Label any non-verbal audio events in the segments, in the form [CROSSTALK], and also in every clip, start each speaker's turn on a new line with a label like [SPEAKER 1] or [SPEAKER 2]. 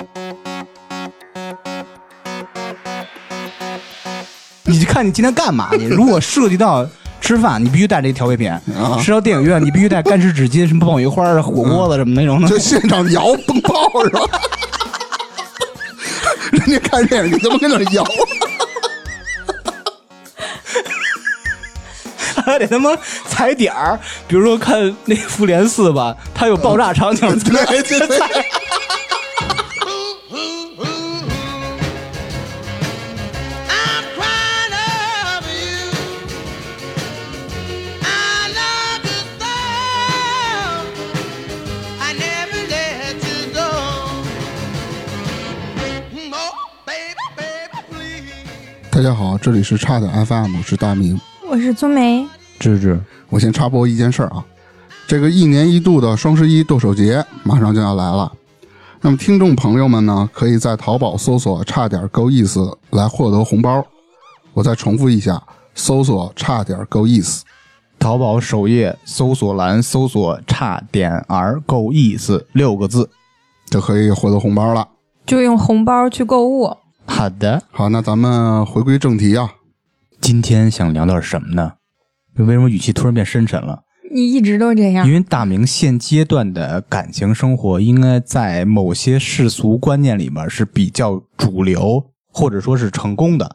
[SPEAKER 1] [LAUGHS] 你就看你今天干
[SPEAKER 2] [LAUGHS]
[SPEAKER 1] 嘛去。如果涉及到吃饭，你必须带这调味品；
[SPEAKER 2] 啊
[SPEAKER 1] 吃到电影院，你必须带干湿纸巾、什么爆米花啊、火锅子什么那 [LAUGHS] 种的。
[SPEAKER 2] 就现场摇蹦炮是吧？ [LAUGHS] 人家看电影，你他妈跟那儿摇，
[SPEAKER 1] 还得他妈踩点儿，比如说看那《复联四》吧，它有爆炸场景，
[SPEAKER 2] [LAUGHS] 对对对。
[SPEAKER 3] I'm crying over you. I love you so. I never let you go. Oh, baby, baby, please.
[SPEAKER 2] 大家好，这里是差点 FM，我是大明。
[SPEAKER 4] 我是宗梅，
[SPEAKER 1] 芝芝，
[SPEAKER 2] 我先插播一件事儿啊，这个一年一度的双十一剁手节马上就要来了。那么听众朋友们呢，可以在淘宝搜索“差点够意思”来获得红包。我再重复一下，搜索“差点够意思
[SPEAKER 1] [LAUGHS] 淘宝首页搜索栏搜索“差点儿够意思”六个字。”
[SPEAKER 2] 就可以获得红包了。
[SPEAKER 4] 就用红包去购物。
[SPEAKER 1] 好的，
[SPEAKER 2] 好，那咱们回归正题啊，
[SPEAKER 1] 今天想聊点什么呢？为什么语气突然变深沉了？
[SPEAKER 4] 你一直都这样
[SPEAKER 1] 因，为大明现阶段的感情生活，应该在某些世俗观念里面是比较主流，或者说是成功的。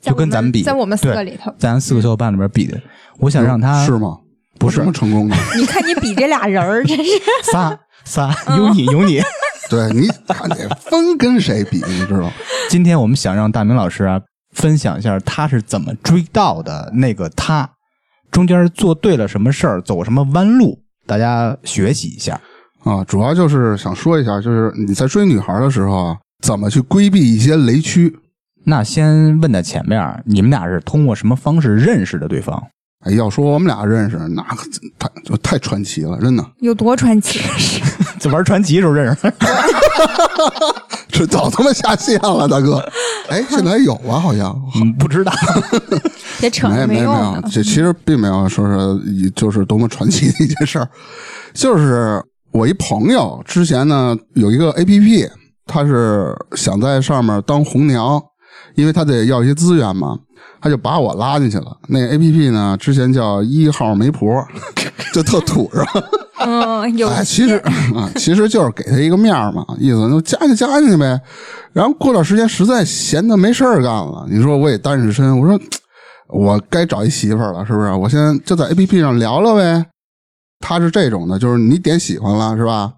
[SPEAKER 4] 在
[SPEAKER 1] 就跟咱们比
[SPEAKER 4] 在我们四个
[SPEAKER 1] 对
[SPEAKER 4] 里头，
[SPEAKER 1] 在咱四个小伙伴里面比的，我想让他
[SPEAKER 2] 是吗？
[SPEAKER 1] 不是
[SPEAKER 2] 什么成功的，
[SPEAKER 4] 你看你比这俩人儿，真是
[SPEAKER 1] 仨仨
[SPEAKER 4] 嗯
[SPEAKER 1] 有你有你。
[SPEAKER 2] [LAUGHS] 对你看得分跟谁比，你知道吗？
[SPEAKER 1] 今天我们想让大明老师啊分享一下他是怎么追到的那个他，中间做对了什么事儿，走什么弯路，大家学习一下。
[SPEAKER 2] 啊，主要就是想说一下，就是你在追女孩的时候啊，怎么去规避一些雷区。
[SPEAKER 1] 那先问在前面儿，你们俩是通过什么方式认识的对方？
[SPEAKER 2] 哎，要说我们俩认识，那可真太就太传奇了，真的，
[SPEAKER 4] [LAUGHS] 有多啊传奇？
[SPEAKER 1] 在玩传奇时候认识的，
[SPEAKER 2] 这早他妈下线了，大哥。哎，现在还有啊，好像
[SPEAKER 1] 嗯， [LAUGHS] 不知道。
[SPEAKER 4] 别扯
[SPEAKER 2] 没
[SPEAKER 4] 了，
[SPEAKER 2] 没
[SPEAKER 4] 用
[SPEAKER 2] 有
[SPEAKER 4] 的，。
[SPEAKER 2] 这其实并没有说是就是多么传奇的一件事儿，就是我一朋友之前呢有一个 A P P，他是想在上面当红娘，因为他得要一些资源嘛，他就把我拉进去了。那 A P P 呢之前叫一号媒婆， [LAUGHS] 就特土是吧？
[SPEAKER 4] 嗯，有
[SPEAKER 2] 哎，其实 [LAUGHS] 啊，其实就是给他一个面儿嘛，意思就加进去加进去呗。然后过段时间实在闲的没事儿干了，你说我也单着身，我说我该找一媳妇儿了，是不是？我现在就在 A P P 上聊聊呗。他是这种的，就是你点喜欢了是吧？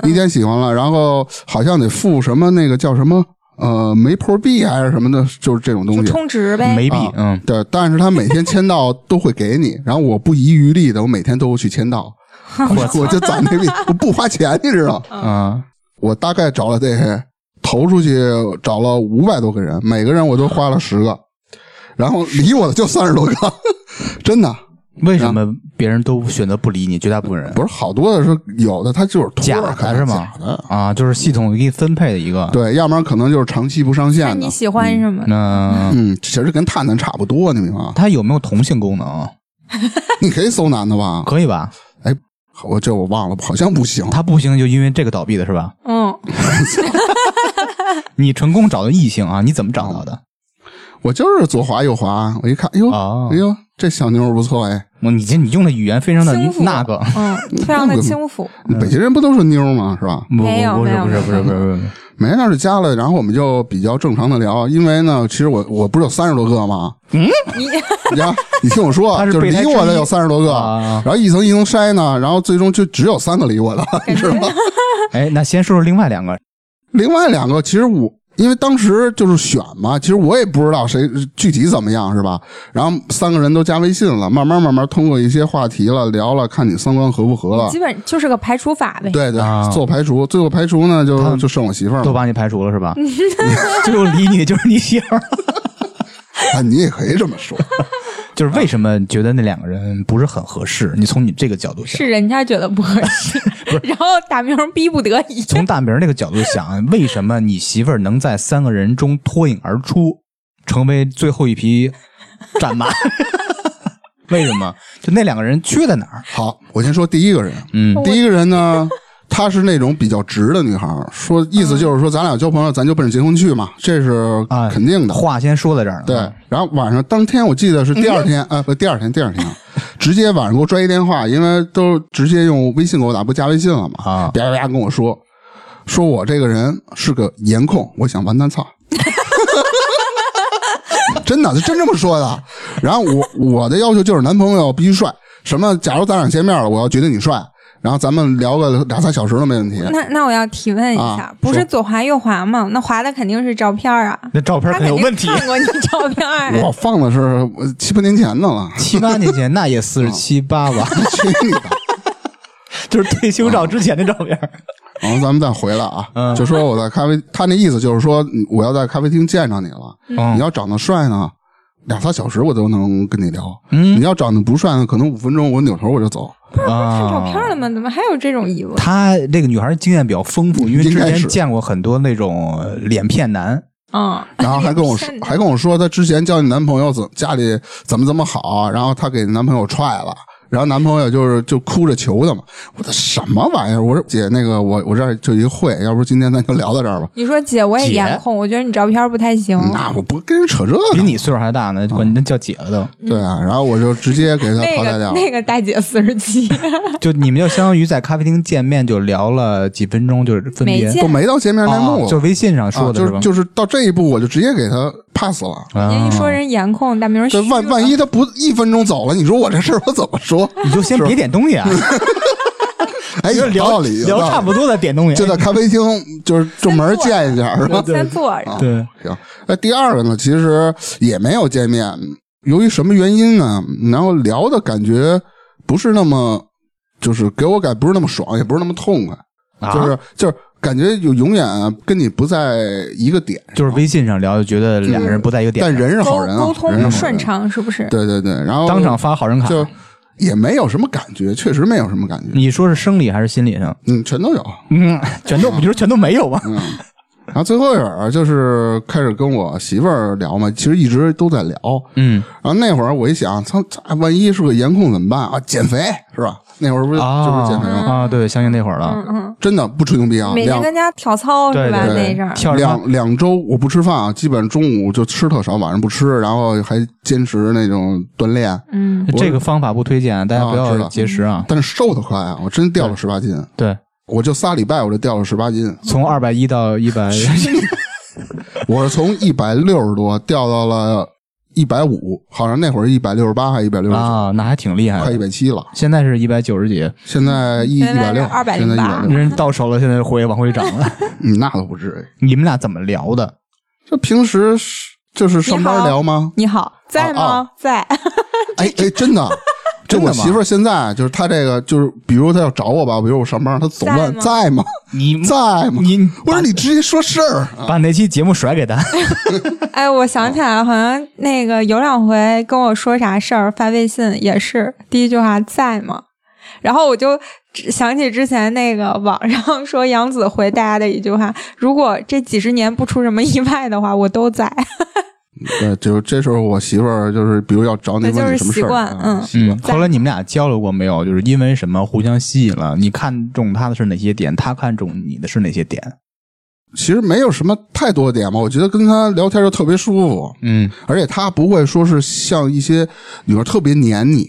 [SPEAKER 4] 嗯
[SPEAKER 2] 你点喜欢了，然后好像得付什么那个叫什么呃媒婆币还是什么的，就是这种东
[SPEAKER 4] 就
[SPEAKER 2] 西。
[SPEAKER 4] 充值呗。
[SPEAKER 1] 没币
[SPEAKER 2] 啊，
[SPEAKER 1] 嗯，
[SPEAKER 2] 对，但是他每天签到都会给你，然后我不遗余力的，我每天都会去签
[SPEAKER 1] [LAUGHS]
[SPEAKER 2] 到，我我就攒那笔，我不花钱，你知道？
[SPEAKER 4] 嗯
[SPEAKER 1] 啊，
[SPEAKER 2] 我大概找了得投出去找了五百多个人，每个人我都花了十个，然后理我的就三十多个， [LAUGHS] 真的
[SPEAKER 1] 嗯为什么别人都选啊择不理你？绝大部分人
[SPEAKER 2] 不是好多的是有的，他就是托
[SPEAKER 1] 假
[SPEAKER 2] 儿可能
[SPEAKER 1] 的是吗
[SPEAKER 2] 假的，？
[SPEAKER 1] 啊，就是系统给你分配的一个。，
[SPEAKER 2] 对，要不然可能就是长期不上线
[SPEAKER 4] 看
[SPEAKER 2] 的
[SPEAKER 4] 你。喜欢什么？
[SPEAKER 1] 那？
[SPEAKER 2] 嗯，其实跟探探差不多，你明白吗
[SPEAKER 1] 它有没有同性功能？
[SPEAKER 2] 你可以搜男的吧？ [LAUGHS]
[SPEAKER 1] 可以吧？
[SPEAKER 2] 我这我忘了，好像不行。
[SPEAKER 1] 它不行，就因为这个倒闭的是吧？
[SPEAKER 4] 嗯，
[SPEAKER 1] 你成功找到异性啊？你怎么找到的？
[SPEAKER 2] 我就是左滑右滑，我一看，哎呦，
[SPEAKER 1] 哦
[SPEAKER 2] 哎呦，这小妞儿不错哎。
[SPEAKER 1] 我你这你用的语言非常的
[SPEAKER 4] 轻浮
[SPEAKER 1] 那个，
[SPEAKER 4] 嗯，非常的
[SPEAKER 1] [LAUGHS]
[SPEAKER 4] 轻浮。
[SPEAKER 1] 嗯
[SPEAKER 2] 北京人不都是妞儿吗？是吧？
[SPEAKER 1] 不
[SPEAKER 4] 没有
[SPEAKER 1] 不不是
[SPEAKER 4] 没有
[SPEAKER 1] 不是不是不是不是，
[SPEAKER 2] 没事儿就加了，然后我们就比较正常的聊，因为呢，其实我我不是有三十多个吗？ [LAUGHS]
[SPEAKER 4] 你
[SPEAKER 2] 你看，你听我说，
[SPEAKER 1] 他是
[SPEAKER 2] 就是
[SPEAKER 1] 备胎
[SPEAKER 2] 理
[SPEAKER 1] 之一
[SPEAKER 2] 我的有三十多个，
[SPEAKER 1] 啊
[SPEAKER 2] 然后一层一层筛呢，然后最终就只有三个理我的，你知道吗？
[SPEAKER 1] 哎，那先说说另外两个，
[SPEAKER 2] 另外两个其实我因为当时就是选嘛，其实我也不知道谁具体怎么样是吧？然后三个人都加微信了，慢慢慢慢通过一些话题了聊了，看你三观合不合了
[SPEAKER 4] [LAUGHS] 基。本就是个排除法呗。
[SPEAKER 2] 对对
[SPEAKER 1] 啊，
[SPEAKER 2] 做排除，最后排除呢
[SPEAKER 1] 他
[SPEAKER 2] 就
[SPEAKER 1] 们
[SPEAKER 2] 就剩我媳妇儿
[SPEAKER 1] 都
[SPEAKER 2] 了。
[SPEAKER 1] 把你排除了是吧？
[SPEAKER 4] [LAUGHS]
[SPEAKER 1] [LAUGHS] 最后理你的就是你媳妇儿，
[SPEAKER 2] [LAUGHS] 啊，你也可以这么说。
[SPEAKER 1] 就是为什么觉得那两个人不是很合适？你从你这个角度想，
[SPEAKER 4] 嗯是人家觉得不合
[SPEAKER 1] [LAUGHS]
[SPEAKER 4] 适，然后大明儿逼不得已。
[SPEAKER 1] 从大明儿那个角度想，为什么你媳妇儿能在三个人中脱颖而出，成为最后一匹战
[SPEAKER 4] [LAUGHS]
[SPEAKER 1] 马？为什么？就那两个人缺在哪儿？
[SPEAKER 2] 好，我先说第一个人，
[SPEAKER 1] 嗯
[SPEAKER 2] 第一个人呢，她是那种比较直的女孩儿，说意思就是说咱俩交朋友，咱就奔着结婚去嘛，这是
[SPEAKER 1] 啊
[SPEAKER 2] 肯
[SPEAKER 4] 嗯
[SPEAKER 2] 定的。
[SPEAKER 1] 话先说到这儿了。
[SPEAKER 2] 对，然后晚上当天我记得是第二天，呃，不，第二天，第二天啊， [LAUGHS] 直接晚上给我拽一电话，因为都直接用微信给我打，不加微信了嘛，
[SPEAKER 1] 啊
[SPEAKER 2] 啪啪啪跟我说，说我这个人是个颜控，我想完蛋操。 [LAUGHS] 真的，他真这么说的。然后我我的要求就是男朋友必须帅，什么？假如咱俩见面了，我要觉得你帅，然后咱们聊个俩仨小时都没
[SPEAKER 4] [LAUGHS]
[SPEAKER 2] 问题。
[SPEAKER 4] 那那我要提问一下
[SPEAKER 2] 啊，
[SPEAKER 4] 不
[SPEAKER 2] 说
[SPEAKER 4] 是左滑右滑吗？那滑的肯定是照片啊，
[SPEAKER 1] 那照片
[SPEAKER 4] 他
[SPEAKER 1] 可
[SPEAKER 4] 肯
[SPEAKER 1] 有
[SPEAKER 4] 定
[SPEAKER 1] 问题。
[SPEAKER 4] 看过你照片啊，
[SPEAKER 2] 我放的是呃七八年前的了， [LAUGHS]
[SPEAKER 1] 七八年前，那也四十七八
[SPEAKER 4] [LAUGHS]
[SPEAKER 1] 吧，
[SPEAKER 2] 去你的！
[SPEAKER 1] 就是退休照之前的照片。
[SPEAKER 2] 然后咱们再回来啊，
[SPEAKER 1] 嗯
[SPEAKER 2] 就说我在咖啡，他那意思就是说嗯我要在咖啡厅见着你了，你
[SPEAKER 1] 嗯
[SPEAKER 2] 要长得帅呢，俩仨小时我都能跟你聊；
[SPEAKER 1] 嗯
[SPEAKER 2] 你要长得不帅呢，可能五分钟我扭头我就走。
[SPEAKER 4] 嗯看照
[SPEAKER 1] 啊
[SPEAKER 4] 片，了吗？怎么还有这种疑问？
[SPEAKER 1] 他这个女孩经验比较丰富，因为之
[SPEAKER 2] 应该
[SPEAKER 1] 前
[SPEAKER 2] 是
[SPEAKER 1] 见过很多那种呃脸骗男。
[SPEAKER 4] 嗯，
[SPEAKER 2] 然后还跟
[SPEAKER 4] [LAUGHS]
[SPEAKER 2] 我说
[SPEAKER 4] 现，在
[SPEAKER 2] 还跟我说她之前交你男朋友怎家里怎么怎么好，啊然后她给男朋友踹了，然后男朋友就是就哭着求她嘛。我说什么玩意儿？我说姐，那个我我这儿就一会，要不今天咱就聊到这儿吧。
[SPEAKER 4] 你说姐，我也
[SPEAKER 1] 姐
[SPEAKER 4] 颜控，我觉得你照片不太行。
[SPEAKER 2] 那我不跟人扯这
[SPEAKER 1] 比
[SPEAKER 2] 个，
[SPEAKER 1] 你岁数还大
[SPEAKER 2] [LAUGHS]
[SPEAKER 1] 呢，
[SPEAKER 2] 嗯
[SPEAKER 1] 管你那叫姐了都。
[SPEAKER 2] 对啊，然后我就直接给她
[SPEAKER 4] 那
[SPEAKER 2] 淘汰
[SPEAKER 4] 个
[SPEAKER 2] 掉了。
[SPEAKER 4] 那个大姐四十
[SPEAKER 2] [LAUGHS]
[SPEAKER 4] 七，
[SPEAKER 1] 就你们就相当于在咖啡厅见面，就聊了几分钟，就是分
[SPEAKER 4] 没
[SPEAKER 1] 别
[SPEAKER 4] 见
[SPEAKER 2] 都没到见面那
[SPEAKER 1] 哦
[SPEAKER 2] 幕，
[SPEAKER 1] 就微信上
[SPEAKER 2] 啊
[SPEAKER 1] 说的
[SPEAKER 2] 就是是
[SPEAKER 1] 吧？
[SPEAKER 2] 就是到这一步，我就直接给他 pass 了。
[SPEAKER 1] 啊
[SPEAKER 4] 人一说人颜控，大明儿
[SPEAKER 2] 这
[SPEAKER 4] 虚
[SPEAKER 2] 万
[SPEAKER 4] 了
[SPEAKER 2] 万一他不一分钟走了，你说我这事儿我怎
[SPEAKER 1] [LAUGHS]
[SPEAKER 2] 么说？
[SPEAKER 1] 你就先别点东
[SPEAKER 2] [LAUGHS]
[SPEAKER 1] 西啊，
[SPEAKER 2] 哎，有道
[SPEAKER 1] 聊
[SPEAKER 2] 理，有
[SPEAKER 1] 聊
[SPEAKER 2] 道理
[SPEAKER 1] 差不多再点东西。
[SPEAKER 2] 就在咖啡厅，
[SPEAKER 1] [LAUGHS]
[SPEAKER 2] 就是正门见一下，是吧？
[SPEAKER 4] 先坐着。
[SPEAKER 1] 哎对，
[SPEAKER 2] 行。那第二个呢，其实也没有见面，由于什么原因呢？然后聊的感觉不是那么，就是给我感不是那么爽，也不是那么痛快，
[SPEAKER 1] 啊
[SPEAKER 2] 就是就是感觉有永远跟你不在一个点。
[SPEAKER 1] 就是微信上聊，就觉得俩人不在一个点
[SPEAKER 2] 嗯但
[SPEAKER 1] 上，
[SPEAKER 2] 人是好
[SPEAKER 4] 沟
[SPEAKER 2] 人啊，
[SPEAKER 4] 沟通
[SPEAKER 2] 人是
[SPEAKER 4] 不
[SPEAKER 2] 好
[SPEAKER 4] 顺
[SPEAKER 2] 人
[SPEAKER 4] 畅是不是？
[SPEAKER 2] 对对对，然后
[SPEAKER 1] 当场发好
[SPEAKER 4] [LAUGHS]
[SPEAKER 1] 人卡。
[SPEAKER 2] 就也没有什么感觉，确实没有什么感觉，
[SPEAKER 1] 你说是生理还是心理上？
[SPEAKER 2] 嗯，全都有。
[SPEAKER 1] 嗯， [LAUGHS] 全都，你说全都没有吧？
[SPEAKER 2] 然后最后一会儿啊就是开始跟我媳妇儿聊嘛，其实一直都在聊。
[SPEAKER 1] 嗯，
[SPEAKER 2] 然后那会儿我一想，操，万一是个颜控怎么办啊？减肥是吧？那会儿不是、
[SPEAKER 1] 啊
[SPEAKER 2] 就是减肥吗？
[SPEAKER 1] 啊，对，相信那会儿了，
[SPEAKER 4] 嗯
[SPEAKER 2] 真的不吹牛逼啊，
[SPEAKER 4] 嗯，每天
[SPEAKER 2] 两
[SPEAKER 4] 跟家跳操
[SPEAKER 1] 对
[SPEAKER 4] 是吧？
[SPEAKER 1] 对
[SPEAKER 4] 那
[SPEAKER 2] 对
[SPEAKER 4] 阵儿
[SPEAKER 1] 跳什么？
[SPEAKER 2] 两两周我不吃饭啊，基本中午就吃特少，晚上不吃，然后还坚持那种锻炼，
[SPEAKER 4] 嗯，
[SPEAKER 1] 这个方法不推荐，大家不
[SPEAKER 2] 啊知
[SPEAKER 1] 要
[SPEAKER 2] 道
[SPEAKER 1] 节食啊。
[SPEAKER 2] 但是瘦得快啊，我真掉了十八斤，
[SPEAKER 1] 对，
[SPEAKER 2] 我就仨礼拜我就掉了十八斤，
[SPEAKER 1] 从二百一到一百， [LAUGHS]
[SPEAKER 2] 我是从一百六十多掉到了一百五，好像那会儿一百六十八还一百六十九，
[SPEAKER 1] 啊，那还挺厉害
[SPEAKER 2] 快一
[SPEAKER 1] 的。
[SPEAKER 2] 百七了。
[SPEAKER 1] 现在是一百九十几，
[SPEAKER 2] 现在一一
[SPEAKER 4] 现
[SPEAKER 2] 百
[SPEAKER 4] 在
[SPEAKER 2] 六，
[SPEAKER 4] 208
[SPEAKER 2] 现在一百六，
[SPEAKER 1] 人到手了，现在回往回涨了。 [LAUGHS]
[SPEAKER 2] 嗯，那都不至于。
[SPEAKER 1] 你们俩怎么聊的？
[SPEAKER 2] 这平时是就是上班聊吗？
[SPEAKER 4] 你好，在
[SPEAKER 2] 啊
[SPEAKER 4] 吗？在。
[SPEAKER 2] 哎哎，真的，就
[SPEAKER 1] 真的
[SPEAKER 2] 我
[SPEAKER 1] 吗
[SPEAKER 2] 媳妇儿现在就是她这个就是，比如她要找我吧，比如我上班，她总问在吗？
[SPEAKER 1] 你
[SPEAKER 2] 在吗？ [LAUGHS]
[SPEAKER 1] 你
[SPEAKER 2] 我说你直接说事儿，啊
[SPEAKER 1] 把那期节目甩给 [LAUGHS] 他，
[SPEAKER 4] [LAUGHS] 哎，我想起来了，好像那个有两回跟我说啥事儿发微信，也是第一句话在吗？然后我就只想起之前那个网上说杨紫回大家的一句话：如果这几十年不出什么意外的话，我都在。 [LAUGHS]
[SPEAKER 2] 对，就这时候我媳妇儿就是，比如要找你
[SPEAKER 4] 对
[SPEAKER 2] 问
[SPEAKER 4] 就
[SPEAKER 2] 你
[SPEAKER 4] 是
[SPEAKER 2] 什么
[SPEAKER 4] 习
[SPEAKER 2] 事儿，
[SPEAKER 4] 惯
[SPEAKER 2] 啊
[SPEAKER 4] 嗯
[SPEAKER 2] 习惯
[SPEAKER 1] 嗯。后来你们俩交流过没有？就是因为什么互相吸引了？你看中他的是哪些点？他看中你的是哪些点？
[SPEAKER 2] 其实没有什么太多点吧，我觉得跟她聊天就特别舒服，
[SPEAKER 1] 嗯，
[SPEAKER 2] 而且她不会说是像一些女孩特别黏你，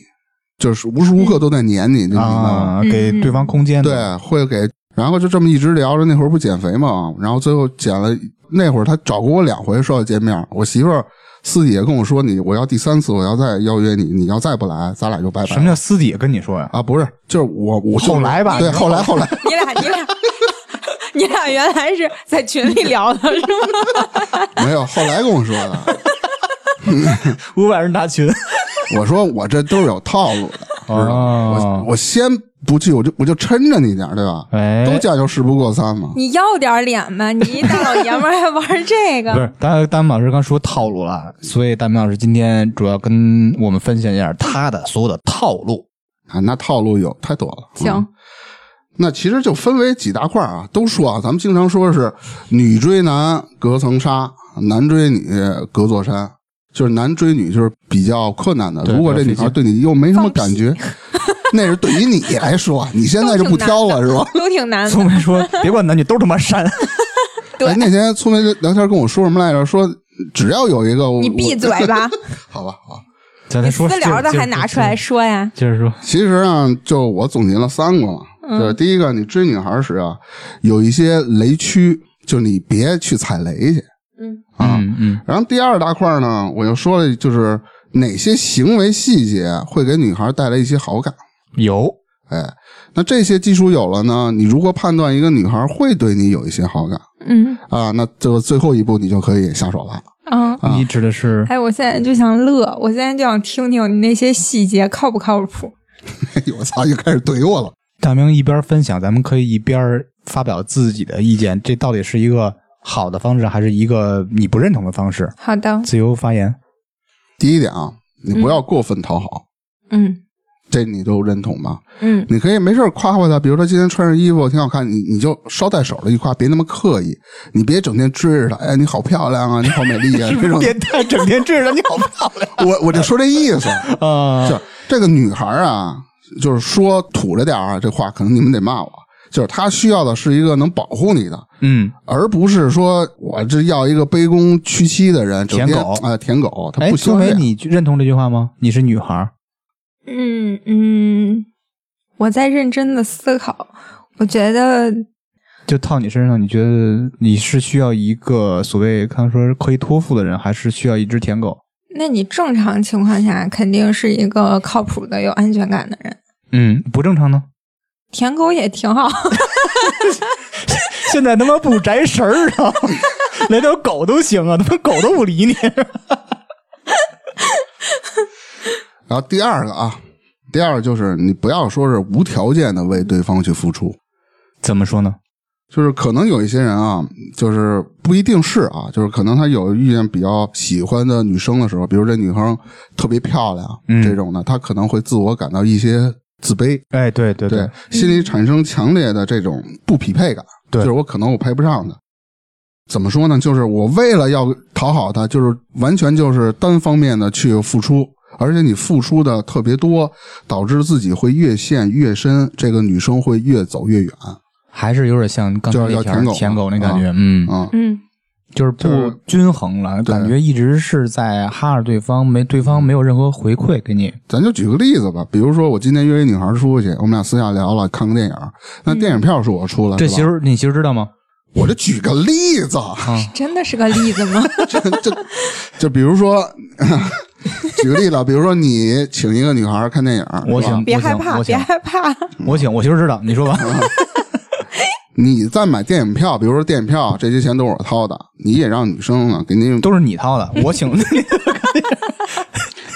[SPEAKER 2] 就是无时无刻都在黏你，你明白吗？
[SPEAKER 1] 啊，
[SPEAKER 4] 嗯
[SPEAKER 1] 给对方空间。，
[SPEAKER 2] 对，会给，然后就这么一直聊着。那会儿不减肥嘛，然后最后减了。那会儿她找过我两回说要见面，我媳妇儿私底下跟我说你，我要第三次，我要再邀约你，你要再不来，咱俩就拜拜。
[SPEAKER 1] 什么叫私底下跟你说呀？
[SPEAKER 2] 啊？不是，就是我我就是
[SPEAKER 1] 后来吧
[SPEAKER 2] 对，
[SPEAKER 1] 你
[SPEAKER 2] 后来后来，
[SPEAKER 4] 你俩，你俩， [LAUGHS] 你俩原来是在群里聊的是吗？ [LAUGHS]
[SPEAKER 2] 没有，后来跟我说的。
[SPEAKER 1] 五百人大群，
[SPEAKER 2] 我说我这都是有套路的，
[SPEAKER 1] [LAUGHS]
[SPEAKER 2] 知道吗？
[SPEAKER 1] 哦
[SPEAKER 2] 我我先不去，我就我就抻着你点儿，对吧？
[SPEAKER 1] 哎
[SPEAKER 2] 都讲究事不过三嘛。
[SPEAKER 4] 你要点脸吧，你一大老爷们儿还玩这
[SPEAKER 1] 不
[SPEAKER 4] 个
[SPEAKER 1] 是，大大明老师刚说套路了，所以大明老师今天主要跟我们分享一下他的所有的套路。
[SPEAKER 2] 啊，那套路有太多了。
[SPEAKER 4] 行
[SPEAKER 2] 嗯那其实就分为几大块儿啊，都说啊，咱们经常说是女追男隔层纱，男追女隔座山，就是男追女就是比较困难的。
[SPEAKER 1] 对
[SPEAKER 2] 如果这女孩对你又没什么感觉，那是对于你来说，啊你现在就不挑了是吧？
[SPEAKER 4] 都挺 [LAUGHS] 难的
[SPEAKER 1] 苏。梅说：“别管男女，都他妈删。
[SPEAKER 4] 对
[SPEAKER 2] 哎，那天聪梅聊天跟我说什么来着？说只要有一个我
[SPEAKER 4] 你闭嘴吧，
[SPEAKER 2] 我好吧，好吧。”
[SPEAKER 1] [LAUGHS] 咱
[SPEAKER 4] 你
[SPEAKER 1] 再说
[SPEAKER 4] 私聊的还拿出来，说呀？
[SPEAKER 1] 接着接着接着接着说。
[SPEAKER 2] 其实啊，就我总结了三个嘛，就是第一个，你追女孩时啊，有一些雷区，就你别去踩雷去
[SPEAKER 4] 嗯
[SPEAKER 2] 啊。
[SPEAKER 1] 嗯嗯
[SPEAKER 2] 然后第二大块呢，我就说了，就是哪些行为细节会给女孩带来一些好感。
[SPEAKER 1] 有
[SPEAKER 2] 哎，那这些基础有了呢，你如何判断一个女孩会对你有一些好感
[SPEAKER 4] 嗯
[SPEAKER 2] 啊？那这个最后一步你就可以下手了。 [LAUGHS]
[SPEAKER 4] 啊。
[SPEAKER 1] 你指的是
[SPEAKER 4] 哎，我现在就想乐，我现在就想听听你那些细节靠不靠谱？
[SPEAKER 2] 哎呦，我操，又开始怼我了。
[SPEAKER 1] 大明一边分享，咱们可以一边发表自己的意见，这到底是一个好的方式，还是一个你不认同的方式？
[SPEAKER 4] 好的，
[SPEAKER 1] 自由发言。
[SPEAKER 2] 第一点啊，你不要过分讨好，
[SPEAKER 4] 嗯
[SPEAKER 2] 这你都认同吧？
[SPEAKER 4] 嗯
[SPEAKER 2] 你可以没事儿夸夸她，比如说今天穿上衣服挺好看，你你就捎带手的一夸，别那么刻意，你别整天追着她，哎，你好漂亮啊，你好美
[SPEAKER 1] [LAUGHS]
[SPEAKER 2] 丽啊，这种，
[SPEAKER 1] 变态，整天追着你好漂
[SPEAKER 2] 我我就说这意思，
[SPEAKER 1] 亮 [LAUGHS] 啊！
[SPEAKER 2] 就这个女孩儿啊，就是说土着点儿啊，这话可能你们得骂我，就是她需要的是一个能保护你的，
[SPEAKER 1] [LAUGHS] 嗯，
[SPEAKER 2] 而不是说我这要一个卑躬屈膝的人，整天
[SPEAKER 1] 舔狗
[SPEAKER 2] 啊、舔狗，她
[SPEAKER 1] 哎，
[SPEAKER 2] 不喜
[SPEAKER 1] 苏
[SPEAKER 2] 欢这
[SPEAKER 1] 梅，
[SPEAKER 2] 样。
[SPEAKER 1] 你认同这句话吗？你是女孩儿，
[SPEAKER 4] 嗯嗯，我在认真的思考，我觉得
[SPEAKER 1] 就套你身上，你觉得你是需要一个所谓刚才说是可以托付的人，还是需要一只舔狗？
[SPEAKER 4] 那你正常情况下肯定是一个靠谱的、有安全感的人，
[SPEAKER 1] 嗯，不正常呢。
[SPEAKER 4] 舔狗也挺好。
[SPEAKER 1] [LAUGHS] 现在他妈不宅神儿 [LAUGHS] 啊，连条狗都行啊，他妈狗都不理你。
[SPEAKER 2] 然后第二个啊，第二个就是你不要说是无条件的为对方去付出，
[SPEAKER 1] 怎么说呢？
[SPEAKER 2] 就是可能有一些人啊，就是不一定是啊，就是可能他有遇见比较喜欢的女生的时候，比如这女生特别漂亮、
[SPEAKER 1] 嗯
[SPEAKER 2] 这种的，他可能会自我感到一些自卑，
[SPEAKER 1] 哎，对对
[SPEAKER 2] 对，心里产生强烈的这种不匹配感，
[SPEAKER 1] 对
[SPEAKER 2] 就是我可能我配不上她。怎么说呢？就是我为了要讨好她，就是完全就是单方面的去付出，而且你付出的特别多，导致自己会越陷越深，这个女生会越走越远
[SPEAKER 1] 还是有点像刚才
[SPEAKER 2] 就是
[SPEAKER 1] 那
[SPEAKER 2] 要
[SPEAKER 1] 条
[SPEAKER 2] 舔狗
[SPEAKER 1] 舔狗那感觉
[SPEAKER 2] 啊，
[SPEAKER 1] 嗯，
[SPEAKER 2] 啊。
[SPEAKER 4] 嗯
[SPEAKER 1] 就是
[SPEAKER 2] 就是
[SPEAKER 1] 不均衡了，
[SPEAKER 2] 对
[SPEAKER 1] 感觉一直是在哈着对方，没对方没有任何回馈给你。
[SPEAKER 2] 咱就举个例子吧，比如说我今天约一女孩出去，我们俩私下聊了，看个电影，那电影票是我出
[SPEAKER 1] 嗯
[SPEAKER 2] 了，
[SPEAKER 1] 这
[SPEAKER 2] 是吧
[SPEAKER 1] 媳妇儿你媳妇儿知道吗？
[SPEAKER 2] 我就举个例子，
[SPEAKER 4] [LAUGHS] 真的是个例子 [LAUGHS] 吗？
[SPEAKER 2] 这这就比如说，举个例子，比如说你请一个女孩看电影，
[SPEAKER 1] 我
[SPEAKER 2] 是吧
[SPEAKER 1] 请，
[SPEAKER 4] 别
[SPEAKER 1] 我
[SPEAKER 4] 害
[SPEAKER 1] 请，
[SPEAKER 4] 怕，
[SPEAKER 1] 我
[SPEAKER 4] 别
[SPEAKER 1] 请，
[SPEAKER 4] 害怕。
[SPEAKER 1] 我请，我媳妇儿知道。你说 [LAUGHS] 吧，
[SPEAKER 2] 你在买电影票，比如说电影票这些钱都是我掏的，你也让女生啊给你，
[SPEAKER 1] 都是你掏的，我请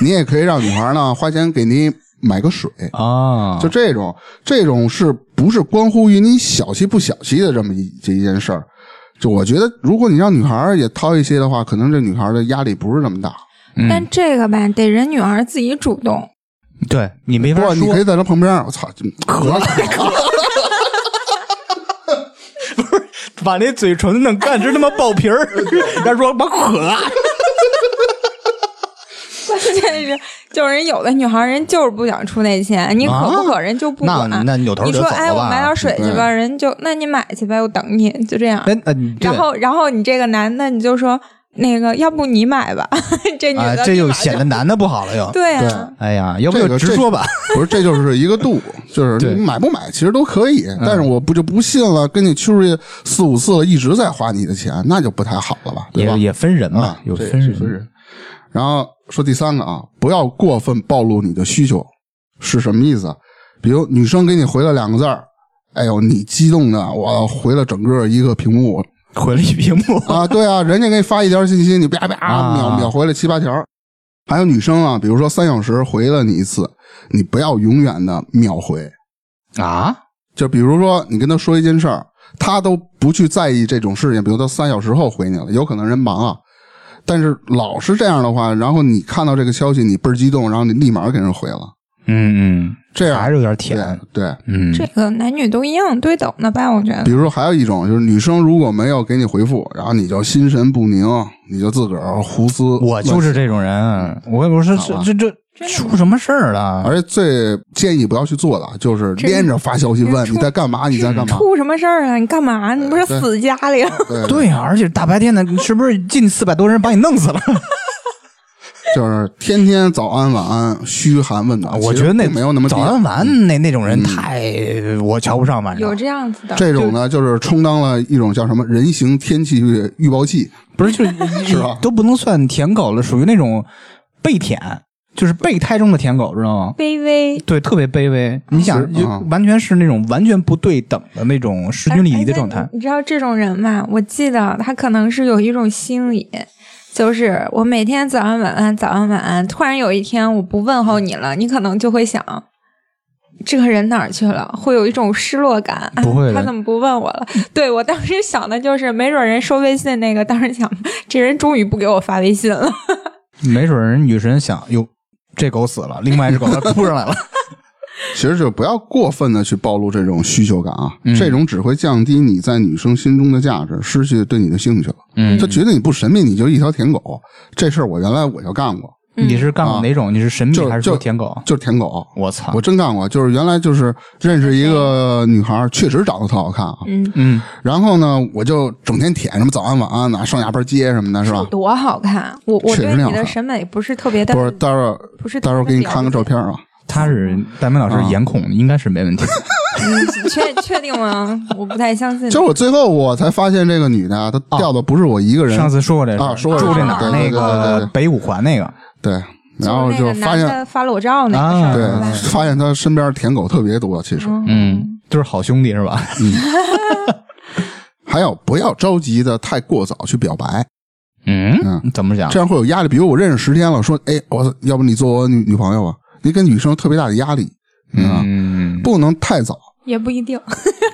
[SPEAKER 2] 你也可以让女孩呢花钱给你买个水，
[SPEAKER 1] [LAUGHS] 啊。
[SPEAKER 2] 就这种，这种是不是关乎于你小气不小气的这么一这一件事儿？就我觉得，如果你让女孩儿也掏一些的话，可能这女孩儿的压力不是那么大。
[SPEAKER 4] 但这个吧，得人女孩自己主动。
[SPEAKER 1] 对你没
[SPEAKER 2] 不
[SPEAKER 1] 法
[SPEAKER 2] 过你
[SPEAKER 1] 说
[SPEAKER 2] 可以，在她旁边儿，我操，就咳了，
[SPEAKER 1] [LAUGHS] 把那嘴唇弄干，直他妈爆皮 [LAUGHS] 儿。人家说把可，
[SPEAKER 4] [LAUGHS] 关键是，就是人有的女孩人就是不想出那钱，你可不可人就不管。
[SPEAKER 1] 啊那那扭头
[SPEAKER 4] 你
[SPEAKER 1] 就
[SPEAKER 4] 说
[SPEAKER 1] 走了
[SPEAKER 4] 哎，我
[SPEAKER 1] 吧
[SPEAKER 4] 买点水去吧，人就那你买去呗，我等你，就这样。
[SPEAKER 1] 哎，那你这
[SPEAKER 4] 然后然后你这个男的你就说那个，要不你买吧，这女
[SPEAKER 1] 啊，
[SPEAKER 4] 的
[SPEAKER 1] 这
[SPEAKER 4] 立
[SPEAKER 1] 又
[SPEAKER 4] 马
[SPEAKER 1] 显得男的不好了又。
[SPEAKER 4] [LAUGHS] 对
[SPEAKER 2] 对
[SPEAKER 4] 啊，
[SPEAKER 1] 哎呀，要不
[SPEAKER 2] 这
[SPEAKER 1] 就
[SPEAKER 2] 个
[SPEAKER 1] 直
[SPEAKER 2] 这
[SPEAKER 1] 说吧。
[SPEAKER 2] 不是，这就是一个度，就是
[SPEAKER 1] 对嗯
[SPEAKER 2] 你买不买其实都可以，但是我不就不信了，跟你去出去四五次了，一直在花你的钱，那就不太好了吧，对吧
[SPEAKER 1] 也？也分人嘛
[SPEAKER 2] 啊，，
[SPEAKER 1] 有
[SPEAKER 2] 这也
[SPEAKER 1] 分
[SPEAKER 2] 是
[SPEAKER 1] 人。
[SPEAKER 2] 分人。然后说第三个啊，不要过分暴露你的需求，是什么意思啊？比如女生给你回了两个字儿，哎呦，你激动的，我回了整个一个
[SPEAKER 1] [LAUGHS]
[SPEAKER 2] 屏幕
[SPEAKER 1] 回了一屏幕，
[SPEAKER 2] 啊，对啊，人家给你发一条信息，你叭叭
[SPEAKER 1] 啊
[SPEAKER 2] 秒秒回了七八条。还有女生啊，比如说三小时回了你一次，你不要永远的秒回，
[SPEAKER 1] 啊，
[SPEAKER 2] 就比如说你跟她说一件事儿，她都不去在意这种事情，比如她三小时后回你了，有可能人忙啊。但是老是这样的话，然后你看到这个消息，你倍儿激动，然后你立马给人回了，
[SPEAKER 1] 嗯
[SPEAKER 2] 这
[SPEAKER 1] 嗯，还
[SPEAKER 2] 样
[SPEAKER 1] 是有点
[SPEAKER 2] 对
[SPEAKER 1] 舔，
[SPEAKER 2] 对。
[SPEAKER 1] 嗯，
[SPEAKER 4] 这个男女都一样对等的吧，我觉得
[SPEAKER 2] 比。如说还有一种就是女生如果没有给你回复，然后你就心神不宁，你就自个儿胡思，
[SPEAKER 1] 我就是这种人，我我是
[SPEAKER 2] 好吧
[SPEAKER 1] 这这
[SPEAKER 4] 真的
[SPEAKER 1] 出什么事儿了？
[SPEAKER 2] 而且最建议不要去做的，就是
[SPEAKER 4] 这
[SPEAKER 2] 连着发消息问
[SPEAKER 4] 这
[SPEAKER 2] 你在干嘛，你在干嘛？
[SPEAKER 4] 出什么事儿了？啊你干嘛？你不是
[SPEAKER 2] 对
[SPEAKER 4] 死家里了？
[SPEAKER 2] 对，
[SPEAKER 1] 对呀、而且大白天的，你是不是近四百多人把你弄死了？
[SPEAKER 2] 就是天天早安晚安，嘘寒问暖。
[SPEAKER 1] 我
[SPEAKER 2] 其实
[SPEAKER 1] 觉得那啊
[SPEAKER 2] 并没有那么必
[SPEAKER 1] 早
[SPEAKER 2] 要
[SPEAKER 1] 安晚安那那种人太我瞧不上，反
[SPEAKER 4] 有
[SPEAKER 1] 正
[SPEAKER 4] 这样子的，
[SPEAKER 2] 这种呢，就是充当了一种叫什么人形天气预预报器，
[SPEAKER 1] 不
[SPEAKER 4] [LAUGHS]
[SPEAKER 1] 是就是
[SPEAKER 2] 吧
[SPEAKER 1] 都不能算舔狗了，属于那种被舔，就是备胎中的舔狗，知道吗？
[SPEAKER 4] 卑微。
[SPEAKER 1] 对，特别卑微。你
[SPEAKER 2] 是
[SPEAKER 1] 想，就
[SPEAKER 2] 嗯
[SPEAKER 1] 完全是那啊种完全不对等的那种势均力敌的状态
[SPEAKER 4] 而且。你知道这种人嘛？我记得他可能是有一种心理，就是我每天早安晚安，早安晚安。突然有一天我不问候你了，你可能就会想，这个人哪儿去了？会有一种失落感。啊
[SPEAKER 1] 不会的
[SPEAKER 4] 他怎么不问我了？ [LAUGHS] 对我当时想的就是，没准人收微信那个，当时想，这人终于不给我发微信了。
[SPEAKER 1] 没准人女神想，哟，这狗死了，另外一只狗它扑上来了。
[SPEAKER 2] 其实就不要过分的去暴露这种需求感啊，这种只会降低你在女生心中的价值，失去对你的兴趣了。
[SPEAKER 1] [LAUGHS] 嗯
[SPEAKER 2] 她觉得你不神秘，你就一条舔狗。这事儿我原来我就干过，
[SPEAKER 1] 你是干过哪种？你是神秘
[SPEAKER 2] 就
[SPEAKER 1] 还是
[SPEAKER 2] 就
[SPEAKER 1] 说舔狗？
[SPEAKER 2] 就是舔狗。
[SPEAKER 1] 啊我操
[SPEAKER 2] 我！真干过，就是原来就是认识一个女孩，确实长得特好看啊。
[SPEAKER 4] 嗯，
[SPEAKER 1] 嗯，
[SPEAKER 2] 然后呢，我就整天舔什么早安晚安啊，上下班接什么的，是吧？
[SPEAKER 4] 多好看！我我
[SPEAKER 2] 确实
[SPEAKER 4] 对
[SPEAKER 2] 那样
[SPEAKER 4] 你的
[SPEAKER 2] 看
[SPEAKER 4] 审美不是特别的，
[SPEAKER 2] 不是，待会儿
[SPEAKER 4] 不是特别
[SPEAKER 2] 待会儿给你
[SPEAKER 4] 了
[SPEAKER 2] 看个
[SPEAKER 4] 解
[SPEAKER 2] 照片啊。
[SPEAKER 1] 他是戴明老师颜控，应该是没问题。
[SPEAKER 4] 你确确定吗？我不太相信。
[SPEAKER 2] 就是我最后我才发现这个女的啊，她掉的不是我一个人，
[SPEAKER 1] 哦上次说过这事儿
[SPEAKER 2] 啊说过这
[SPEAKER 1] 住
[SPEAKER 2] 事
[SPEAKER 1] 这
[SPEAKER 2] 儿
[SPEAKER 1] 哪儿？
[SPEAKER 2] 对对
[SPEAKER 1] 那
[SPEAKER 2] 对对
[SPEAKER 1] 个
[SPEAKER 2] 对
[SPEAKER 1] 北五环那个，
[SPEAKER 2] 对，然后
[SPEAKER 4] 就
[SPEAKER 2] 就是
[SPEAKER 4] 那
[SPEAKER 2] 发
[SPEAKER 4] 个
[SPEAKER 2] 现
[SPEAKER 4] 男的发裸照那个事
[SPEAKER 1] 啊
[SPEAKER 4] 儿，
[SPEAKER 2] 对
[SPEAKER 4] 是吧，
[SPEAKER 2] 发现他身边舔狗特别多。其实，
[SPEAKER 1] 嗯，就是好兄弟是吧？
[SPEAKER 2] 还有不要着急的太过早去表白，
[SPEAKER 1] 嗯
[SPEAKER 2] 嗯，
[SPEAKER 1] 怎么讲
[SPEAKER 2] 这？样会有压力。比如我认识十天了，说，哎，我要不你做我女女朋友吧？啊你给女生特别大的压力，你知道吗
[SPEAKER 1] 嗯，
[SPEAKER 2] 不能太早。
[SPEAKER 4] 也不一定。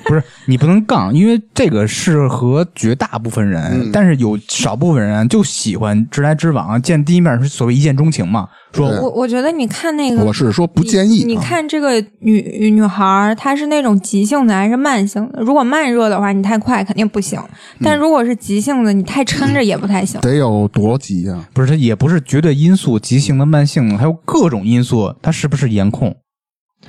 [SPEAKER 1] 不是你不能杠，因为这个适合绝大部分人，
[SPEAKER 2] 嗯
[SPEAKER 1] 但是有少部分人就喜欢直来直往，见第一面是所谓一见钟情嘛。说
[SPEAKER 2] 对
[SPEAKER 4] 我我觉得你看那个，
[SPEAKER 2] 我是说不建议。
[SPEAKER 4] 嗯你
[SPEAKER 2] 啊
[SPEAKER 4] 看这个女女孩儿，她是那种急性的还是慢性的？如果慢热的话，你太快肯定不行；
[SPEAKER 2] 嗯
[SPEAKER 4] 但如果是急性的，你太抻着也不太行。
[SPEAKER 2] 得有多急啊？
[SPEAKER 1] 不是，它也不是绝对因素，急性的、慢性的，还有各种因素，它是不是颜控？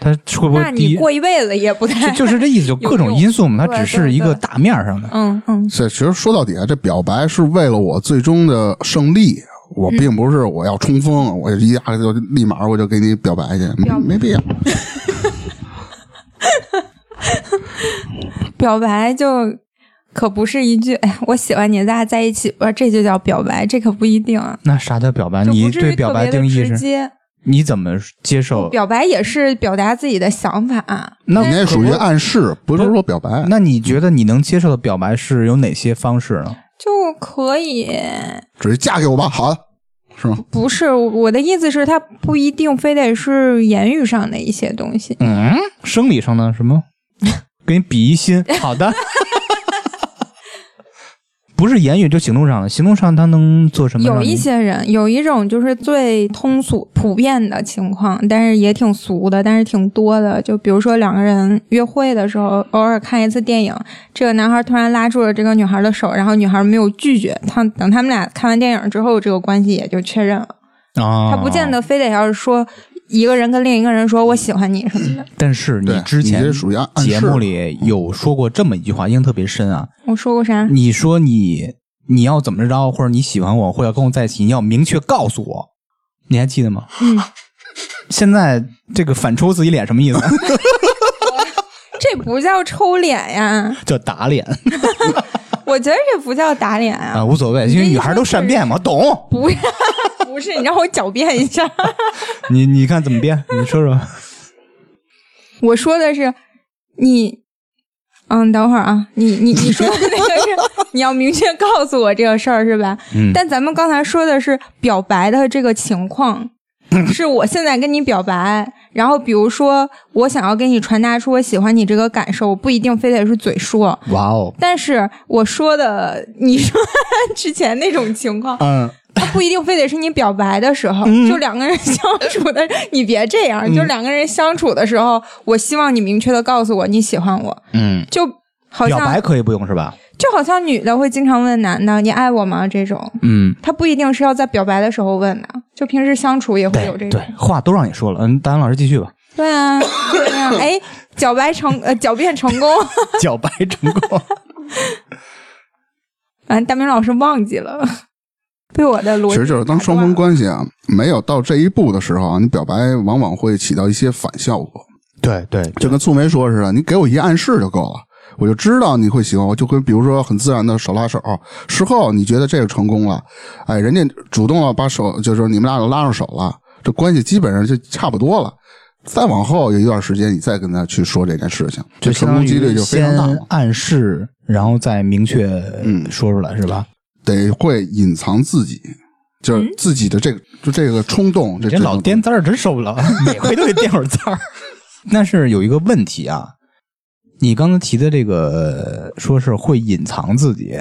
[SPEAKER 1] 它会不
[SPEAKER 4] 那
[SPEAKER 1] 会第
[SPEAKER 4] 你
[SPEAKER 1] 一？
[SPEAKER 4] 过一辈子也不太
[SPEAKER 1] 就
[SPEAKER 4] [LAUGHS]
[SPEAKER 1] 就是这意思，就各种因素嘛，
[SPEAKER 4] 有
[SPEAKER 1] 它
[SPEAKER 4] 用
[SPEAKER 1] 只是一个
[SPEAKER 4] 对对对
[SPEAKER 1] 大面上的。
[SPEAKER 4] 嗯嗯，
[SPEAKER 2] 这其实说到底啊，这表白是为了我最终的胜利。我并不是我要冲锋，我一下就立马我就给你表白去，没
[SPEAKER 4] 表白
[SPEAKER 2] 没必要。
[SPEAKER 4] 表白就可不是一句“哎呀，我喜欢你，咱俩在一起吧”，这就叫表白，这可不一定啊。
[SPEAKER 1] 那啥叫表白？
[SPEAKER 4] 就
[SPEAKER 1] 你
[SPEAKER 4] 不至
[SPEAKER 1] 对
[SPEAKER 4] 于
[SPEAKER 1] 表
[SPEAKER 4] 特
[SPEAKER 1] 白
[SPEAKER 4] 别
[SPEAKER 1] 定
[SPEAKER 4] 的
[SPEAKER 1] 义
[SPEAKER 4] 直
[SPEAKER 1] 是？
[SPEAKER 4] 接，
[SPEAKER 1] 你怎么接受？
[SPEAKER 4] 表白也是表达自己的想法。啊
[SPEAKER 1] 那
[SPEAKER 2] 你那属于暗示，不是
[SPEAKER 1] 不
[SPEAKER 2] 说表白。
[SPEAKER 1] 那你觉得你能接受的表白是有哪些方式呢？
[SPEAKER 4] 就可以，
[SPEAKER 2] 只是嫁给我吧，好的，是吗？
[SPEAKER 4] 不是我的意思是，它不一定非得是言语上的一些东西。
[SPEAKER 1] 嗯，生理上呢？什
[SPEAKER 4] [LAUGHS]
[SPEAKER 1] 么？给你比一心，好的。不是言语，就行动上的。行动上他能做什么？
[SPEAKER 4] 有一，些人有一种就是最通俗普遍的情况，但是也挺俗的，但是挺多的。就比如说两个人约会的时候，偶尔看一次电影，这个男孩突然拉住了这个女孩的手，然后女孩没有拒绝他。等他们俩看完电影之后，这个关系也就确认了。
[SPEAKER 1] 啊，
[SPEAKER 4] 他不见得非得要是说一个人跟另一个人说我喜欢你什么的。
[SPEAKER 1] 但是你
[SPEAKER 2] 对
[SPEAKER 1] 之前
[SPEAKER 2] 你这属于暗暗示
[SPEAKER 1] 节目里有说过这么一句话，印象特别深啊。
[SPEAKER 4] 我说过啥？
[SPEAKER 1] 你说你你要怎么着，或者你喜欢我，或者要跟我在一起，你要明确告诉我。你还记得吗？
[SPEAKER 4] 嗯，
[SPEAKER 1] 现在这个反抽自己脸什么意思？
[SPEAKER 4] 这不叫抽脸呀，
[SPEAKER 1] 叫打
[SPEAKER 4] [LAUGHS]
[SPEAKER 1] 脸
[SPEAKER 4] 我觉得这不叫打脸啊
[SPEAKER 1] 啊，。无所谓，因为女孩都善变嘛，懂。
[SPEAKER 4] 不要，不是，你让我狡辩一下。
[SPEAKER 1] 你你看怎么变？你说说。
[SPEAKER 4] 我说的是你，嗯，等会儿啊，你你你说的那个是你要明确告诉我这个事儿是吧？
[SPEAKER 1] 嗯
[SPEAKER 4] 但咱们刚才说的是表白的这个
[SPEAKER 1] [LAUGHS]
[SPEAKER 4] 情况，是我现在跟你表白，然后比如说我想要跟你传达出我喜欢你这个感受，不一定非得是嘴说。
[SPEAKER 1] 哇哦，
[SPEAKER 4] 但是我说的，你说 [LAUGHS] 之前那种情况，
[SPEAKER 1] 嗯，
[SPEAKER 4] 它不一定非得是你表白的时候，就两个人 [LAUGHS] 相处的，你别这样，就
[SPEAKER 1] 嗯
[SPEAKER 4] 两个人相处的时候，我希望你明确的告诉我你喜欢我，
[SPEAKER 1] 嗯，
[SPEAKER 4] 就好
[SPEAKER 1] 表白
[SPEAKER 4] 像
[SPEAKER 1] 可以不用是吧？
[SPEAKER 4] 就好像女的会经常问男的“你爱我吗”这种，
[SPEAKER 1] 嗯，
[SPEAKER 4] 他不一定是要在表白的时候问的，就平时相处也会有这
[SPEAKER 1] 对
[SPEAKER 4] 种
[SPEAKER 1] 对。，话都让你说了，嗯，丹老师继续吧， [LAUGHS]
[SPEAKER 4] 对啊，对啊， [COUGHS] 哎，狡白成呃狡辩成功， [LAUGHS]
[SPEAKER 1] 狡白成
[SPEAKER 2] [LAUGHS]
[SPEAKER 1] 功，
[SPEAKER 4] 反正哎大明老师忘记了， [LAUGHS] 被我的逻辑
[SPEAKER 2] 其实就是当双方关系啊没有到这一步的时候啊，你表白往往会起到一些反效果，
[SPEAKER 1] 对对，
[SPEAKER 2] 就跟素梅说似的，你给我一暗示就够了，我就知道你会喜欢我，就跟比如说很自然的手拉手，事后你觉得这个成功了，哎，人家主动了把手，就是说你们俩拉上手了，这关系基本上就差不多了。再往后有一段时间，你再跟他去说这件事情，这
[SPEAKER 1] 就
[SPEAKER 2] 成功几率就非常大
[SPEAKER 1] 相当于
[SPEAKER 2] 了
[SPEAKER 1] 先。暗示，然后再明确
[SPEAKER 2] 嗯
[SPEAKER 1] 说出来，是吧？
[SPEAKER 2] 得会隐藏自己，就是自己的这个、就这个冲动，这
[SPEAKER 1] 这
[SPEAKER 2] 这
[SPEAKER 1] 老
[SPEAKER 2] 种
[SPEAKER 1] 颠字儿真受不了， [LAUGHS] 每回都得颠会儿字儿。 [LAUGHS] 但是有一个问题啊，你刚才提的这个呃说是会隐藏自己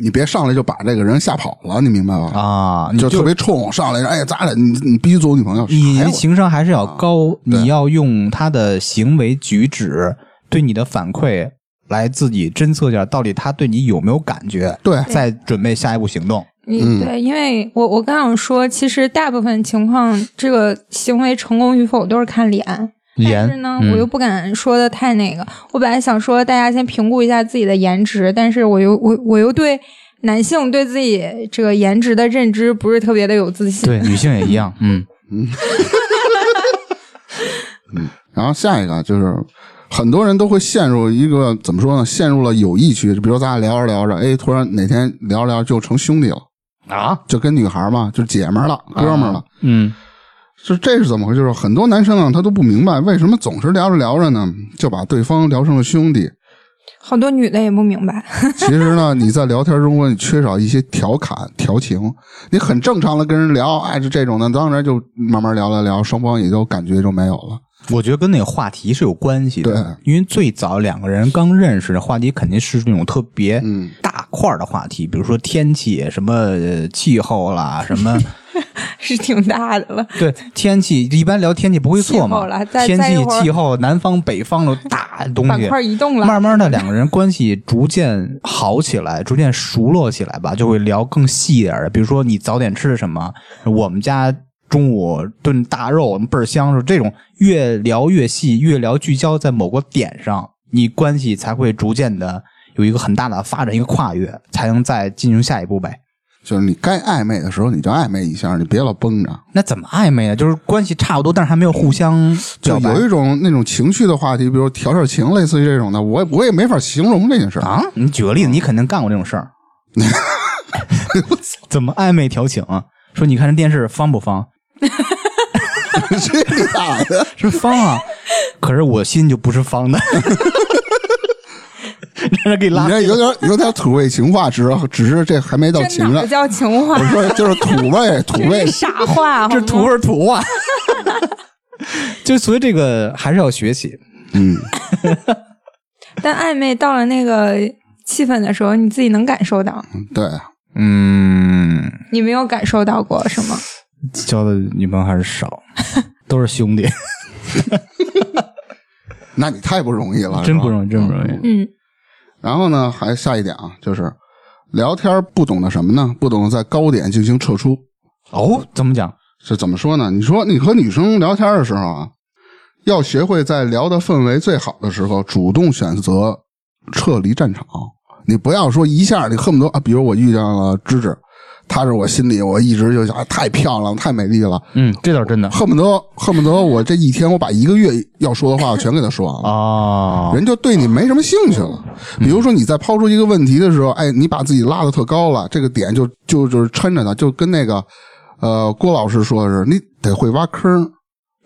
[SPEAKER 2] 你别上来就把这个人吓跑了，你明白吧？
[SPEAKER 1] 啊，你
[SPEAKER 2] 就特别冲，上来哎，咱俩你你必须做我女朋友，
[SPEAKER 1] 你
[SPEAKER 2] 啥
[SPEAKER 1] 的
[SPEAKER 2] 呀
[SPEAKER 1] 情商还是要高，
[SPEAKER 2] 啊对
[SPEAKER 1] 你要用他的行为举止对你的反馈来自己侦测一下，到底他对你有没有感觉，
[SPEAKER 2] 对
[SPEAKER 1] 再准备下一步行动。
[SPEAKER 4] 嗯，对，因为我我刚想说，其实大部分情况，这个行为成功与否都是看脸。但是
[SPEAKER 1] 嗯
[SPEAKER 4] 呢，我又不敢说的太那个。我本来想说，大家先评估一下自己的颜值，但是我又我我又对男性对自己这个颜值的认知不是特别的有自信。
[SPEAKER 1] 对女性也一样， [LAUGHS] 嗯，
[SPEAKER 2] 然后下一个就是很多人都会陷入一个怎么说呢？陷入了友谊区，就比如咱俩聊着聊着，哎，突然哪天聊着聊着就成兄弟了，
[SPEAKER 1] 啊，
[SPEAKER 2] 就跟女孩嘛，就姐们儿了，哥们儿了。
[SPEAKER 1] 嗯，
[SPEAKER 2] 这这是怎么回事？就是很多男生啊，他都不明白为什么总是聊着聊着呢，就把对方聊成了兄弟。
[SPEAKER 4] 好多女的也不明白。
[SPEAKER 2] 其实呢，你在聊天中，如果你缺少一些调侃、调情，你很正常的跟人聊，哎，这这种呢，当然就慢慢聊了聊，双方也就感觉就没有了。
[SPEAKER 1] 我觉得跟那个话题是有关系的，因为最早两个人刚认识，话题肯定是那种特别
[SPEAKER 2] 嗯
[SPEAKER 1] 大块儿的话题，比如说天气、什么呃气候啦，什么
[SPEAKER 4] 是挺大的了，
[SPEAKER 1] [LAUGHS] 对天气，一般聊天气不会错
[SPEAKER 4] 气
[SPEAKER 1] 嘛
[SPEAKER 4] 候啦，再
[SPEAKER 1] 天
[SPEAKER 4] 再一
[SPEAKER 1] 气、
[SPEAKER 4] 会儿
[SPEAKER 1] 气候，南方、北方的大东
[SPEAKER 4] 板
[SPEAKER 1] 西。
[SPEAKER 4] 块移动了。
[SPEAKER 1] 嗯慢慢的，两个人关系逐渐好起来，逐渐熟络起来吧，就会聊更细一点的，比如说你早点吃的什么，我们家中午炖大肉倍儿香，就这种越聊越细，越聊聚焦在某个点上，你关系才会逐渐的有一个很大的发展，一个跨越，才能再进行下一步呗。
[SPEAKER 2] 就是你该暧昧的时候你就暧昧一下，你别老绷着。
[SPEAKER 1] 那怎么暧昧呢？啊就是关系差不多，但是还没有互相
[SPEAKER 2] 就
[SPEAKER 1] 表白
[SPEAKER 2] 有一种那种情绪的话题，比如调调情，类似于这种的，我也我也没法形容这件事儿。
[SPEAKER 1] 啊。 [LAUGHS] 你举个例子，你肯定干过这种事儿。 [LAUGHS] 怎么暧昧调情啊？说你看这电视方不方？
[SPEAKER 2] [LAUGHS] 这个大的，
[SPEAKER 1] 是方 [LAUGHS] 啊，可是我心就不是方的。 [LAUGHS] 让人给
[SPEAKER 2] [LAUGHS] 你
[SPEAKER 1] 拉
[SPEAKER 2] 这有点有点土味情话，只是只是这还没到
[SPEAKER 4] 这
[SPEAKER 2] 情呢
[SPEAKER 4] 哪儿。叫情话
[SPEAKER 2] 我？
[SPEAKER 4] [LAUGHS]
[SPEAKER 2] 说就是土味，土味
[SPEAKER 4] 这是傻
[SPEAKER 1] [LAUGHS]
[SPEAKER 4] 话，
[SPEAKER 1] 这
[SPEAKER 4] 好吗
[SPEAKER 1] 土味儿土话。就所以这个还是要学习，
[SPEAKER 2] 嗯，
[SPEAKER 4] 但暧昧到了那个气氛的时候，你自己能感受到，
[SPEAKER 2] 对，
[SPEAKER 1] 嗯，
[SPEAKER 4] 你没有感受到过是吗？
[SPEAKER 1] 交的女朋友还是 [LAUGHS] 少，都是兄弟，
[SPEAKER 2] 那你太不容易了，
[SPEAKER 1] 真
[SPEAKER 2] 是吧
[SPEAKER 1] 不容易，真不容易。
[SPEAKER 4] 嗯，
[SPEAKER 2] 然后呢，还下一点啊，就是聊天不懂得什么呢？不懂得在高点进行撤出，
[SPEAKER 1] 哦，怎么讲？
[SPEAKER 2] 是怎么说呢？你说你和女生聊天的时候啊，要学会在聊的氛围最好的时候，主动选择撤离战场。你不要说一下你恨不得啊，比如我遇见了芝芝，她是我心里我一直就想、啊太漂亮、太美丽了，
[SPEAKER 1] 嗯，这倒是真的
[SPEAKER 2] 恨不得恨不得我这一天我把一个月要说的话我全给她说完了。
[SPEAKER 1] 哦，
[SPEAKER 2] 人就对你没什么兴趣了。比如说你在抛出一个问题的时候，哎，你把自己拉的特高了，这个点就就就是抻着呢，就跟那个呃郭老师说的是，你得会挖坑，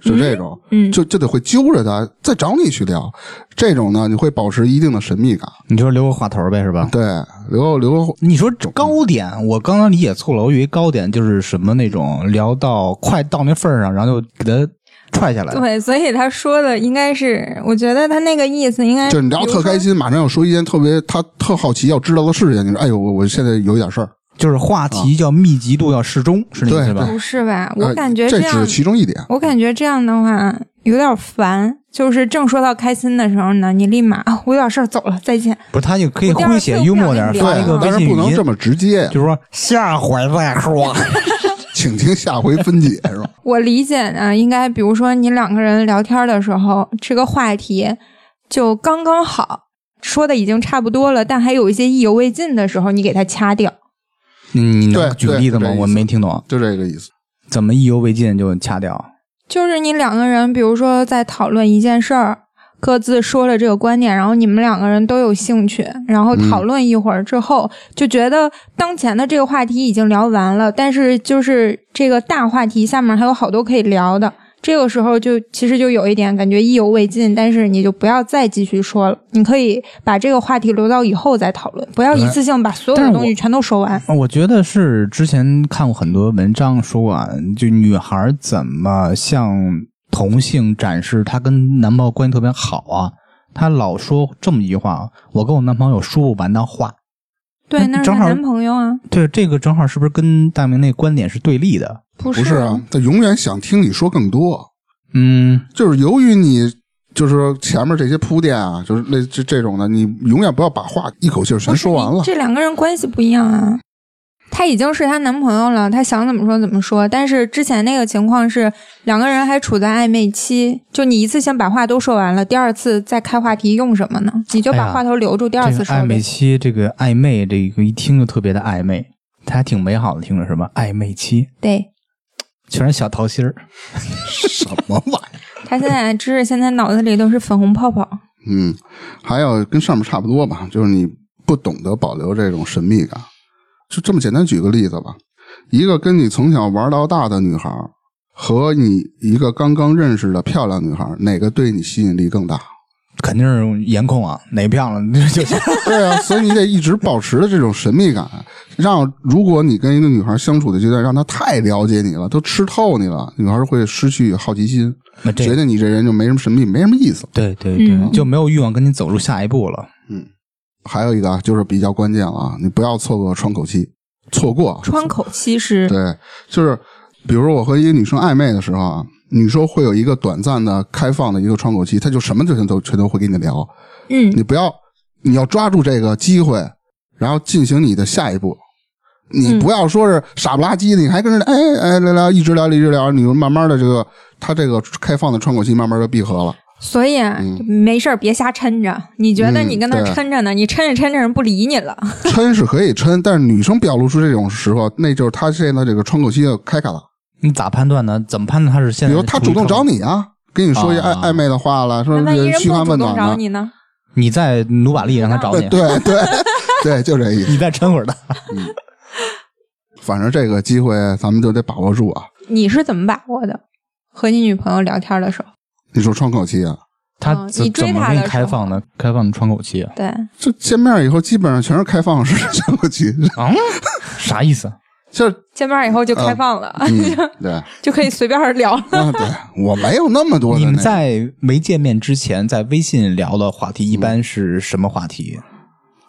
[SPEAKER 2] 就这种，
[SPEAKER 4] 嗯
[SPEAKER 2] 就就得会揪着他再找你去聊。这种呢，你会保持一定的神秘感，
[SPEAKER 1] 你就留个话头呗，是吧？
[SPEAKER 2] 对，留留
[SPEAKER 1] 你说
[SPEAKER 2] 嗯
[SPEAKER 1] 高点，我刚刚理解错了，我以为高点就是什么那种聊到快到那份儿上，然后就给他踹下来。
[SPEAKER 4] 对，所以他说的应该是，我觉得他那个意思应该
[SPEAKER 2] 就是你聊特开，心，马上要说一件特别他特好奇要知道的事情，你说哎呦，我我现在有一点事儿，
[SPEAKER 1] 就是话题要密集度要适中，是那意思
[SPEAKER 2] 啊对
[SPEAKER 1] 吧？
[SPEAKER 4] 不是吧？
[SPEAKER 2] 呃
[SPEAKER 4] 我感觉
[SPEAKER 2] 这只
[SPEAKER 4] 样
[SPEAKER 2] 是，其中一点，
[SPEAKER 4] 我感觉这样的话，有点烦。就是正说到开心的时候呢，你立马啊，我有点事儿走了，再见。
[SPEAKER 1] 不是他也可以
[SPEAKER 4] 我第二
[SPEAKER 1] 诙
[SPEAKER 4] 次
[SPEAKER 1] 谐
[SPEAKER 4] 不
[SPEAKER 1] 幽默点儿，
[SPEAKER 4] 想跟
[SPEAKER 2] 对
[SPEAKER 4] 你
[SPEAKER 1] 发
[SPEAKER 4] 聊
[SPEAKER 1] 一个
[SPEAKER 4] 了
[SPEAKER 1] 微
[SPEAKER 2] 但是
[SPEAKER 1] 信语
[SPEAKER 2] 不能
[SPEAKER 1] 音
[SPEAKER 2] 这，么直接呀
[SPEAKER 1] 就，是说下回再说。
[SPEAKER 2] 请听下回分解是吧？
[SPEAKER 4] 我理解呢，应该比如说你两个人聊天的时候，这个话题就刚刚好，说的已经差不多了，但还有一些意犹未尽的时候，你给它掐掉。
[SPEAKER 1] 嗯你能
[SPEAKER 2] 对
[SPEAKER 1] 举
[SPEAKER 2] 对
[SPEAKER 1] 例子吗
[SPEAKER 2] 这？意
[SPEAKER 1] 我
[SPEAKER 2] 思
[SPEAKER 1] 没听懂，
[SPEAKER 2] 就这个意思。
[SPEAKER 1] 怎么意犹未尽就掐掉？
[SPEAKER 4] 就是你两个人，比如说在讨论一件事儿，各自说了这个观点，然后你们两个人都有兴趣，然后讨论一会儿之后，就觉得当前的这个话题已经聊完了，但是就是这个大话题下面还有好多可以聊的。这个时候就其实就有一点感觉意犹未尽，但是你就不要再继续说了，你可以把这个话题留到以后再讨论，不要一次性把所有
[SPEAKER 1] 但
[SPEAKER 4] 的
[SPEAKER 1] 是我啊
[SPEAKER 4] 东西全都说完。
[SPEAKER 1] 我觉得是之前看过很多文章说啊，就女孩怎么向同性展示她跟男朋友关系特别好啊，她老说这么一句话：“啊我跟我男朋友说不完的话。
[SPEAKER 4] 对，那是
[SPEAKER 1] 正
[SPEAKER 4] 她
[SPEAKER 1] 好
[SPEAKER 4] 男朋友啊，”
[SPEAKER 1] 对，这个正好是不是跟大明那观点是对立的？
[SPEAKER 4] 不
[SPEAKER 2] 不是啊，他永远想听你说更多，
[SPEAKER 1] 嗯，
[SPEAKER 2] 就是由于你就是前面这些铺垫啊，就是类这这种的，你永远不要把话一口气儿全说完了。
[SPEAKER 4] 这两个人关系不一样啊。她已经是她男朋友了，她想怎么说怎么说。但是之前那个情况是两个人还处在暧昧期，就你一次性把话都说完了，第二次再开话题用什么呢？你就
[SPEAKER 1] 哎
[SPEAKER 4] 把
[SPEAKER 1] 呀
[SPEAKER 4] 话头留住，第二
[SPEAKER 1] 这
[SPEAKER 4] 次
[SPEAKER 1] 个
[SPEAKER 4] 说
[SPEAKER 1] 暧
[SPEAKER 4] 呗
[SPEAKER 1] 昧期，这个暧昧，这个一听就特别的暧昧，它还挺美好的，听着什么暧昧期，
[SPEAKER 4] 对
[SPEAKER 1] 全是小桃心儿。 [LAUGHS]
[SPEAKER 2] 什么玩意儿？
[SPEAKER 4] 她现在知识，现在脑子里都是粉红
[SPEAKER 2] [LAUGHS]
[SPEAKER 4] 泡泡。
[SPEAKER 2] 嗯，还有跟上面差不多吧，就是你不懂得保留这种神秘感。就这么简单，举个例子吧，一个跟你从小玩到大的女孩儿和你一个刚刚认识的漂亮女孩儿，哪个对你吸引力更大？
[SPEAKER 1] 肯定是颜控啊，哪漂亮 [LAUGHS] 就行。
[SPEAKER 2] 对啊，所以你得一直保持着这种神秘感，让如果你跟一个女孩相处的阶段，让她太了解你了，都吃透你了，女孩会失去好奇心，
[SPEAKER 1] 那这
[SPEAKER 2] 觉得你这人就没什么神秘，没什么意思。
[SPEAKER 1] 对对对，
[SPEAKER 4] 嗯
[SPEAKER 1] 就没有欲望跟你走入下一步了。
[SPEAKER 2] 还有一个啊，就是比较关键了啊，你不要错过窗口期，错过啊
[SPEAKER 4] 窗口期是
[SPEAKER 2] 对，就是比如说我和一个女生暧昧的时候啊，女生会有一个短暂的开放的一个窗口期，她就什么全都全都会跟你聊，
[SPEAKER 4] 嗯，
[SPEAKER 2] 你不要，你要抓住这个机会，然后进行你的下一步。你
[SPEAKER 4] 嗯
[SPEAKER 2] 不要说是傻不拉几的，你还跟人哎哎聊聊，一直聊一直聊，你就慢慢的这个他这个开放的窗口期慢慢的闭
[SPEAKER 4] [LAUGHS]
[SPEAKER 2] 合了。
[SPEAKER 4] 所以啊，
[SPEAKER 2] 嗯
[SPEAKER 4] 没事儿别瞎抻着。你觉得
[SPEAKER 2] 嗯
[SPEAKER 4] 你跟那儿
[SPEAKER 2] 对
[SPEAKER 4] 抻着呢，你抻着抻着人不理你了。
[SPEAKER 2] 抻是可以抻，但是女生表露出这种时候，那就是她现在这个窗口期要开开了。
[SPEAKER 1] 你咋判断呢？怎么判断他是现
[SPEAKER 2] 比
[SPEAKER 1] 在？
[SPEAKER 2] 如她主动找，你啊，跟你说一些暧
[SPEAKER 1] 啊
[SPEAKER 2] 暧昧的话了，说
[SPEAKER 4] 那万一人
[SPEAKER 2] 嘘
[SPEAKER 4] 不
[SPEAKER 2] 寒
[SPEAKER 4] 主
[SPEAKER 2] 问
[SPEAKER 4] 动找
[SPEAKER 2] 暖的。
[SPEAKER 4] 你呢？
[SPEAKER 1] 你再努把力让他找
[SPEAKER 2] 对
[SPEAKER 4] 啊
[SPEAKER 1] 你，
[SPEAKER 2] 对
[SPEAKER 4] [LAUGHS]
[SPEAKER 2] 对对，就这意思。
[SPEAKER 1] 你再抻会儿他。
[SPEAKER 4] 嗯
[SPEAKER 2] 反正这个机会咱们就得把握住啊。
[SPEAKER 4] 你是怎么把握的？和你女朋友聊天的时候，
[SPEAKER 2] 你说窗口期啊，
[SPEAKER 1] 他
[SPEAKER 4] 你
[SPEAKER 1] 怎
[SPEAKER 4] 追
[SPEAKER 1] 怎么
[SPEAKER 4] 他
[SPEAKER 1] 给你
[SPEAKER 4] 的时
[SPEAKER 1] 开
[SPEAKER 4] 候
[SPEAKER 1] 放呢？开放窗口期啊？
[SPEAKER 4] 对，
[SPEAKER 2] 这见面以后基本上全是开放式的 [LAUGHS] 相互期，
[SPEAKER 1] 啊？啥意思？啊
[SPEAKER 2] 就是
[SPEAKER 4] 见面以后就开放了，
[SPEAKER 2] 嗯，对啊，
[SPEAKER 4] [LAUGHS] 就可以随便聊了。
[SPEAKER 2] 对，我没有那么多的
[SPEAKER 1] 你
[SPEAKER 2] 那
[SPEAKER 1] 们
[SPEAKER 2] 个。
[SPEAKER 1] 在没见面之前，在微信聊的话
[SPEAKER 2] 嗯
[SPEAKER 1] 题一般是什么话题？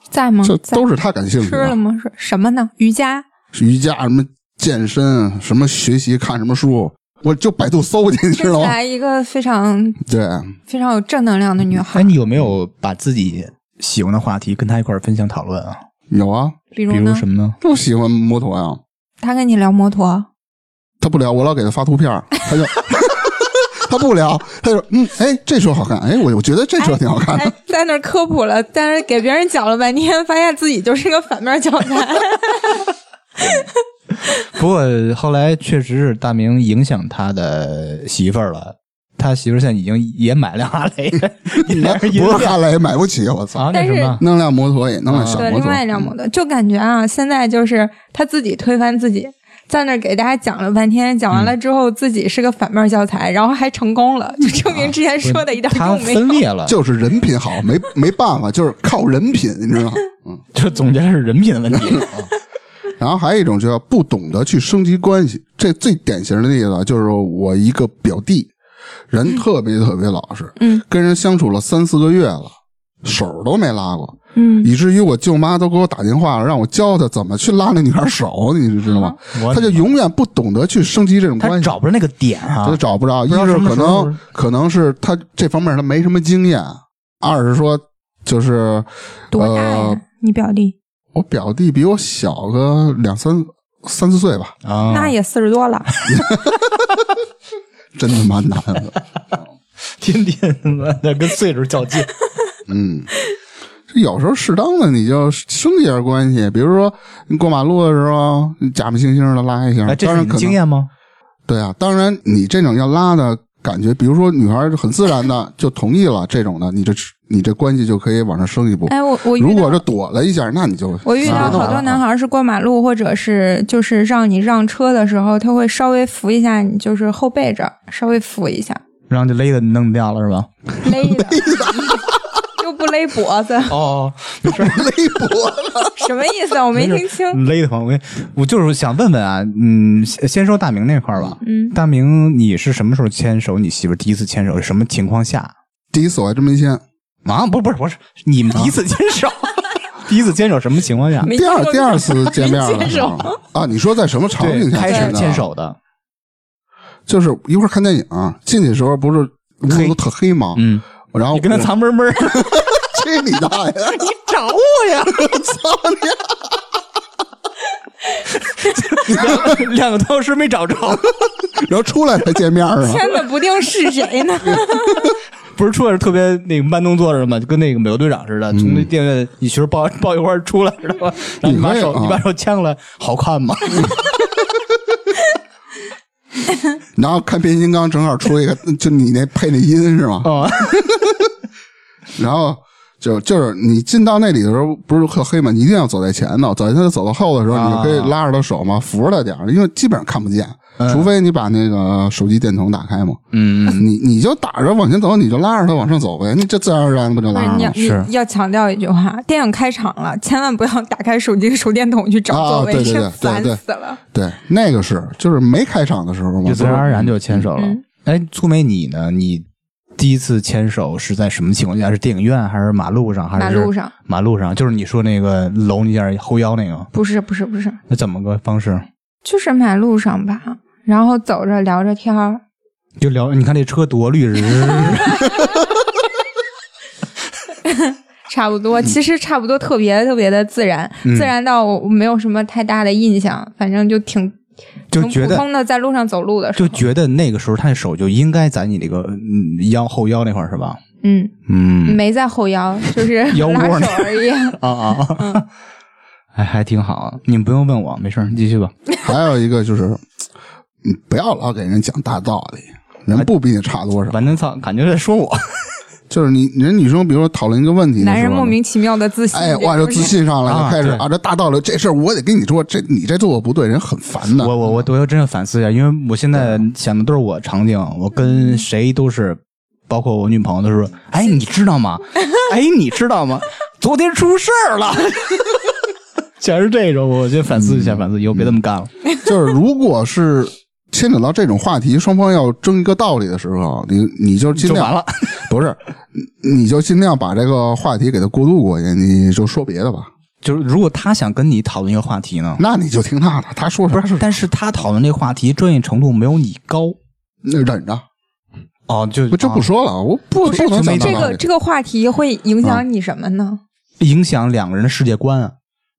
[SPEAKER 4] 在吗
[SPEAKER 2] 这？
[SPEAKER 4] 在。
[SPEAKER 2] 都是他感兴趣
[SPEAKER 4] 吃
[SPEAKER 2] 的
[SPEAKER 4] 了，吗？是什么呢？瑜伽。
[SPEAKER 2] 瑜伽什么健身什么学习看什么书，我就百度搜去，你
[SPEAKER 4] 听
[SPEAKER 2] 知道
[SPEAKER 4] 起
[SPEAKER 2] 吗？
[SPEAKER 4] 来一个非常
[SPEAKER 2] 对，
[SPEAKER 4] 非常有正能量的女
[SPEAKER 1] 哎，
[SPEAKER 4] 孩，
[SPEAKER 1] 你有没有把自己喜欢的话题跟他一块儿分享讨论啊？
[SPEAKER 2] 有啊，
[SPEAKER 4] 比
[SPEAKER 1] 比
[SPEAKER 4] 如
[SPEAKER 1] 如
[SPEAKER 4] 呢，
[SPEAKER 1] 什么呢？
[SPEAKER 2] 就喜欢摩托呀、
[SPEAKER 4] 她跟你聊摩托，
[SPEAKER 2] 他不聊，我老给他发图片儿，他就 [LAUGHS] 他不聊，他就嗯，哎，这车好看，哎，我我觉得这车挺好看的，
[SPEAKER 4] 哎，在那儿科普了，但是给别人讲了半天，发现自己就是个反面教材。
[SPEAKER 1] [LAUGHS] 不过后来确实是大明影响他的媳妇儿了，他媳妇儿现在已经也买辆哈雷，
[SPEAKER 2] [LAUGHS]
[SPEAKER 4] 哎
[SPEAKER 1] 也是一
[SPEAKER 2] 不
[SPEAKER 1] 辆
[SPEAKER 2] 是哈雷买不起，我操，
[SPEAKER 1] 啊，那
[SPEAKER 4] 但
[SPEAKER 1] 什
[SPEAKER 4] 是
[SPEAKER 1] 么？
[SPEAKER 2] 弄辆摩托也弄辆小嗯
[SPEAKER 4] 啊对，
[SPEAKER 2] 摩
[SPEAKER 4] 另
[SPEAKER 2] 托，
[SPEAKER 4] 外一辆摩托，就感觉啊，现在就是他自己推翻自己，在那儿给大家讲了半天，讲完了之后自己是个反面教材，然后还成功了，就证明之前
[SPEAKER 1] 不是
[SPEAKER 4] 说的一点
[SPEAKER 1] 他
[SPEAKER 4] 用没有
[SPEAKER 1] 分。裂了，
[SPEAKER 2] 就是人品好，没没办法，就是靠人品，你知道吗？嗯，
[SPEAKER 1] 就总结是人品的问题。啊
[SPEAKER 2] 然后还有一种叫不懂得去升级关系，这最典型的例子啊就是我一个表弟，人特别特别老实，
[SPEAKER 4] 嗯，
[SPEAKER 2] 跟人相处了三四个月了，手都没拉过，
[SPEAKER 4] 嗯
[SPEAKER 2] 以至于我舅妈都给我打电话了，让我教她怎么去拉那女孩手，你知道吗？
[SPEAKER 1] 我
[SPEAKER 2] 她就永远不懂得去升级这种
[SPEAKER 1] 他
[SPEAKER 2] 关系，
[SPEAKER 1] 找不着那个点啊
[SPEAKER 2] 她，就找不着。一
[SPEAKER 1] 知道
[SPEAKER 2] 是
[SPEAKER 1] 什么
[SPEAKER 2] 可
[SPEAKER 1] 时候
[SPEAKER 2] 能可能是她这方面她没什么经验，二是说就是
[SPEAKER 4] 多大呀？
[SPEAKER 2] 呃
[SPEAKER 4] 你表弟、
[SPEAKER 2] 我表弟比我小个两三三四岁吧，
[SPEAKER 1] 啊
[SPEAKER 4] 那也四十多了，
[SPEAKER 2] 真他妈难的。
[SPEAKER 1] 天天他妈的跟岁数较劲。
[SPEAKER 2] 嗯，这有时候适当的你就升级点关系，比如说你过马路的时候，你假模惺惺的拉一下，
[SPEAKER 1] 哎，这
[SPEAKER 2] 嗯当
[SPEAKER 1] 是
[SPEAKER 2] 然
[SPEAKER 1] 你
[SPEAKER 2] 可
[SPEAKER 1] 的经
[SPEAKER 2] 能
[SPEAKER 1] 验吗？
[SPEAKER 2] 对啊，当然你这种要拉的感觉，比如说女孩很自然的就同意了这种的，你这你这关系就可以往上升一步。
[SPEAKER 4] 哎，我我遇
[SPEAKER 2] 如果
[SPEAKER 4] 到
[SPEAKER 2] 这躲了一下，那你就啊
[SPEAKER 4] 我遇到好多男孩是过马路，或者是就是让你让车的时候，他会稍微扶一下你，就是后背这儿稍微扶一下，
[SPEAKER 1] 然后就勒的弄掉了是吧？
[SPEAKER 4] 勒的，又不勒脖子，
[SPEAKER 1] 哦，
[SPEAKER 2] 勒脖
[SPEAKER 4] 什么意思啊？我没听清。
[SPEAKER 1] 勒的慌。我我就是想问问啊，嗯，先先说大明那块儿吧。
[SPEAKER 4] 嗯，
[SPEAKER 1] 大明，你是什么时候牵手？你媳妇儿第一次牵手是什么情况下？
[SPEAKER 2] 第一次我还真没签，
[SPEAKER 1] 啊，不，不是，不是，你们第一次牵手，第一次牵手什么情况下？
[SPEAKER 4] 没
[SPEAKER 2] 啊第二
[SPEAKER 4] 听过
[SPEAKER 2] 第二次见面的时候
[SPEAKER 4] 没牵
[SPEAKER 2] 啊，你说在什么场景
[SPEAKER 1] 对，
[SPEAKER 2] 下
[SPEAKER 1] 开
[SPEAKER 2] 见
[SPEAKER 1] 始
[SPEAKER 2] 的
[SPEAKER 1] 牵？手的，
[SPEAKER 2] 就是一块儿看电影啊进去的时候，不是屋子都特黑吗？
[SPEAKER 1] 嗯，
[SPEAKER 2] 然后
[SPEAKER 1] 你跟他
[SPEAKER 2] 我
[SPEAKER 1] 藏闷闷儿，
[SPEAKER 2] 去你大爷！你找我呀！操你！
[SPEAKER 1] 两个多小时没找着，
[SPEAKER 2] 然后出来才见面啊！
[SPEAKER 4] 天的不定是谁
[SPEAKER 2] [LAUGHS]
[SPEAKER 4] 呢？
[SPEAKER 2] 嗯
[SPEAKER 1] 不是出来是特别那个慢动作是吗？就跟那个美国队长似的，从那电影院一群抱抱一块儿出来，知道吗？然后你把
[SPEAKER 2] 你可以
[SPEAKER 1] 手
[SPEAKER 2] 啊
[SPEAKER 1] 你把手牵了，好看吗？
[SPEAKER 2] 然后看变形金刚，正好出一个，就你那配那音是吗？
[SPEAKER 1] 啊，
[SPEAKER 2] [LAUGHS] 然后就就是你进到那里的时候，不是特黑吗？你一定要走在前头，走在他走到后的时候，
[SPEAKER 1] 啊
[SPEAKER 2] 你就可以拉着他手嘛，扶着他点儿，因为基本上看不见，除非你把那个手机电筒打开嘛。
[SPEAKER 1] 嗯，
[SPEAKER 2] 你你就打着往前走，你就拉着他往上走呗，你这自然而然不就
[SPEAKER 4] 不
[SPEAKER 2] 拉
[SPEAKER 4] 是
[SPEAKER 2] 上
[SPEAKER 4] 你要
[SPEAKER 2] 了？
[SPEAKER 1] 是
[SPEAKER 4] 你要强调一句话，电影开场了，千万不要打开手机手电筒去找
[SPEAKER 2] 啊
[SPEAKER 4] 座位，
[SPEAKER 2] 对对
[SPEAKER 4] 是
[SPEAKER 2] 对
[SPEAKER 4] 烦
[SPEAKER 2] 对对
[SPEAKER 4] 死了。
[SPEAKER 2] 对，那个是就是没开场的时候嘛，
[SPEAKER 1] 就自然而然就牵手了
[SPEAKER 4] 嗯。
[SPEAKER 1] 哎，苏梅你呢？你第一次牵手是在什么情况下？是电影院还是马路上？还是
[SPEAKER 4] 马路上？
[SPEAKER 1] 马路上就是你说那个搂你一下后腰那个，
[SPEAKER 4] 不是不是不是，
[SPEAKER 1] 那怎么个方式？
[SPEAKER 4] 就是马路上吧，然后走着聊着天儿，
[SPEAKER 1] 就聊，你看这车多绿，
[SPEAKER 4] [LAUGHS] 差不
[SPEAKER 2] 嗯
[SPEAKER 4] 多，其实差不多特别特别的自然，自然到我没有什么太大的印象，反正就挺
[SPEAKER 1] [LAUGHS] 就
[SPEAKER 4] 挺
[SPEAKER 1] 觉
[SPEAKER 4] 普
[SPEAKER 1] 得
[SPEAKER 4] 通的，在路上走路的时
[SPEAKER 1] 就
[SPEAKER 4] 候，
[SPEAKER 1] 觉得那个时候他的手就应该在你那个嗯腰后腰那块儿是吧？
[SPEAKER 4] 嗯，
[SPEAKER 1] 嗯，
[SPEAKER 4] 没在后腰，就是
[SPEAKER 2] [LAUGHS]
[SPEAKER 1] 腰窝
[SPEAKER 4] 拉
[SPEAKER 1] 呢
[SPEAKER 4] 手而已。
[SPEAKER 1] 啊啊，
[SPEAKER 4] 嗯
[SPEAKER 1] [LAUGHS] 啊，还还挺好。你们不用问我，没事儿，继续吧。
[SPEAKER 2] 还有一个就是，你不要老给人讲大道理，
[SPEAKER 1] 啊
[SPEAKER 2] 人不比你差多少。
[SPEAKER 1] 反正操，感觉在说我。
[SPEAKER 2] 就是你人女生，比如说讨论一个问题的时候，
[SPEAKER 4] 男人莫名其妙的自信，
[SPEAKER 2] 哎，
[SPEAKER 4] 这
[SPEAKER 2] 哇，就
[SPEAKER 4] 东西
[SPEAKER 2] 自信上来了，
[SPEAKER 1] 啊
[SPEAKER 2] 开始
[SPEAKER 1] 对
[SPEAKER 2] 啊，这大道理，这事儿我得跟你说，这你这做的不对，人很烦的。
[SPEAKER 1] 我我我我要真要反思一下，因为我现在想的都是我场景，我跟谁都是，包括我女朋友都是说，哎，你知道 [LAUGHS] 吗？哎，你知道吗？昨天出事儿了， [LAUGHS] 全是这种，我先反思一下，反思以后别这么干了。
[SPEAKER 2] 就是如果是牵扯到这种话题，双方要争一个道理的时候，你你就尽量
[SPEAKER 1] 就完了，
[SPEAKER 2] 不是，你你就尽量把这个话题给它过渡过去，你就说别的吧。
[SPEAKER 1] 就是如果他想跟你讨论一个话题呢，
[SPEAKER 2] 那你就听他的，他说什
[SPEAKER 1] 嗯不
[SPEAKER 2] 么
[SPEAKER 1] 是，但是他讨论这个话题专业程度没有你高
[SPEAKER 2] 那忍着，
[SPEAKER 1] 哦，就
[SPEAKER 2] 不这不说了，啊我不
[SPEAKER 1] 不是
[SPEAKER 2] 不能
[SPEAKER 1] 就
[SPEAKER 2] 讲
[SPEAKER 1] 没
[SPEAKER 2] 大
[SPEAKER 4] 这
[SPEAKER 2] 道
[SPEAKER 4] 个
[SPEAKER 2] 理。
[SPEAKER 4] 这个话题会影
[SPEAKER 2] 啊
[SPEAKER 4] 响你什么呢？
[SPEAKER 1] 影响两个人的世界观啊。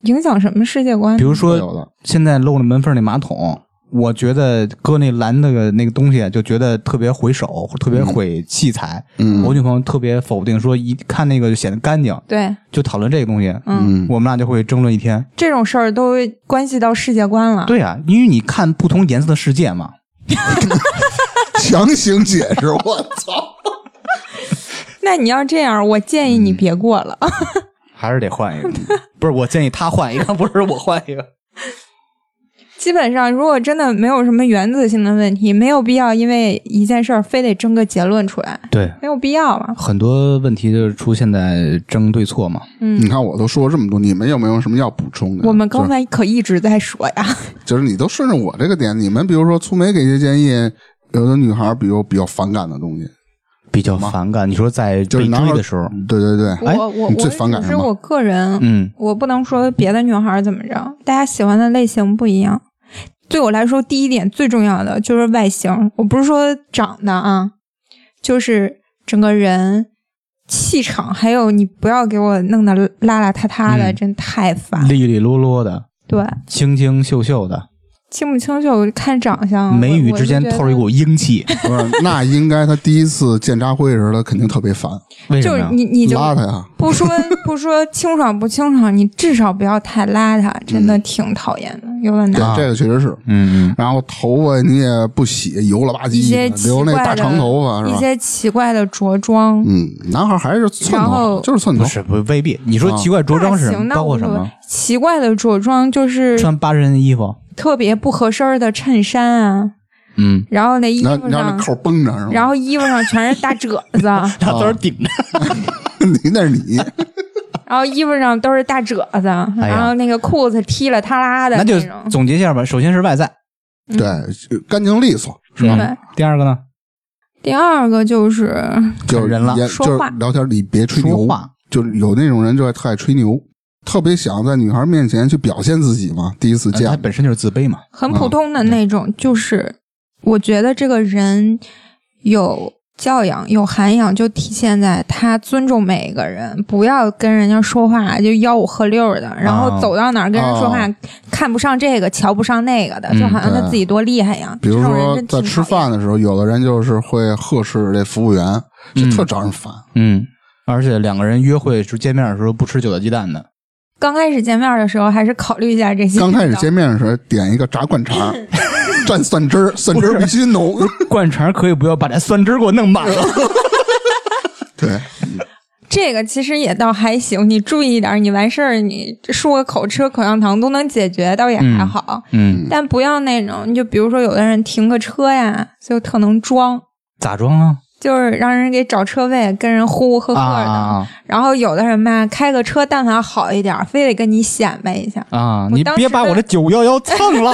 [SPEAKER 4] 影响什么世界观呢？
[SPEAKER 1] 比如说
[SPEAKER 2] 会有的
[SPEAKER 1] 现在漏了门缝那马桶，我觉得搁那蓝那个那个东西，啊就觉得特别毁手，特别毁器材。
[SPEAKER 2] 嗯
[SPEAKER 1] 我女朋友特别否定说，一看那个就显得干净，
[SPEAKER 4] 对，
[SPEAKER 1] 就讨论这个东西，
[SPEAKER 2] 嗯，
[SPEAKER 4] 嗯，
[SPEAKER 1] 我们俩就会争论一天。
[SPEAKER 4] 这种事儿都关系到世界观了。
[SPEAKER 1] 对啊，因为你看不同颜色的世界嘛。
[SPEAKER 2] 强行解释，我操！
[SPEAKER 4] 那你要这样，我建议
[SPEAKER 2] 嗯
[SPEAKER 4] 你别过了。 [LAUGHS]
[SPEAKER 1] 还是得换一个，不是我建议他换一个，不是我换一个。
[SPEAKER 4] 基本上，如果真的没有什么原则性的问题，没有必要因为一件事儿非得争个结论出来，
[SPEAKER 1] 对，
[SPEAKER 4] 没有必要啊嘛。
[SPEAKER 1] 很多问题就是出现在争对错嘛。
[SPEAKER 2] 你看我都说了这么多，你们有没有什么要补充的？
[SPEAKER 4] 嗯我们
[SPEAKER 2] 嗯就是
[SPEAKER 4] 刚才可一直在说呀，
[SPEAKER 2] 就是你都顺着我这个点，你们比如说粗梅给一些建议，有的女孩儿比如比较反感的东西，
[SPEAKER 1] 比较反感。你说在
[SPEAKER 2] 就是
[SPEAKER 1] 被
[SPEAKER 2] 男孩
[SPEAKER 1] 追的时候，
[SPEAKER 2] 对对对，
[SPEAKER 1] 哎
[SPEAKER 4] 我我
[SPEAKER 2] 你
[SPEAKER 4] 我
[SPEAKER 2] 最反感
[SPEAKER 4] 只
[SPEAKER 2] 什
[SPEAKER 4] 是
[SPEAKER 2] 么
[SPEAKER 4] 我个人，
[SPEAKER 1] 嗯，
[SPEAKER 4] 我不能说别的女孩儿怎么着，大家喜欢的类型不一样。对我来说，第一点最重要的就是外形，我不是说长得啊，就是整个人气场，还有你不要给我弄得邋邋遢遢的，
[SPEAKER 1] 嗯
[SPEAKER 4] 真太烦。
[SPEAKER 1] 利利落落的，
[SPEAKER 4] 对，
[SPEAKER 1] 清清秀秀的，
[SPEAKER 4] 清不清秀看长相，
[SPEAKER 1] 眉
[SPEAKER 4] 嗯我
[SPEAKER 1] 宇之间透着一。股英
[SPEAKER 4] [LAUGHS]
[SPEAKER 1] 气。
[SPEAKER 2] 不是，那应该他第一次见扎辉的时候，他肯定特别烦，
[SPEAKER 1] 为
[SPEAKER 4] 我
[SPEAKER 1] 什
[SPEAKER 4] 就
[SPEAKER 1] 么
[SPEAKER 4] 觉得
[SPEAKER 1] 呀
[SPEAKER 4] 就是？你，你就
[SPEAKER 2] 拉他呀。
[SPEAKER 1] [LAUGHS]
[SPEAKER 4] 不说不说清爽不清爽，你至少不要太邋遢，真
[SPEAKER 1] 嗯
[SPEAKER 4] 的挺讨厌的，有点
[SPEAKER 2] 对
[SPEAKER 4] 难。，
[SPEAKER 2] 这个确实是。
[SPEAKER 1] 嗯嗯，
[SPEAKER 2] 然后头发你也不洗，油了吧
[SPEAKER 4] 一
[SPEAKER 2] 唧
[SPEAKER 4] 些
[SPEAKER 2] 的，
[SPEAKER 4] 奇
[SPEAKER 2] 啊留那
[SPEAKER 4] 怪
[SPEAKER 2] 大
[SPEAKER 4] 的
[SPEAKER 2] 长头发是
[SPEAKER 4] 一
[SPEAKER 2] 吧？
[SPEAKER 4] 些奇怪的着装，
[SPEAKER 2] 嗯，男孩还是寸
[SPEAKER 4] 然
[SPEAKER 2] 头
[SPEAKER 4] 后
[SPEAKER 2] 发，就是寸头
[SPEAKER 1] 不。是不未必。你说
[SPEAKER 2] 啊
[SPEAKER 1] 奇怪着装是
[SPEAKER 4] 那
[SPEAKER 1] 什
[SPEAKER 4] 行，
[SPEAKER 1] 么？
[SPEAKER 4] 那
[SPEAKER 1] 包括
[SPEAKER 4] 无
[SPEAKER 1] 什
[SPEAKER 4] 所谓
[SPEAKER 1] 么？
[SPEAKER 4] 奇怪的着装就是
[SPEAKER 1] 穿八十人衣服，
[SPEAKER 4] 特别不合身儿的衬衫啊，
[SPEAKER 1] 嗯，
[SPEAKER 4] 然后那衣
[SPEAKER 2] 那
[SPEAKER 4] 服
[SPEAKER 2] 你让那
[SPEAKER 4] 上，
[SPEAKER 2] 扣绷着是吗？
[SPEAKER 4] 然后衣服上全是大褶
[SPEAKER 2] [LAUGHS]
[SPEAKER 4] 子，
[SPEAKER 1] 他都是顶着。
[SPEAKER 2] 你那是
[SPEAKER 4] [LAUGHS]
[SPEAKER 2] 你，
[SPEAKER 4] 然后衣服上都是大褶子，
[SPEAKER 1] 哎呀
[SPEAKER 4] 然后那个裤子踢了塌拉的
[SPEAKER 1] 那就
[SPEAKER 4] 种。
[SPEAKER 1] 总结一下吧。首先是外在，
[SPEAKER 2] 对，干净利索是吧？
[SPEAKER 4] 对，
[SPEAKER 1] 第二个呢，
[SPEAKER 4] 第二个就是
[SPEAKER 2] 就是
[SPEAKER 1] 人了
[SPEAKER 2] 也
[SPEAKER 4] 说
[SPEAKER 2] 就是
[SPEAKER 4] 话
[SPEAKER 2] 聊天里别吹
[SPEAKER 1] 说
[SPEAKER 2] 牛
[SPEAKER 1] 话，
[SPEAKER 2] 就是有那种人就爱特爱吹牛，特别想在女孩面前去表现自己嘛。第一次
[SPEAKER 1] 呃他
[SPEAKER 2] 见，
[SPEAKER 1] 本身就是自卑嘛。
[SPEAKER 4] 很普
[SPEAKER 2] 嗯
[SPEAKER 4] 通的那种，就是我觉得这个人有教养、有涵养，就体现在他尊重每一个人，不要跟人家说话就吆五喝六的，然后
[SPEAKER 2] 啊
[SPEAKER 4] 走到哪儿跟人说话、
[SPEAKER 2] 哦
[SPEAKER 4] 看不上这个、瞧不上那个的，
[SPEAKER 1] 嗯
[SPEAKER 4] 就好像他自己多厉害呀。
[SPEAKER 2] 比如
[SPEAKER 4] 这种人
[SPEAKER 2] 说
[SPEAKER 4] 真
[SPEAKER 2] 在
[SPEAKER 4] 挺
[SPEAKER 2] 吃
[SPEAKER 4] 讨厌
[SPEAKER 2] 饭的时候，有的人就是会呵斥这服务员，就
[SPEAKER 1] 嗯
[SPEAKER 2] 特招人烦。
[SPEAKER 1] 嗯，而且两个人约会时见面的时候不吃韭菜鸡蛋的，
[SPEAKER 4] 刚开始见面的时候，还是考虑一下这些。
[SPEAKER 2] 刚开始见面的时候，点一个炸灌肠， [LAUGHS] 蘸蒜汁儿，蒜汁儿必须
[SPEAKER 4] [LAUGHS]
[SPEAKER 2] 浓。
[SPEAKER 1] [LAUGHS] 灌肠可以不要把这酸汁给我弄满 [LAUGHS] 了。
[SPEAKER 2] 对，
[SPEAKER 4] 这个其实也倒还行，你注意一点，你完事儿你漱个口、吃个口香糖都能解决，倒也还
[SPEAKER 1] 嗯
[SPEAKER 4] 好。
[SPEAKER 1] 嗯，
[SPEAKER 4] 但不要那种，你就比如说有的人停个车呀，就特能装，
[SPEAKER 1] 咋装啊？
[SPEAKER 4] 就是让人给找车位，跟人呼呼喝喝的。
[SPEAKER 1] 啊
[SPEAKER 4] 然后有的人吧，开个车但凡好一点，非得跟你显摆一下。
[SPEAKER 1] 啊啊！
[SPEAKER 4] 我
[SPEAKER 1] 你
[SPEAKER 4] 当
[SPEAKER 1] 别
[SPEAKER 4] 时
[SPEAKER 1] 把我
[SPEAKER 4] 的
[SPEAKER 1] 这九幺幺蹭
[SPEAKER 4] [LAUGHS]
[SPEAKER 1] 了。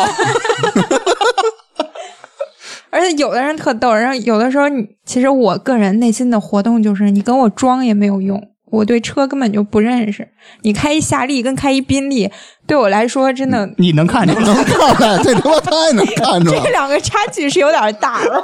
[SPEAKER 4] 而且有的人特逗，然后有的时候你其实我个人内心的活动就是，你跟我装也没有用，我对车根本就不认识。你开一夏利跟开一宾利，对我来说真的。
[SPEAKER 1] 你能看见吗？
[SPEAKER 2] 能看出来，这他妈太能看出来
[SPEAKER 4] 这
[SPEAKER 2] 了。
[SPEAKER 4] 两个差距是有点大了，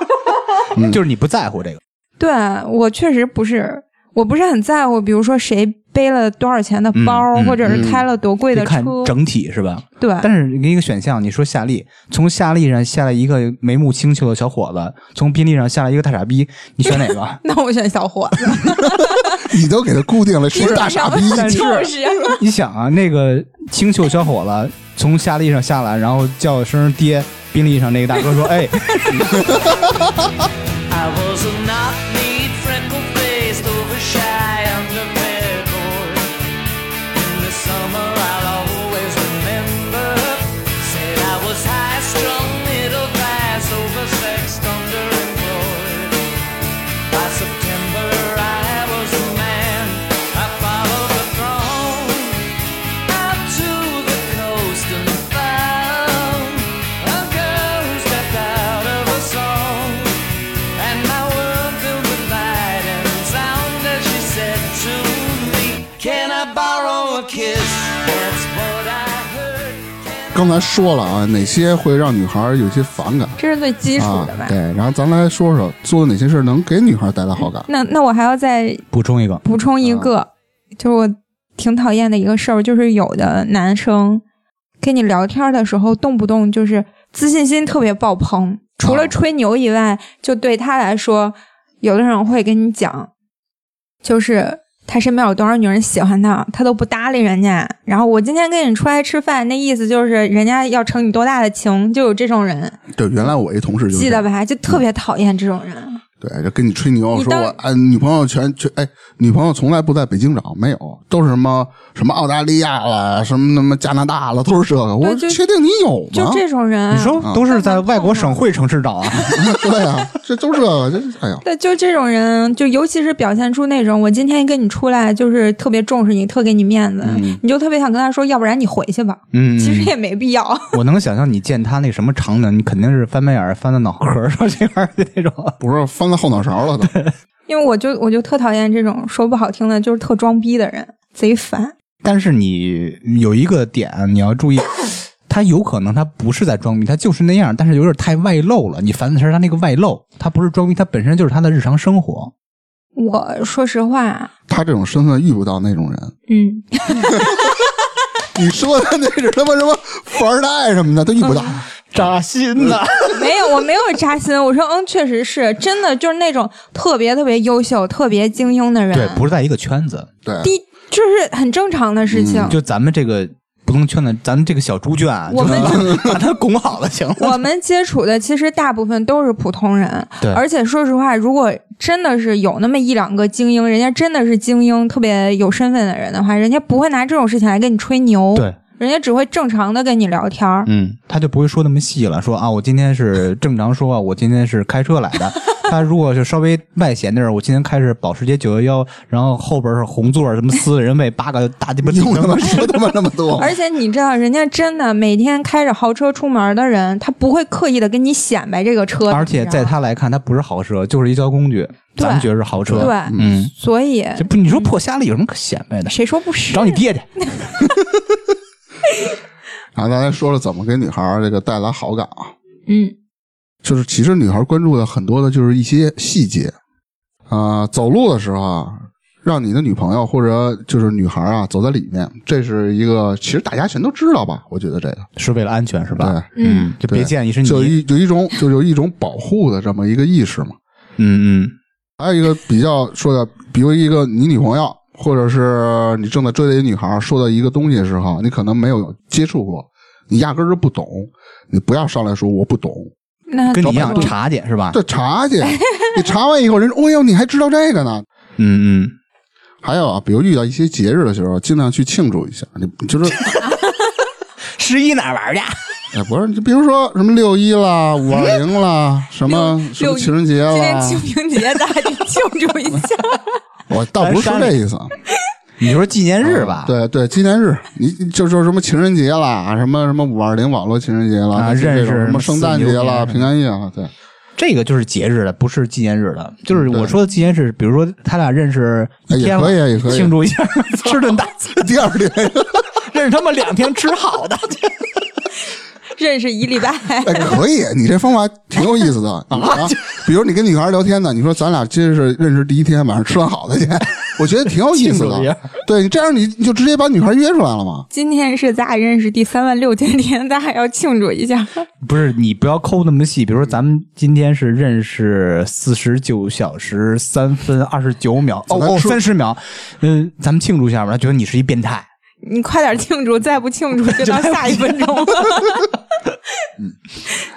[SPEAKER 1] 就是你不在乎这个。
[SPEAKER 4] 对我确实不是，我不是很在乎，比如说谁背了多少钱的包，
[SPEAKER 1] 嗯嗯
[SPEAKER 4] 或者是开了多贵的
[SPEAKER 1] 得看
[SPEAKER 4] 车，
[SPEAKER 1] 整体是吧？
[SPEAKER 4] 对，？
[SPEAKER 1] 但是一个选项，你说夏利，从夏利上下来一个眉目清秀的小伙子，从宾利上下来一个大傻逼，你选哪个 [LAUGHS]
[SPEAKER 4] 那我选小伙子，
[SPEAKER 2] 你都给他固定了，是个大傻逼。
[SPEAKER 1] 但是 [LAUGHS]
[SPEAKER 4] [LAUGHS] 就是
[SPEAKER 1] 你想啊，那个清秀小伙子从夏利上下来，然后叫声爹，宾利上那个大哥说：“哎， [LAUGHS]
[SPEAKER 5] I was a knock-kneed, freckle-faced, over-shy underbelly. In the summer, I'll always remember. Said I was high-strung, middle-class, oversexed, underemployed. By September, I was a man. I followed the throne out to the coast and found a girl who stepped out of a song. And my world filled with light and sound as she said to me, Can I borrow a kiss? That's what I heard.
[SPEAKER 2] 刚才说了啊，哪些会让女孩有些反感
[SPEAKER 4] 这是最基础
[SPEAKER 2] 啊
[SPEAKER 4] 的吧？？
[SPEAKER 2] 对，然后咱来说说做哪些事儿能给女孩带来好感。
[SPEAKER 4] 那那我还要再
[SPEAKER 1] 补充一个，
[SPEAKER 4] 补充一
[SPEAKER 1] 嗯
[SPEAKER 4] 个，就是我挺讨厌的一个事儿，就是有的男生跟你聊天的时候，动不动就是自信心特别爆棚，除
[SPEAKER 1] 嗯
[SPEAKER 4] 了吹牛以外，就对他来说，有的人会跟你讲，就是。他身边有多少女人喜欢他，他都不搭理人家。然后我今天跟你出来吃饭，那意思就是人家要成你多大的情，就有这种人，
[SPEAKER 2] 对，原来我一同事就是
[SPEAKER 4] 嗯记得吧？就特别讨厌这种人。
[SPEAKER 2] 对，就跟你吹牛
[SPEAKER 4] 你
[SPEAKER 2] 说
[SPEAKER 4] 当
[SPEAKER 2] 我哎，女朋友全全哎，女朋友从来不在北京找，没有，都是什么什么澳大利亚啦，什么什么加拿大啦，都是这个。我说
[SPEAKER 4] 对就
[SPEAKER 2] 确定你有
[SPEAKER 4] 就
[SPEAKER 2] 吗？
[SPEAKER 4] 这种人
[SPEAKER 1] 嗯
[SPEAKER 4] 啊，
[SPEAKER 1] 你说都是在外国省会城市找啊？
[SPEAKER 2] [LAUGHS] 对啊，这都是这个，这哎呦，
[SPEAKER 4] 对，就这种人，就尤其是表现出那种我今天跟你出来就是特别重视你，特给你面子，你就特别想跟他说，要不然你回去吧。
[SPEAKER 1] 嗯，
[SPEAKER 4] 其实也没必要， [LAUGHS]
[SPEAKER 1] 我能想象你见他那什么场景，你肯定是翻白眼儿翻到脑壳儿上去玩儿的那种。
[SPEAKER 2] 不是翻到后脑勺了都。
[SPEAKER 4] 因为我就我就特讨厌这种说不好听的，就是特装逼的人，贼烦。
[SPEAKER 1] 但是你有一个点你要 [COUGHS] 注意，他有可能他不是在装逼，他就是那样，但是有点太外露了。你烦的是他那个外露，他不是装逼，他本身就是他的日常生活。
[SPEAKER 4] 我说实话，
[SPEAKER 2] 他这种身份遇不到那种人。
[SPEAKER 4] 嗯，
[SPEAKER 2] 你说的那是他妈什么富二代什么的，他遇不
[SPEAKER 4] 嗯
[SPEAKER 2] 到。
[SPEAKER 1] 扎心呐、
[SPEAKER 4] [LAUGHS] 没有，我没有扎心。我说，嗯，确实是真的，就是那种特别特别优秀、特别精英的人，
[SPEAKER 1] 嗯对，不是在一个圈子，
[SPEAKER 2] 对，
[SPEAKER 4] 第这是很正常的事情。
[SPEAKER 1] 就咱们这个不同圈子，咱们这个小猪圈啊，
[SPEAKER 4] 我们
[SPEAKER 1] 就 [LAUGHS] 把它拱好了， [LAUGHS] 行了。
[SPEAKER 4] 我们接触的其实大部分都是普通人，
[SPEAKER 1] 对
[SPEAKER 4] 而且说实话，如果真的是有那么一两个精英，人家真的是精英，特别有身份的人的话，人家不会拿这种事情来跟你吹牛，
[SPEAKER 1] 对，
[SPEAKER 4] 人家只会正常的跟你聊天儿。
[SPEAKER 1] 嗯，他就不会说那么细了，说啊，我今天是正常说啊， [LAUGHS] 我今天是开车来的。他如果是稍微外显点儿，我今天开是保时捷九幺幺，然后后边是红座儿，什么私人位，八个大鸡巴
[SPEAKER 2] 不
[SPEAKER 1] [LAUGHS]
[SPEAKER 2] 用他妈
[SPEAKER 4] [LAUGHS]
[SPEAKER 2] 说他妈那么多。
[SPEAKER 4] 而且你知道，人家真的每天开着豪车出门的人，他不会刻意的跟你显摆这个车，
[SPEAKER 1] 而且
[SPEAKER 4] 你知道
[SPEAKER 1] 在
[SPEAKER 4] 吗
[SPEAKER 1] 他来看，它不是豪车，就是一交通工具。
[SPEAKER 4] 对
[SPEAKER 1] 咱们觉得是豪车，
[SPEAKER 4] 对
[SPEAKER 1] 嗯，
[SPEAKER 4] 所以
[SPEAKER 1] 这不你说破瞎了有什么可显摆的？
[SPEAKER 4] 谁说不是？
[SPEAKER 1] 找你爹去。
[SPEAKER 2] 然后刚才说了怎么给女孩儿这个带来好感啊，
[SPEAKER 4] 嗯，
[SPEAKER 2] 就是其实女孩关注的很多的就是一些细节啊、走路的时候啊，让你的女朋友或者就是女孩啊走在里面，这是一个其实大家全都知道吧？我觉得这个
[SPEAKER 1] 是为了安全是吧？
[SPEAKER 2] 对，
[SPEAKER 1] 嗯，就别
[SPEAKER 2] 对
[SPEAKER 1] 见一身
[SPEAKER 2] 就
[SPEAKER 1] 泥。
[SPEAKER 2] 一就一种就有一种保护的这么一个意识嘛。
[SPEAKER 1] 嗯嗯，
[SPEAKER 2] 还有一个比较说的，比如一个你女朋友，或者是你正在追的一个女孩说到一个东西的时候，你可能没有接触过，你压根儿就不懂，你不要上来说我不懂，
[SPEAKER 4] 那
[SPEAKER 1] 跟你一样
[SPEAKER 4] 怎么说
[SPEAKER 1] 查去是吧？
[SPEAKER 2] 这查去，你查完以后，人说，哦呦，你还知道这个呢？
[SPEAKER 1] 嗯嗯，
[SPEAKER 2] 还有啊，比如遇到一些节日的时候，尽量去庆祝一下，你你就是， [LAUGHS]
[SPEAKER 1] 十一哪玩去？
[SPEAKER 2] 哎，不是，你比如说什么六一啦、五二零啦，什么什
[SPEAKER 4] 六
[SPEAKER 2] 么
[SPEAKER 4] 一
[SPEAKER 2] 情人节
[SPEAKER 1] 啊
[SPEAKER 4] 今天
[SPEAKER 2] 啦，
[SPEAKER 4] 清明节，大家得庆祝一
[SPEAKER 1] [LAUGHS]
[SPEAKER 4] 下。
[SPEAKER 2] 我倒不是说这意思啊。
[SPEAKER 1] 你说纪念日吧？
[SPEAKER 2] 嗯对对，纪念日，你你就说什么情人节啦，什么什么五二零网络情人节啦，
[SPEAKER 1] 啊
[SPEAKER 2] 类似这
[SPEAKER 1] 认识
[SPEAKER 2] 种什么圣诞节啦、
[SPEAKER 1] 死牛
[SPEAKER 2] 平安夜啦，对，
[SPEAKER 1] 这个就是节日的，不是纪念日的。就是我说的纪念日，比如说他俩认识
[SPEAKER 2] 哎
[SPEAKER 1] 一
[SPEAKER 2] 也
[SPEAKER 1] 天
[SPEAKER 2] 可以
[SPEAKER 1] 了
[SPEAKER 2] 也可以
[SPEAKER 1] 庆祝一下，吃顿大 [LAUGHS] 餐。
[SPEAKER 2] 第二天
[SPEAKER 1] 认识他们两天，吃好的。
[SPEAKER 4] 认识一礼拜，
[SPEAKER 2] 哎可以，你这方法挺有意
[SPEAKER 1] [LAUGHS]
[SPEAKER 2] 思的啊。比如你跟女孩聊天呢，你说咱俩今儿是认识第一天，晚上吃顿好的去，我觉得挺有意思
[SPEAKER 1] 庆祝一下
[SPEAKER 2] 的。对你这样，你你就直接把女孩约出来了嘛。
[SPEAKER 4] 今天是咱俩认识第三万六千天，咱俩要庆祝一
[SPEAKER 1] [LAUGHS]
[SPEAKER 4] 下。
[SPEAKER 1] [LAUGHS] 不是你不要抠那么细，比如说咱们今天是认识四十九小时三分二十九秒，哦
[SPEAKER 2] 咱
[SPEAKER 1] 哦
[SPEAKER 2] 说
[SPEAKER 1] 三十秒，嗯，咱们庆祝一下吧。他觉得你是一变态，
[SPEAKER 4] 你快点庆祝，再不庆祝就到下一分钟了。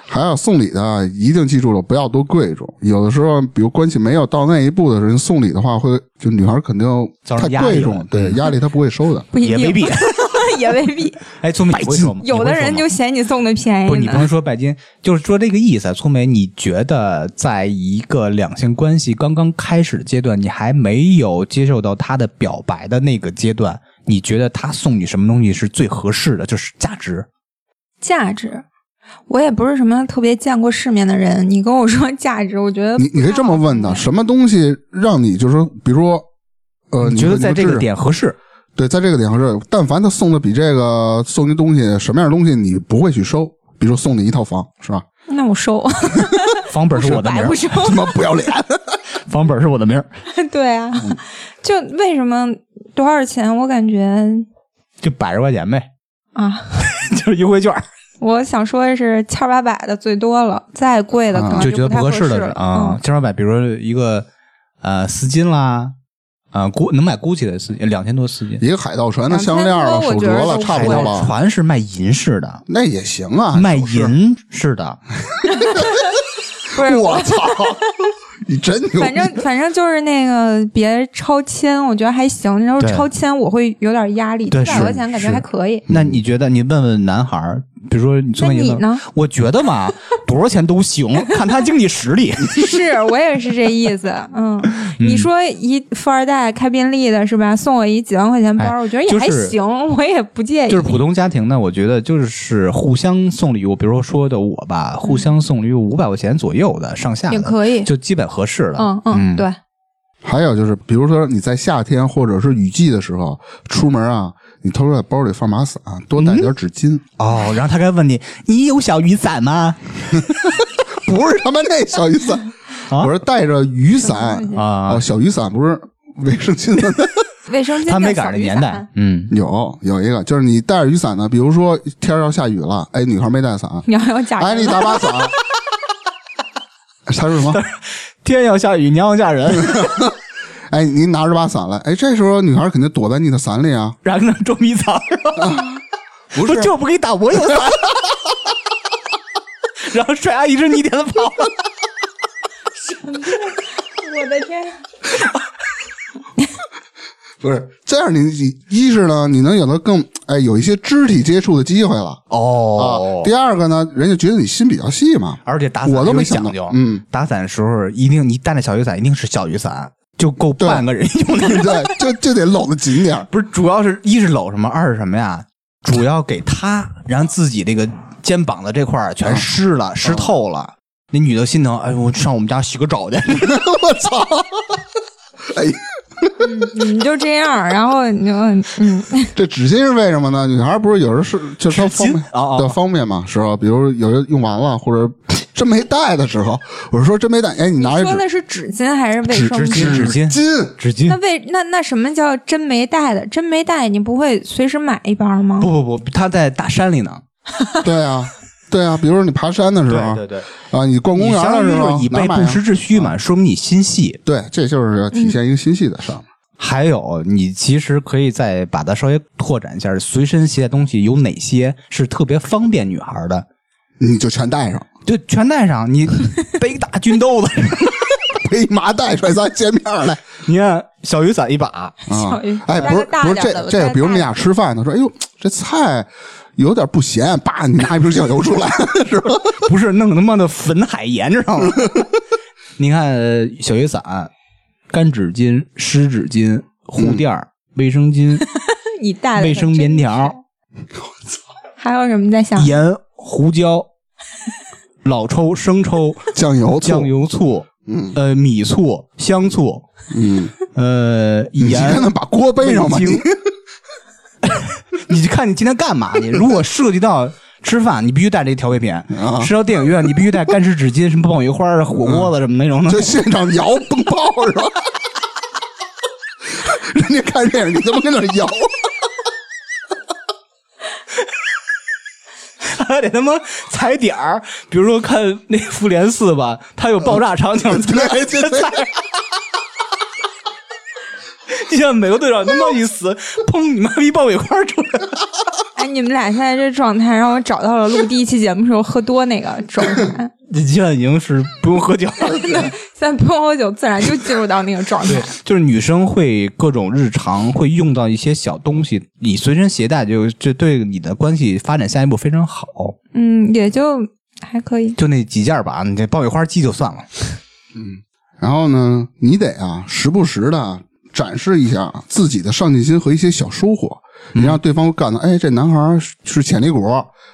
[SPEAKER 2] 还有送礼的，一定记住了，不要多贵重。有的时候，比如关系没有到那一步的人，送礼的话会，就女孩肯定
[SPEAKER 1] 造
[SPEAKER 2] 太
[SPEAKER 1] 成压力
[SPEAKER 2] 贵
[SPEAKER 1] 了嗯
[SPEAKER 2] 重，对压力她不会收的。
[SPEAKER 4] 不
[SPEAKER 1] [LAUGHS]
[SPEAKER 4] 一
[SPEAKER 1] 也
[SPEAKER 4] 定
[SPEAKER 1] 未必，。
[SPEAKER 4] [LAUGHS] 也未必。
[SPEAKER 1] 哎，聪 [LAUGHS] 明，你会说吗？
[SPEAKER 4] 有的人
[SPEAKER 1] 你会
[SPEAKER 4] 就
[SPEAKER 1] 说吗
[SPEAKER 4] 嫌你送的便
[SPEAKER 1] 不是
[SPEAKER 4] 宜
[SPEAKER 1] 你不
[SPEAKER 4] 呢
[SPEAKER 1] 能。说拜金，就是说这个意思啊。聪梅，你觉得在一个两性关系刚刚开始的阶段，你还没有接受到他的表白的那个阶段，你觉得他送你什么东西是最合适的，就是价值？
[SPEAKER 4] 价值，我也不是什么特别见过世面的人。你跟我说价值，我觉得
[SPEAKER 2] 你你可以这么问的，什么东西让你就是说，比如说，呃，
[SPEAKER 1] 你觉得
[SPEAKER 2] 你
[SPEAKER 1] 在这个
[SPEAKER 2] 是
[SPEAKER 1] 点合适？
[SPEAKER 2] 对，在这个点上是，但凡他送的比这个送你东西什么样的东西，你不会去收，比如说送你一套房，是吧？
[SPEAKER 4] 那
[SPEAKER 1] [LAUGHS]
[SPEAKER 4] 我收，
[SPEAKER 1] 房本是
[SPEAKER 4] [LAUGHS]
[SPEAKER 1] 我的名
[SPEAKER 4] 白
[SPEAKER 1] 儿
[SPEAKER 4] 不，收。
[SPEAKER 2] 他妈
[SPEAKER 1] [LAUGHS]
[SPEAKER 2] 不要脸！
[SPEAKER 1] 房本是我的名儿。
[SPEAKER 4] 对啊，就为什么多少钱？我感觉
[SPEAKER 1] 就百十块钱呗， [LAUGHS]
[SPEAKER 4] 啊，
[SPEAKER 1] 就是优惠券儿，
[SPEAKER 4] 我想说的是千八百的最多了，再贵的可
[SPEAKER 2] 啊
[SPEAKER 4] 能
[SPEAKER 1] 就觉得
[SPEAKER 4] 不太
[SPEAKER 1] 合
[SPEAKER 4] 合嗯
[SPEAKER 1] 适的
[SPEAKER 4] 了
[SPEAKER 1] 是啊，。千八百，比如说一个呃丝巾啦，啊，估能买 GUCCI 的丝巾，两千多丝巾。
[SPEAKER 2] 一个海盗船的项链了，
[SPEAKER 4] 两千多
[SPEAKER 2] 手
[SPEAKER 4] 我觉
[SPEAKER 2] 镯
[SPEAKER 4] 得
[SPEAKER 2] 了，
[SPEAKER 4] 都
[SPEAKER 2] 差
[SPEAKER 1] 海
[SPEAKER 2] 不多
[SPEAKER 1] 盗
[SPEAKER 2] 了，
[SPEAKER 1] 船是卖银饰的，
[SPEAKER 2] 那也行啊。
[SPEAKER 1] 卖银饰的，
[SPEAKER 4] 不
[SPEAKER 2] [LAUGHS]
[SPEAKER 4] 是
[SPEAKER 2] 我操，你真
[SPEAKER 1] [LAUGHS]
[SPEAKER 2] 牛！
[SPEAKER 4] 反正反正就是那个别超签，我觉得还行。然后
[SPEAKER 1] 对
[SPEAKER 4] 超签我会有点压力，
[SPEAKER 1] 对
[SPEAKER 4] 一
[SPEAKER 1] 是
[SPEAKER 4] 百块钱感觉还可
[SPEAKER 1] [LAUGHS]
[SPEAKER 4] 以。
[SPEAKER 1] 那你觉得？你问问男孩儿，比如说你送
[SPEAKER 4] 那
[SPEAKER 1] 给
[SPEAKER 4] 你
[SPEAKER 1] 问
[SPEAKER 4] 呢？
[SPEAKER 1] 我觉得
[SPEAKER 4] [LAUGHS]
[SPEAKER 1] 嘛，多少钱都行，看他经济实力。
[SPEAKER 4] 是我也是这
[SPEAKER 1] [LAUGHS]
[SPEAKER 4] 意思。嗯，你说一富二代开宾利的是吧？送我一几万块钱包，
[SPEAKER 1] 哎
[SPEAKER 4] 我觉得也
[SPEAKER 1] 就
[SPEAKER 4] 还
[SPEAKER 1] 是
[SPEAKER 4] 行， [LAUGHS] 我也不介意。
[SPEAKER 1] 就是普通家庭呢，我觉得就是互相送礼物，比如说说的我吧，
[SPEAKER 4] 嗯
[SPEAKER 1] 互相送礼物五百块钱左右的上下的 [LAUGHS]
[SPEAKER 4] 也可以嗯
[SPEAKER 1] 就基本合适了。
[SPEAKER 4] 嗯嗯，对，
[SPEAKER 2] 还有就是，比如说你在夏天或者是雨季的时候出门啊，你偷偷在包里放把伞，多
[SPEAKER 1] 嗯
[SPEAKER 2] 带点纸巾。
[SPEAKER 1] 哦，然后他该问你，你有小雨伞吗？
[SPEAKER 2] 不是他妈那小雨伞，
[SPEAKER 1] 啊
[SPEAKER 2] 我是带着雨伞
[SPEAKER 1] 啊
[SPEAKER 2] 哦，小雨伞不是卫生巾的。
[SPEAKER 4] 卫生巾
[SPEAKER 1] 他没
[SPEAKER 4] 叫
[SPEAKER 1] 赶上
[SPEAKER 4] 小雨
[SPEAKER 1] 年代
[SPEAKER 4] 伞，，
[SPEAKER 1] 嗯，
[SPEAKER 2] 有有一个就是你带着雨伞呢，比如说天儿要下雨了，哎，女孩没带伞，
[SPEAKER 4] [LAUGHS] 你要有假
[SPEAKER 2] 哎，
[SPEAKER 4] 人
[SPEAKER 2] 你
[SPEAKER 4] 了。
[SPEAKER 2] 打 [LAUGHS] 把伞。他说什么？
[SPEAKER 1] 天要下雨，娘要嫁
[SPEAKER 4] [LAUGHS]
[SPEAKER 1] 人，
[SPEAKER 2] 哎，您拿着把伞来，哎，这时候女孩肯定躲在你的伞里啊，
[SPEAKER 1] 然后呢捉迷藏，
[SPEAKER 2] 不是？
[SPEAKER 1] 就不给打， [LAUGHS] 我有伞。 [LAUGHS] 然后帅阿姨是你点的跑了，
[SPEAKER 4] 我的天，
[SPEAKER 2] 不是这样你，你一是呢，你能有的更哎有一些肢体接触的机会了啊。
[SPEAKER 1] 哦
[SPEAKER 2] 第二个呢，人家觉得你心比较细嘛。
[SPEAKER 1] 而且打伞
[SPEAKER 2] 我都没
[SPEAKER 1] 有
[SPEAKER 2] 想
[SPEAKER 1] 讲
[SPEAKER 2] 到
[SPEAKER 1] 究，
[SPEAKER 2] 嗯，
[SPEAKER 1] 打伞的时候一定你带那小雨伞一定是小雨伞，就够
[SPEAKER 2] 对
[SPEAKER 1] 半个 [LAUGHS] 人用的。
[SPEAKER 2] 对，就就得搂得紧点儿。
[SPEAKER 1] 不是，主要是一是搂什么，二是什么呀？主要给他，让自己这个肩膀的这块儿全湿
[SPEAKER 2] 嗯
[SPEAKER 1] 了、湿透了。那女的心疼，哎，我上我们家洗个澡去。
[SPEAKER 2] [LAUGHS] 我操！哎，
[SPEAKER 4] 你就这样，然后你就
[SPEAKER 1] [LAUGHS]
[SPEAKER 4] 嗯，
[SPEAKER 2] 这纸巾是为什么呢？女孩不是有时候是就是她方便
[SPEAKER 1] 纸巾哦哦
[SPEAKER 2] 对方便嘛时候，比如有人用完了或者真没带的时候，我是说真没带，哎，你拿着
[SPEAKER 4] 说
[SPEAKER 2] 纸
[SPEAKER 4] 的是纸巾还是卫
[SPEAKER 1] 纸
[SPEAKER 4] 生
[SPEAKER 1] 纸
[SPEAKER 4] 巾？
[SPEAKER 1] 巾，纸巾，
[SPEAKER 2] 巾，
[SPEAKER 1] 纸巾
[SPEAKER 4] 那。为那那什么叫真没带的？真没带，你不会随时买一包吗？
[SPEAKER 1] 不不不，他在大山里呢。
[SPEAKER 2] 对啊，对啊，比如说你爬山的时候，
[SPEAKER 1] 对，
[SPEAKER 2] 啊，你逛公
[SPEAKER 1] 你
[SPEAKER 2] 园
[SPEAKER 1] 相当
[SPEAKER 2] 的
[SPEAKER 1] 于
[SPEAKER 2] 时
[SPEAKER 1] 就
[SPEAKER 2] 候
[SPEAKER 1] 是以
[SPEAKER 2] 哪
[SPEAKER 1] 备
[SPEAKER 2] 买
[SPEAKER 1] 不
[SPEAKER 2] 啊
[SPEAKER 1] 时之需嘛，说明你心细。
[SPEAKER 2] 对，这就是要体现一个心细的事儿。
[SPEAKER 1] 还有，你其实可以再把它稍微拓展一下，随身携带东西有哪些是特别方便女孩的？
[SPEAKER 4] 嗯
[SPEAKER 2] 你就全带上，
[SPEAKER 1] [LAUGHS] 就全带上， [LAUGHS] 你背一大军兜子， [LAUGHS]
[SPEAKER 2] 背一麻袋出来，咱见面儿来
[SPEAKER 1] 你看小雨伞一把，
[SPEAKER 2] 啊
[SPEAKER 4] [LAUGHS] 小鱼！
[SPEAKER 2] 哎，不是
[SPEAKER 4] 大
[SPEAKER 2] 不
[SPEAKER 4] 点
[SPEAKER 2] 是
[SPEAKER 4] 的吧
[SPEAKER 2] 这这个，比如你俩吃饭呢，说哎呦这菜有点不咸，叭，你拿一瓶酱油出来， [LAUGHS] 是吧？
[SPEAKER 1] 不是弄他妈的粉海盐，知道吗？ [LAUGHS] 你看呃小雨伞、干纸巾、湿纸巾、护垫儿、卫生巾、
[SPEAKER 4] 你带的
[SPEAKER 1] 卫生棉条
[SPEAKER 4] 真是。还有什么在想？
[SPEAKER 1] 盐、胡椒、老抽、生抽、
[SPEAKER 2] 酱油、醋
[SPEAKER 1] 酱，油、醋，
[SPEAKER 2] 嗯
[SPEAKER 1] 呃，米醋、香醋，
[SPEAKER 2] 嗯，
[SPEAKER 1] 呃，
[SPEAKER 2] 你看
[SPEAKER 1] 盐
[SPEAKER 2] 能、把锅背上吗？
[SPEAKER 1] 味精
[SPEAKER 2] 你。 [LAUGHS]
[SPEAKER 1] 你就看你今天干嘛你如果涉及到吃饭，你必须带这调味品；
[SPEAKER 2] 啊
[SPEAKER 1] 涉及到电影院，你必须带干湿纸巾、什么爆米花啊、火锅子什么那种的。
[SPEAKER 2] 就现场摇蹦炮是吧？ [LAUGHS] 人家看电影，你他妈跟那儿摇，
[SPEAKER 1] [LAUGHS] 还得他妈踩点儿，比如说看那《复联四》吧，它有爆炸场景，
[SPEAKER 2] [LAUGHS] 对对对
[SPEAKER 1] 踩。 [LAUGHS] 就像美国队长他妈一死，砰，你妈逼爆米花出来了。
[SPEAKER 4] 哎，你们俩现在这状态让我找到了录第一期节目时候喝多那个状
[SPEAKER 2] [LAUGHS]
[SPEAKER 4] 态。
[SPEAKER 1] 这现在已经是不用喝酒 [LAUGHS] 了，
[SPEAKER 4] 现在不用喝酒，自然就进入到那个状态。
[SPEAKER 1] 就是女生会各种日常会用到一些小东西，你随身携带就这对你的关系发展下一步非常好。
[SPEAKER 4] 嗯，也就还可以。
[SPEAKER 1] 就那几件儿吧，你这爆米花机就算了。
[SPEAKER 2] [LAUGHS] 然后呢，你得啊，时不时的展示一下自己的上进心和一些小收获，你让对方感到，哎，这男孩是潜力股，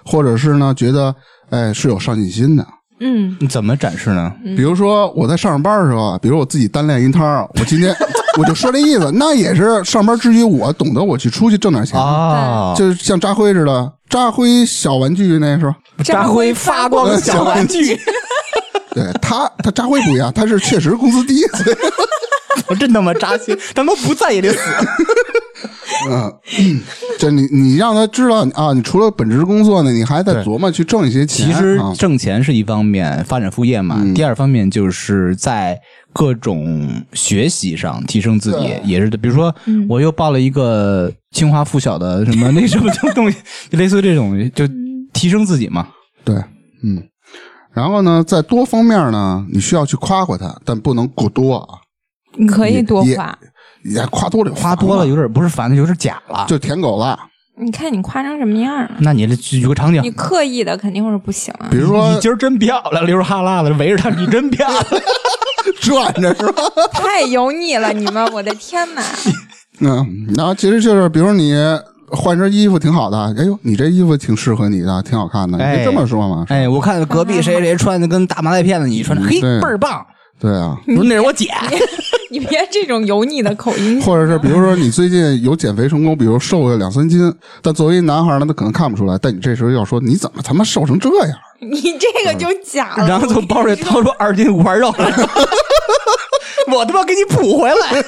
[SPEAKER 2] 或者是呢，觉得，哎，是有上进心的。
[SPEAKER 4] 嗯，
[SPEAKER 1] 你怎么展示呢？
[SPEAKER 2] 比如说我在上班的时候啊，比如我自己单练一摊儿，我今天 [LAUGHS] 我就说这意思，那也是上班之余，我懂得我去出去挣点钱，
[SPEAKER 1] 啊，
[SPEAKER 2] 就是像扎辉似的，扎辉小玩具那是吧？
[SPEAKER 1] 扎辉发光的小玩具，
[SPEAKER 2] 对他，他扎辉不一样，他是确实工资 [LAUGHS] 低，所以
[SPEAKER 1] [LAUGHS] 我真他妈扎心，他妈不在也得死。
[SPEAKER 2] 就你你让他知道啊，你除了本职工作呢，你还在琢磨去挣一些钱。
[SPEAKER 1] 其实
[SPEAKER 2] 啊、嗯
[SPEAKER 1] 挣钱是一方面，发展副业嘛。第二方面就是在各种学习上提升自己
[SPEAKER 2] 对，
[SPEAKER 1] 也是的。比如说，我又报了一个清华附小的什么那什么东西， [LAUGHS] 就类似于这种，就提升自己嘛。
[SPEAKER 2] 对，嗯。然后呢，在多方面呢，你需要去夸夸他，但不能过多啊，
[SPEAKER 4] 你可以多
[SPEAKER 2] 也
[SPEAKER 4] 夸。
[SPEAKER 2] 也夸多了有
[SPEAKER 1] 花多了有点不是烦的，有点假了。
[SPEAKER 2] 就舔狗了。
[SPEAKER 4] 你看你夸成什么样
[SPEAKER 2] 嗯
[SPEAKER 4] 了？
[SPEAKER 1] 那你这举个场景
[SPEAKER 4] 你，刻意的肯定是不行啊
[SPEAKER 2] 比。如
[SPEAKER 1] [LAUGHS] 你
[SPEAKER 2] 说
[SPEAKER 1] 今儿真漂亮，流着哈喇子围
[SPEAKER 2] [LAUGHS]
[SPEAKER 1] 着他，你真漂亮。
[SPEAKER 2] 转着是吧？
[SPEAKER 4] 太油腻了，你们，我的天哪！
[SPEAKER 2] [LAUGHS] 嗯，然后其实就是，比如你换身衣服挺好的，哎呦，你这衣服挺适合你的，挺好看的，你
[SPEAKER 1] 哎
[SPEAKER 2] 就这么说嘛？
[SPEAKER 1] 哎，我看隔壁谁谁穿的跟大麻袋片子，你穿的，嘿，
[SPEAKER 2] 嗯对
[SPEAKER 1] 倍儿棒。
[SPEAKER 2] 对啊，。
[SPEAKER 6] 不是那是我姐，
[SPEAKER 4] 你别这种油腻的口音
[SPEAKER 2] 或者是比如说你最近有减肥成功，比如瘦了两三斤，但作为一男孩呢，他可能看不出来，但你这时候要说你怎么他妈瘦成这样？
[SPEAKER 4] 你这个就假了。
[SPEAKER 6] 然后从包里掏出二斤五花肉来， [LAUGHS] 我他妈给你补回来。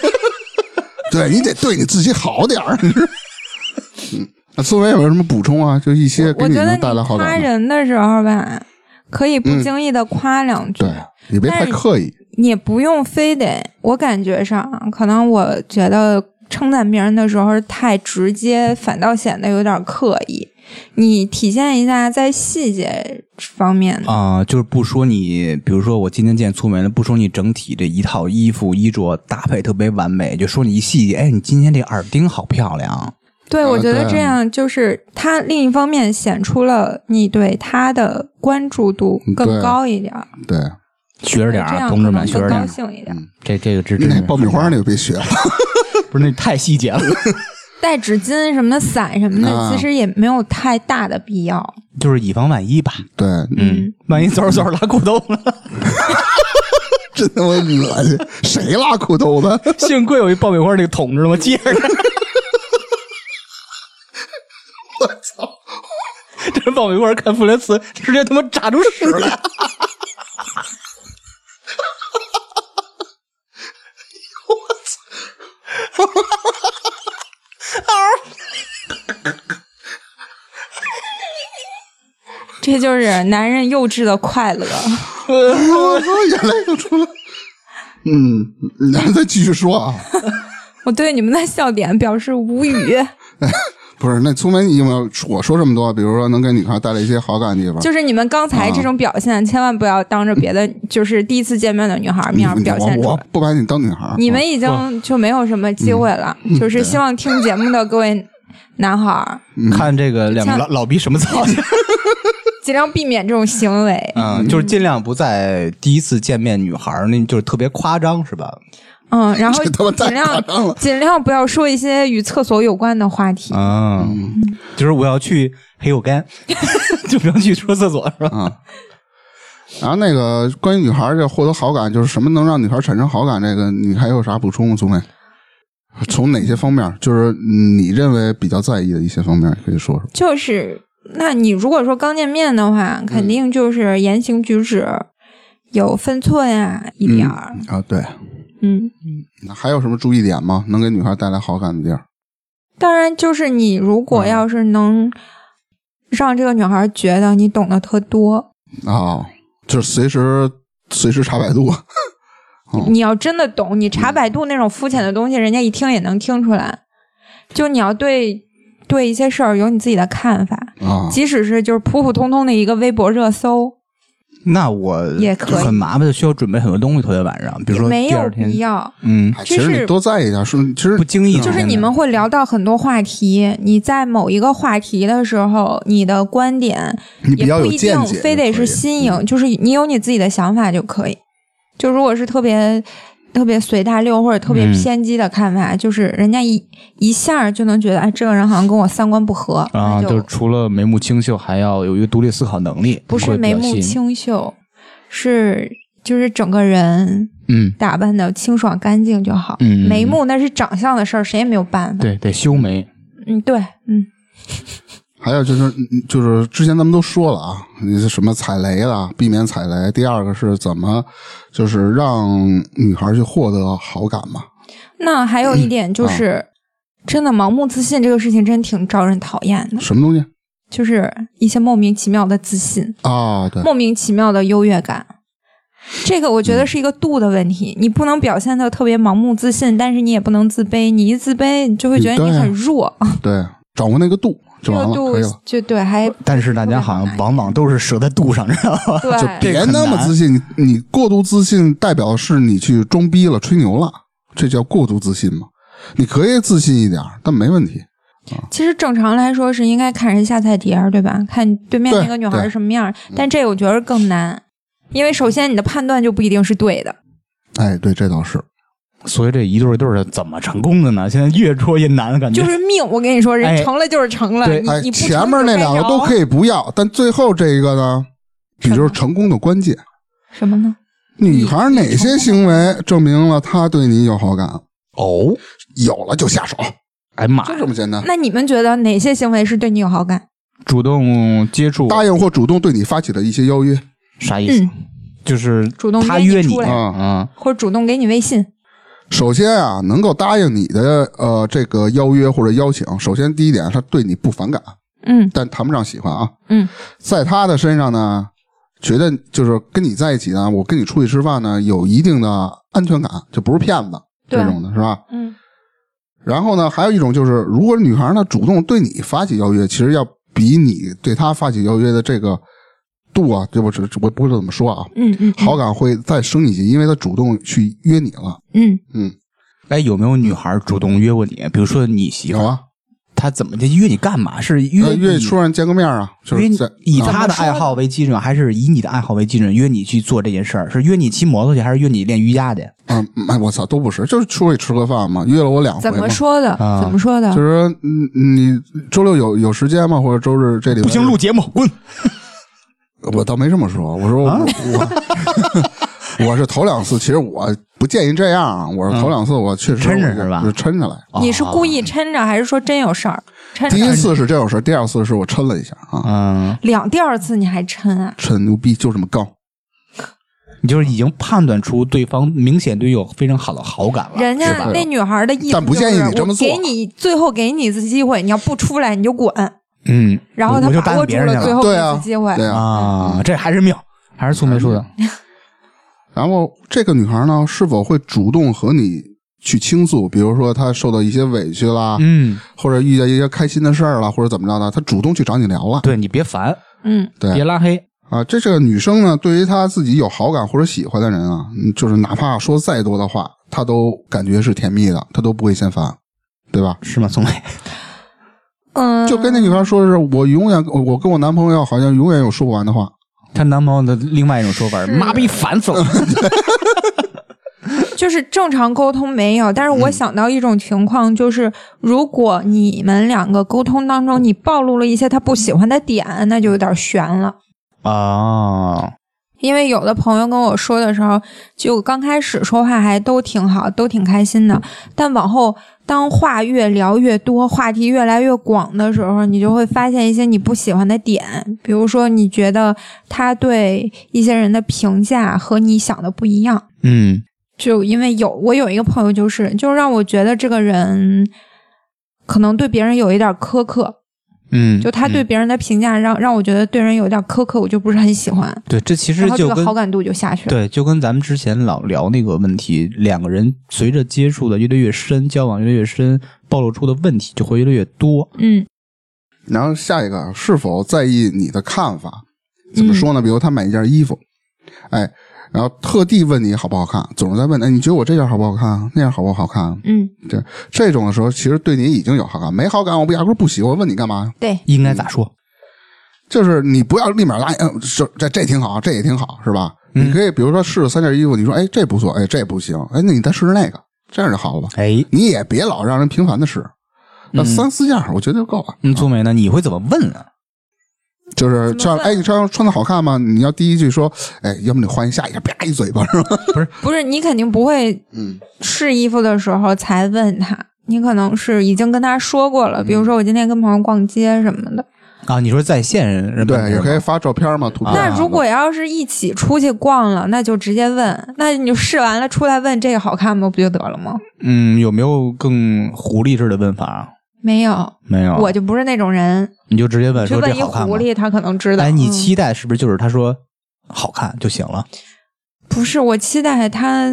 [SPEAKER 2] 对你得对你自己好点儿。 [LAUGHS] 嗯，那思维有没有什么补充啊？就一些给
[SPEAKER 4] 我
[SPEAKER 2] 你
[SPEAKER 4] 觉得
[SPEAKER 2] 能
[SPEAKER 4] 你
[SPEAKER 2] 带来好
[SPEAKER 4] 夸
[SPEAKER 2] 感的。嗯
[SPEAKER 4] 人的时候吧，可以不经意的夸两句，
[SPEAKER 2] 对你别太刻意。
[SPEAKER 4] 你不用非得。我感觉上，可能我觉得称赞别人的时候太直接，反倒显得有点刻意。你体现一下在细节方面的，
[SPEAKER 1] 啊、就是不说你，比如说我今天见粗眉了，不说你整体这一套衣服衣着搭配特别完美，就说你一细节，哎，你今天这耳钉好漂亮，
[SPEAKER 4] 对
[SPEAKER 2] 啊
[SPEAKER 4] 我觉得
[SPEAKER 2] 对
[SPEAKER 4] 这样就是他另一方面显出了你对他的关注度
[SPEAKER 2] 对
[SPEAKER 4] 更高一点儿，
[SPEAKER 2] 对，
[SPEAKER 1] 学着点儿
[SPEAKER 4] 这
[SPEAKER 1] 啊，
[SPEAKER 4] 样
[SPEAKER 1] 同志们，学
[SPEAKER 4] 可
[SPEAKER 1] 着
[SPEAKER 4] 能
[SPEAKER 1] 点儿。
[SPEAKER 4] 更高兴一点儿。
[SPEAKER 1] 这这个这
[SPEAKER 2] 你
[SPEAKER 1] 真
[SPEAKER 2] 那
[SPEAKER 1] 是
[SPEAKER 6] [LAUGHS]
[SPEAKER 2] 爆米花那个别学了。
[SPEAKER 1] 不是那太细节了，
[SPEAKER 4] 带纸巾什么的、伞什么的，
[SPEAKER 2] 啊
[SPEAKER 4] 其实也没有太大的必要。
[SPEAKER 1] 就是以防万一吧。
[SPEAKER 2] [LAUGHS] 对，
[SPEAKER 1] 嗯，万一走着走着拉裤兜了，
[SPEAKER 2] 真他妈恶心，谁拉裤兜
[SPEAKER 1] [LAUGHS]
[SPEAKER 2] 子？
[SPEAKER 1] 幸亏有一爆米花那个桶知道 [LAUGHS] 吗？接着。我操！这爆米花看复联四，直接他妈炸出屎来！
[SPEAKER 4] 这就
[SPEAKER 1] [LAUGHS]
[SPEAKER 4] 是男人幼稚的快乐。
[SPEAKER 2] [LAUGHS] 我操，眼泪都出来。嗯，你还再继续说啊？
[SPEAKER 4] 我对你们的笑点表示
[SPEAKER 2] [LAUGHS]
[SPEAKER 4] 无语。
[SPEAKER 2] 不是，那粗眉，你有没有我说这么多？比如说能给女孩带来一些好感的地方？
[SPEAKER 4] 就是你们刚才这种表
[SPEAKER 2] 啊
[SPEAKER 4] 现，千万不要当着别的就是第一次见面的女孩面
[SPEAKER 2] 你
[SPEAKER 4] 表现
[SPEAKER 2] 我
[SPEAKER 4] 出
[SPEAKER 2] 我
[SPEAKER 4] 来。
[SPEAKER 2] 不把你当女孩儿。啊
[SPEAKER 4] 你们已经就没有什么机会了。
[SPEAKER 2] 嗯
[SPEAKER 4] 就是希望听节目的各位男孩儿，
[SPEAKER 1] 看这个两个
[SPEAKER 4] 像
[SPEAKER 1] 老老逼什么造型，
[SPEAKER 4] 尽量避免这种行为。
[SPEAKER 1] [LAUGHS] 嗯，就是尽量不在第一次见面女孩儿那就是特别夸张是吧？
[SPEAKER 4] 嗯，然后
[SPEAKER 2] 这他妈太
[SPEAKER 4] 尽
[SPEAKER 2] 夸张了嗯
[SPEAKER 4] 量尽量不要说一些与厕所有关的话题。
[SPEAKER 1] 啊，就是我要去黑狗干， [LAUGHS] 就不要去说厕所是吧？
[SPEAKER 2] 啊。然后那个关于女孩儿这获得好感，就是什么能让女孩儿产生好感？这个你还有啥补充吗？苏梅？从哪些方面？就是你认为比较在意的一些方面，可以说说。
[SPEAKER 4] 就是，那你如果说刚见面的话，
[SPEAKER 2] 嗯
[SPEAKER 4] 肯定就是言行举止有分寸呀、一点儿，
[SPEAKER 2] 啊，对，
[SPEAKER 4] 嗯。
[SPEAKER 2] 那还有什么注意点吗？能给女孩儿带来好感的地儿？
[SPEAKER 4] 当然，就是你如
[SPEAKER 1] 嗯
[SPEAKER 4] 果要是能让这个女孩觉得你懂得特多，
[SPEAKER 2] 哦，就是随时随时查百度。嗯
[SPEAKER 4] 你要真的懂，你查百度那种肤浅的
[SPEAKER 1] 嗯
[SPEAKER 4] 东西，人家一听也能听出来。就你要对对一些事儿有你自己的看法，
[SPEAKER 1] 嗯
[SPEAKER 2] 啊，
[SPEAKER 4] 即使是就是普普通通的一个微博热搜，
[SPEAKER 1] 那我
[SPEAKER 4] 也可以
[SPEAKER 1] 就很麻烦，需要准备很多东西，头天晚上，比如说
[SPEAKER 4] 没
[SPEAKER 1] 第
[SPEAKER 4] 有
[SPEAKER 1] 二天
[SPEAKER 4] 必，要。
[SPEAKER 1] 嗯，
[SPEAKER 2] 哎
[SPEAKER 4] 这
[SPEAKER 2] 其实
[SPEAKER 4] 是
[SPEAKER 2] 你多在意点儿，说其实
[SPEAKER 1] 不经意
[SPEAKER 4] 就是你们会聊到很多话题，你在某一个话题的时候，你的观点
[SPEAKER 2] 你比
[SPEAKER 4] 也
[SPEAKER 2] 较
[SPEAKER 4] 不
[SPEAKER 2] 有
[SPEAKER 4] 一
[SPEAKER 2] 见解
[SPEAKER 4] 定
[SPEAKER 2] 就可以，
[SPEAKER 4] 非得是新颖，就是你有你自己的想法就可以。就如果是特别特别随大溜或者特别
[SPEAKER 1] 嗯
[SPEAKER 4] 偏激的看法，就是人家一一下就能觉得，哎，这个人好像跟我三观不合，
[SPEAKER 1] 啊，
[SPEAKER 4] 那
[SPEAKER 1] 就
[SPEAKER 4] 就是
[SPEAKER 1] 除了眉目清秀，还要有一个独立思考能力，
[SPEAKER 4] 不
[SPEAKER 1] 会
[SPEAKER 4] 是
[SPEAKER 1] 比
[SPEAKER 4] 眉
[SPEAKER 1] 较
[SPEAKER 4] 目
[SPEAKER 1] 吸引，
[SPEAKER 4] 清秀，是就是整个人
[SPEAKER 1] 嗯，
[SPEAKER 4] 打扮的清爽干净就好。
[SPEAKER 1] 嗯
[SPEAKER 4] 眉目那是长相的事儿，谁也没有办法。，
[SPEAKER 1] 对，得修眉，
[SPEAKER 4] 嗯，对，嗯。
[SPEAKER 2] 还有就是，嗯就是之前咱们都说了啊，你是什么踩雷了，避免踩雷。第二个是怎么，就是让女孩去获得好感嘛。
[SPEAKER 4] 那还有一点就是，真的盲目自信这个事情真挺招人讨厌的，
[SPEAKER 2] 什么东西
[SPEAKER 4] 就是一些莫名其妙的自信、
[SPEAKER 2] 啊？对，
[SPEAKER 4] 莫名其妙的优越感。这个我觉得是一个度的问题，
[SPEAKER 2] 嗯
[SPEAKER 4] 你不能表现的特别盲目自信，但是你也不能自卑。你一自卑，你就会觉得
[SPEAKER 2] 嗯
[SPEAKER 4] 你
[SPEAKER 2] 对啊
[SPEAKER 4] 很弱。
[SPEAKER 2] 对，掌握那个度就
[SPEAKER 4] 这个
[SPEAKER 2] 完了，
[SPEAKER 4] 度
[SPEAKER 2] 可以了。
[SPEAKER 4] 就对，还
[SPEAKER 1] 但是大家好像往往都是折在肚上，知道吧？
[SPEAKER 4] 对，
[SPEAKER 1] 这个
[SPEAKER 2] 别
[SPEAKER 1] 很
[SPEAKER 2] 那么
[SPEAKER 1] 难
[SPEAKER 2] 自信，你你过度自信代表是你去装逼了、吹牛了，这叫过度自信嘛？你可以自信一点，但没问题。
[SPEAKER 4] 其实正常来说是应该看人下菜碟儿，对吧？看对面
[SPEAKER 2] 对
[SPEAKER 4] 那个女孩
[SPEAKER 2] 对嗯
[SPEAKER 4] 是什么样儿，但这我觉得更难，因为首先你的判断就不一定是对的。
[SPEAKER 2] 哎，对，这倒是。
[SPEAKER 1] [LAUGHS] 所以这一对儿一对儿的怎么成功的呢？现在越捉越难，感觉
[SPEAKER 4] 就是命。我跟你说，
[SPEAKER 1] 哎
[SPEAKER 4] 人成了就是成了，
[SPEAKER 1] 对
[SPEAKER 4] 你
[SPEAKER 2] 嗯哎，
[SPEAKER 4] 你不
[SPEAKER 2] 前面那两个
[SPEAKER 4] 啊
[SPEAKER 2] 都可
[SPEAKER 4] 以。
[SPEAKER 2] 以不要，但最后这一个呢，也就是成功的关键。
[SPEAKER 4] 什么呢？
[SPEAKER 2] 女孩哪些行为证明了她对你有好感？啊
[SPEAKER 1] 哦，
[SPEAKER 2] 有了就下手，
[SPEAKER 1] 哎呀妈
[SPEAKER 2] 就
[SPEAKER 1] 呀，
[SPEAKER 2] 这么简单。
[SPEAKER 4] 那你们觉得哪些行为是对你有好感？
[SPEAKER 1] 主动接触
[SPEAKER 2] 答应或主动对你发起的一些邀约
[SPEAKER 1] 啥意思？就是
[SPEAKER 4] 嗯主动
[SPEAKER 1] 他
[SPEAKER 4] 约
[SPEAKER 1] 约
[SPEAKER 4] 你
[SPEAKER 1] 你
[SPEAKER 4] 出来
[SPEAKER 2] 啊，
[SPEAKER 1] 啊，
[SPEAKER 4] 或者主动给你微信？
[SPEAKER 2] 首先啊，能够答应你的呃这个邀约或者邀请，首先第一点，他对你不反感，
[SPEAKER 4] 嗯
[SPEAKER 2] 但谈不上喜欢啊。
[SPEAKER 4] 嗯，
[SPEAKER 2] 在他的身上呢，觉得就是跟你在一起呢，我跟你出去吃饭呢，有一定的安全感，就不是骗子
[SPEAKER 4] 对
[SPEAKER 2] 这种的，是吧？
[SPEAKER 4] 嗯，
[SPEAKER 2] 然后呢，还有一种就是，如果女孩呢主动对你发起邀约，其实要比你对她发起邀约的这个度啊，这我只我不会怎么说啊，
[SPEAKER 4] 嗯嗯，
[SPEAKER 2] 好感会再升一级，因为她主动去约你了。
[SPEAKER 4] 嗯，
[SPEAKER 2] 嗯，
[SPEAKER 1] 哎，有没有女孩主动约过你？比如说你媳妇
[SPEAKER 2] 有
[SPEAKER 1] 儿，
[SPEAKER 2] 啊，
[SPEAKER 1] 她怎么的约你干嘛？是约
[SPEAKER 2] 呃约
[SPEAKER 1] 你
[SPEAKER 2] 出来见个面啊，就
[SPEAKER 1] 约
[SPEAKER 2] 是
[SPEAKER 1] 你
[SPEAKER 2] 在
[SPEAKER 1] 以
[SPEAKER 2] 啊
[SPEAKER 1] 她的爱好为基准，还是以你的爱好为基准约你去做这件事儿？是约你骑摩托去，还是约你练瑜伽去？
[SPEAKER 2] 嗯，哎，我操，都不是，就是出去吃个饭嘛，约了我两回
[SPEAKER 4] 怎
[SPEAKER 2] 嘛
[SPEAKER 4] 么。说的？
[SPEAKER 1] 啊
[SPEAKER 4] 怎么说的
[SPEAKER 2] 就是？说，嗯，你周六有有时间吗？或者周日这里
[SPEAKER 1] 不行，录节目滚！
[SPEAKER 2] 我倒没这么说，我说
[SPEAKER 1] 啊
[SPEAKER 2] 我、我 [LAUGHS] 我是头两次，其实我不建议这样啊。我是头两次，我确实
[SPEAKER 1] 嗯抻着是吧
[SPEAKER 2] 我就抻着来。
[SPEAKER 4] 你是故意抻着，还是说真有事儿？抻
[SPEAKER 2] 啊第一
[SPEAKER 4] 着
[SPEAKER 2] 次是真有事，第二次是我抻了一下啊，
[SPEAKER 1] 嗯，
[SPEAKER 4] 两第二次你还抻啊？
[SPEAKER 2] 抻牛逼就这么高。
[SPEAKER 1] 你就是已经判断出对方明显对你有非常好的好感了。
[SPEAKER 4] 人
[SPEAKER 2] 啊是
[SPEAKER 4] 家
[SPEAKER 2] 吧
[SPEAKER 4] 那女孩的意思就是，
[SPEAKER 2] 但不建议你这么做
[SPEAKER 4] 我给你最后给你一次机会，你要不出来你就滚。
[SPEAKER 1] 嗯，
[SPEAKER 4] 然后
[SPEAKER 1] 我
[SPEAKER 4] 他
[SPEAKER 1] 我就
[SPEAKER 4] 把
[SPEAKER 1] 搭
[SPEAKER 4] 握
[SPEAKER 1] 理
[SPEAKER 4] 住
[SPEAKER 1] 别人去
[SPEAKER 4] 了最
[SPEAKER 1] 了
[SPEAKER 4] 后
[SPEAKER 2] 对啊
[SPEAKER 4] 一次机会，
[SPEAKER 2] 对啊，
[SPEAKER 1] 啊，这还是妙，还是粗眉说的。
[SPEAKER 2] 然后这个女孩呢，是否会主动和你去倾诉？比如说她受到一些委屈啦，
[SPEAKER 1] 嗯，
[SPEAKER 2] 或者遇见一些开心的事儿啦，或者怎么着的，她主动去找你聊了。
[SPEAKER 1] 对你别烦，
[SPEAKER 4] 嗯，
[SPEAKER 2] 对
[SPEAKER 1] 别拉黑。
[SPEAKER 2] 啊，这是个女生呢，对于她自己有好感或者喜欢的人啊，嗯就是哪怕说再多的话，她都感觉是甜蜜的，她都不会嫌烦，对吧？
[SPEAKER 1] 是吗，聪妹？
[SPEAKER 4] 嗯，
[SPEAKER 2] 就跟那女孩说的是，我永远，我我跟我男朋友好像永远有说不完的话。
[SPEAKER 1] 她男朋友的另外一种说法，妈逼烦死了。 [LAUGHS]
[SPEAKER 4] 就是正常沟通没有，但是
[SPEAKER 2] 嗯
[SPEAKER 4] 我想到一种情况，就是如果你们两个沟通当中，你暴露了一些他不喜欢的点，那就有点悬了。
[SPEAKER 1] 哦，
[SPEAKER 4] 因为有的朋友跟我说的时候，就刚开始说话还都挺好，都挺开心的，但往后当话越聊越多，话题越来越广的时候，你就会发现一些你不喜欢的点，比如说你觉得他对一些人的评价和你想的不一样。
[SPEAKER 1] 嗯，
[SPEAKER 4] 就因为有我有一个朋友，就是就让我觉得这个人可能对别人有一点苛刻，
[SPEAKER 1] 嗯，
[SPEAKER 4] 就他对
[SPEAKER 1] 嗯
[SPEAKER 4] 别人的评价让让我觉得对人有点苛刻，我就不是很喜欢，
[SPEAKER 1] 对，这其实
[SPEAKER 4] 然后这
[SPEAKER 1] 就
[SPEAKER 4] 个
[SPEAKER 1] 跟
[SPEAKER 4] 好感度就下去了。
[SPEAKER 1] 对，就跟咱们之前老聊那个问题，两个人随着接触的越来越深，交往越来越深，暴露出的问题就会越来越多。
[SPEAKER 4] 嗯，
[SPEAKER 2] 然后下一个，是否在意你的看法？怎么说呢？比如她买一件衣服，哎，然后特地问你好不好看，总是在问，哎，你觉得我这件好不好看啊？那件好不好看？
[SPEAKER 4] 嗯，
[SPEAKER 2] 这这种的时候，其实对你已经有好感，没好感我不压根儿不喜欢，我问你干嘛呀？
[SPEAKER 4] 对，
[SPEAKER 1] 应该咋
[SPEAKER 2] 嗯
[SPEAKER 1] 说？
[SPEAKER 2] 就是你不要立马拉，嗯，这这这挺好，这也挺好，是吧？你可以比如说试三件衣服，你说哎这不错，哎这不行，哎那你再试试那个，这样就好了吧？
[SPEAKER 1] 哎，
[SPEAKER 2] 你也别老让人频繁的试，那三四件我觉得就够了。
[SPEAKER 1] 嗯，宗梅呢？你会怎么问啊？
[SPEAKER 2] 就是
[SPEAKER 4] 怎么
[SPEAKER 2] 像
[SPEAKER 4] 办
[SPEAKER 2] 哎你穿穿的好看吗？你要第一句说哎，要不你换一下一个，啪一嘴巴是吧？
[SPEAKER 4] 不是你肯定不会
[SPEAKER 2] 嗯，
[SPEAKER 4] 试衣服的时候才问他，你可能是已经跟他说过
[SPEAKER 1] 嗯
[SPEAKER 4] 了，比如说我今天跟朋友逛街什么的。
[SPEAKER 1] 啊，你说在线人
[SPEAKER 2] 对，也可以
[SPEAKER 1] 以
[SPEAKER 2] 发照片嘛，图片啊。
[SPEAKER 4] 那如果要是一起出去逛
[SPEAKER 1] 嗯
[SPEAKER 4] 了，那就直接问，那你就试完了出来问这个好看吗？不就得了吗？
[SPEAKER 1] 嗯，有没有更狐狸式的问法啊？
[SPEAKER 4] 没有，
[SPEAKER 1] 没有，
[SPEAKER 4] 我就不是那种人，
[SPEAKER 1] 你就直接问
[SPEAKER 4] 就
[SPEAKER 1] 说这
[SPEAKER 4] 问一
[SPEAKER 1] 好看吗
[SPEAKER 4] 狐？狸，他可能知道。
[SPEAKER 1] 哎，你
[SPEAKER 4] 嗯
[SPEAKER 1] 期待是不是就是他说好看就行了？
[SPEAKER 4] 不是我期待他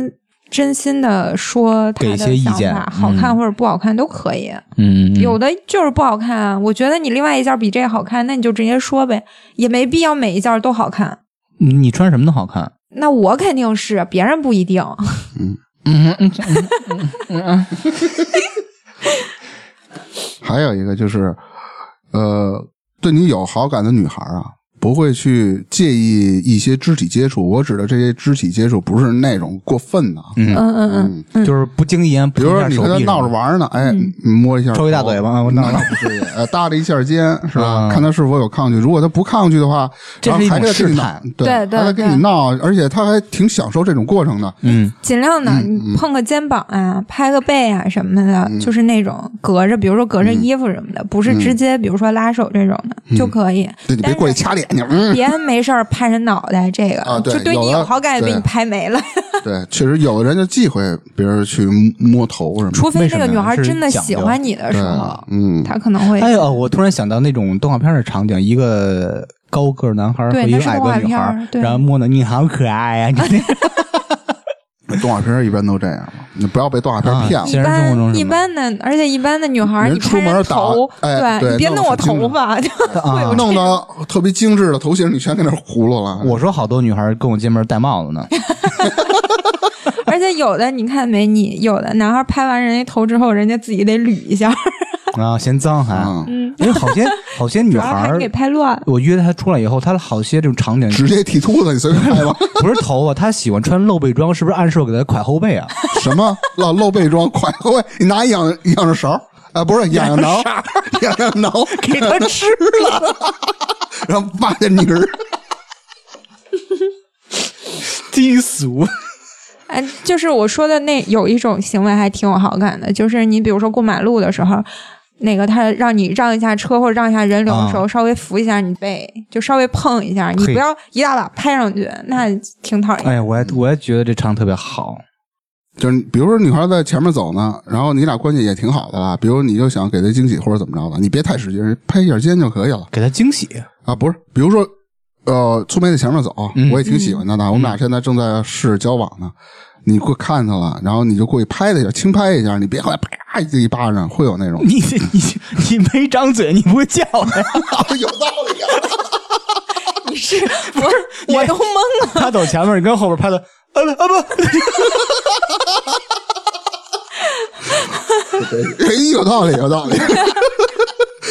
[SPEAKER 4] 真心的说他
[SPEAKER 1] 给
[SPEAKER 4] 的
[SPEAKER 1] 一些意
[SPEAKER 4] 想
[SPEAKER 1] 见
[SPEAKER 4] 法，好看
[SPEAKER 1] 嗯
[SPEAKER 4] 或者不好看都可以。啊
[SPEAKER 1] 嗯，嗯嗯
[SPEAKER 4] 有的就是不好看啊，我觉得你另外一件比这好看，那你就直接说呗，也没必要每一件都好看。
[SPEAKER 1] 嗯你你穿什么的好看？
[SPEAKER 4] 那我肯定是，别人不一定。
[SPEAKER 2] 还有一个就是，呃，对你有好感的女孩啊，不会去介意一些肢体接触。我指的这些肢体接触，不是那种过分的啊，
[SPEAKER 4] 嗯嗯嗯，
[SPEAKER 1] 就是不经意间，比
[SPEAKER 2] 比如说你跟他闹着，玩哦呢，哎，摸一下头，
[SPEAKER 1] 抽一大嘴巴我嗯闹
[SPEAKER 2] 那那不至于，呃，搭了一下肩，是吧？
[SPEAKER 1] 啊
[SPEAKER 2] 看他是否有抗拒。如果他不抗拒的话，
[SPEAKER 1] 这是一
[SPEAKER 2] 然后还
[SPEAKER 1] 种
[SPEAKER 2] 在跟
[SPEAKER 1] 试
[SPEAKER 2] 你闹
[SPEAKER 1] 探，
[SPEAKER 2] 对，
[SPEAKER 4] 对对
[SPEAKER 2] 还在跟
[SPEAKER 4] 对
[SPEAKER 2] 你闹，而且他还挺享受这种过程的。
[SPEAKER 1] 嗯，
[SPEAKER 4] 尽量的，你碰个肩膀啊，拍个背啊什么的，就是那种隔着，比如说隔着衣服什么的，不是直接，比如说拉手这种的就可以。
[SPEAKER 2] 对你别
[SPEAKER 4] 但是
[SPEAKER 2] 过去掐脸去，嗯，
[SPEAKER 4] 别没事儿拍人脑袋，这个、
[SPEAKER 2] 啊对
[SPEAKER 4] 就对
[SPEAKER 2] 有
[SPEAKER 4] 你
[SPEAKER 2] 的
[SPEAKER 4] 有好感，
[SPEAKER 2] 对
[SPEAKER 4] 被你拍没了。
[SPEAKER 2] 对，确实有的人就忌讳别人去摸头什么的。
[SPEAKER 4] 除非那个女孩
[SPEAKER 1] 为什么呀
[SPEAKER 4] 真的喜欢你的时候
[SPEAKER 2] 对，，嗯，
[SPEAKER 4] 她可能会。
[SPEAKER 1] 哎呦，我突然想到那种动画片的场景，一个高个儿男孩儿和
[SPEAKER 4] 对
[SPEAKER 1] 一
[SPEAKER 4] 那
[SPEAKER 1] 个
[SPEAKER 4] 是
[SPEAKER 1] 矮
[SPEAKER 4] 动
[SPEAKER 1] 个
[SPEAKER 4] 画
[SPEAKER 1] 女
[SPEAKER 4] 片
[SPEAKER 1] 孩
[SPEAKER 4] 儿
[SPEAKER 1] 儿，
[SPEAKER 4] 对
[SPEAKER 1] 然后摸呢，你好可爱呀，你这
[SPEAKER 2] 动画片一般都这样嘛，你不要被动画片骗
[SPEAKER 1] 啊
[SPEAKER 2] 了。
[SPEAKER 4] 一
[SPEAKER 1] 现实生活中
[SPEAKER 4] 般
[SPEAKER 1] 是
[SPEAKER 4] 一
[SPEAKER 1] 吗
[SPEAKER 4] 般的，而且一般的女孩儿，
[SPEAKER 2] 人
[SPEAKER 4] 你拍
[SPEAKER 2] 出门打
[SPEAKER 4] 头，
[SPEAKER 2] 哎对
[SPEAKER 4] 你别
[SPEAKER 2] 弄
[SPEAKER 4] 弄我
[SPEAKER 2] 得很
[SPEAKER 4] 头
[SPEAKER 2] 精
[SPEAKER 4] 发， [LAUGHS] 就
[SPEAKER 1] 啊
[SPEAKER 4] 会有这
[SPEAKER 2] 弄
[SPEAKER 4] 种
[SPEAKER 2] 到特别精致的头型，你全给那葫芦了。
[SPEAKER 1] 我说好多女孩儿跟我见面戴帽
[SPEAKER 4] [LAUGHS]
[SPEAKER 1] 子呢，
[SPEAKER 4] 而且有的你看没你，有的男孩拍完人家头之后，人家自己得捋一下，
[SPEAKER 1] 啊，嫌脏还，
[SPEAKER 2] 嗯，
[SPEAKER 1] 因为
[SPEAKER 4] [LAUGHS]
[SPEAKER 1] 好些好些女
[SPEAKER 4] 主要
[SPEAKER 1] 孩
[SPEAKER 4] 还
[SPEAKER 1] 儿
[SPEAKER 4] 是给，拍乱了。
[SPEAKER 1] 我约她出来以后，她的好些这种 [LAUGHS] 场景
[SPEAKER 2] 直接剃秃子，你随便拍吧。
[SPEAKER 1] 不是头发，她喜欢穿露背装，是不是暗示我给她挎后背啊？
[SPEAKER 2] 什么老露背装，快喂，你拿一样样式勺，啊，不是痒痒挠，痒痒挠，
[SPEAKER 1] [LAUGHS] 给她吃了，
[SPEAKER 2] 然后挖点泥儿。
[SPEAKER 1] 低俗。
[SPEAKER 4] 哎，就是我说的那有一种行为还挺有好感的，就是你比如说过马路的时候，那个他让你让一下车或者让一下人流的时候，稍微扶一下你背，就稍微碰一下，你
[SPEAKER 1] 嘿
[SPEAKER 4] 不要一大把拍上去，那挺讨厌。
[SPEAKER 1] 哎呀，我还我还觉得这唱特别好，
[SPEAKER 2] 就是比如说女孩在前面走呢，然后你俩关系也挺好的啦，比如你就想给她惊喜或者怎么着的，你别太使劲，拍一下肩就可以了
[SPEAKER 1] 给她惊喜。 [LAUGHS]
[SPEAKER 2] 啊。不是，比如说，呃，粗梅在前面走，
[SPEAKER 1] 嗯
[SPEAKER 2] 我也挺喜欢她的，我们俩现在正在试交往呢。你过看她了，然后你就过去拍她一下，轻拍一下，你别后来啪一巴掌，会有那种
[SPEAKER 1] 你你你没张嘴，你不会叫呀？
[SPEAKER 2] 有道理啊。
[SPEAKER 4] 你是我我都懵了，
[SPEAKER 1] 他走前面，你跟后边拍的，啊不啊不，
[SPEAKER 2] [LAUGHS] 哎，有道理，有道理。 [LAUGHS]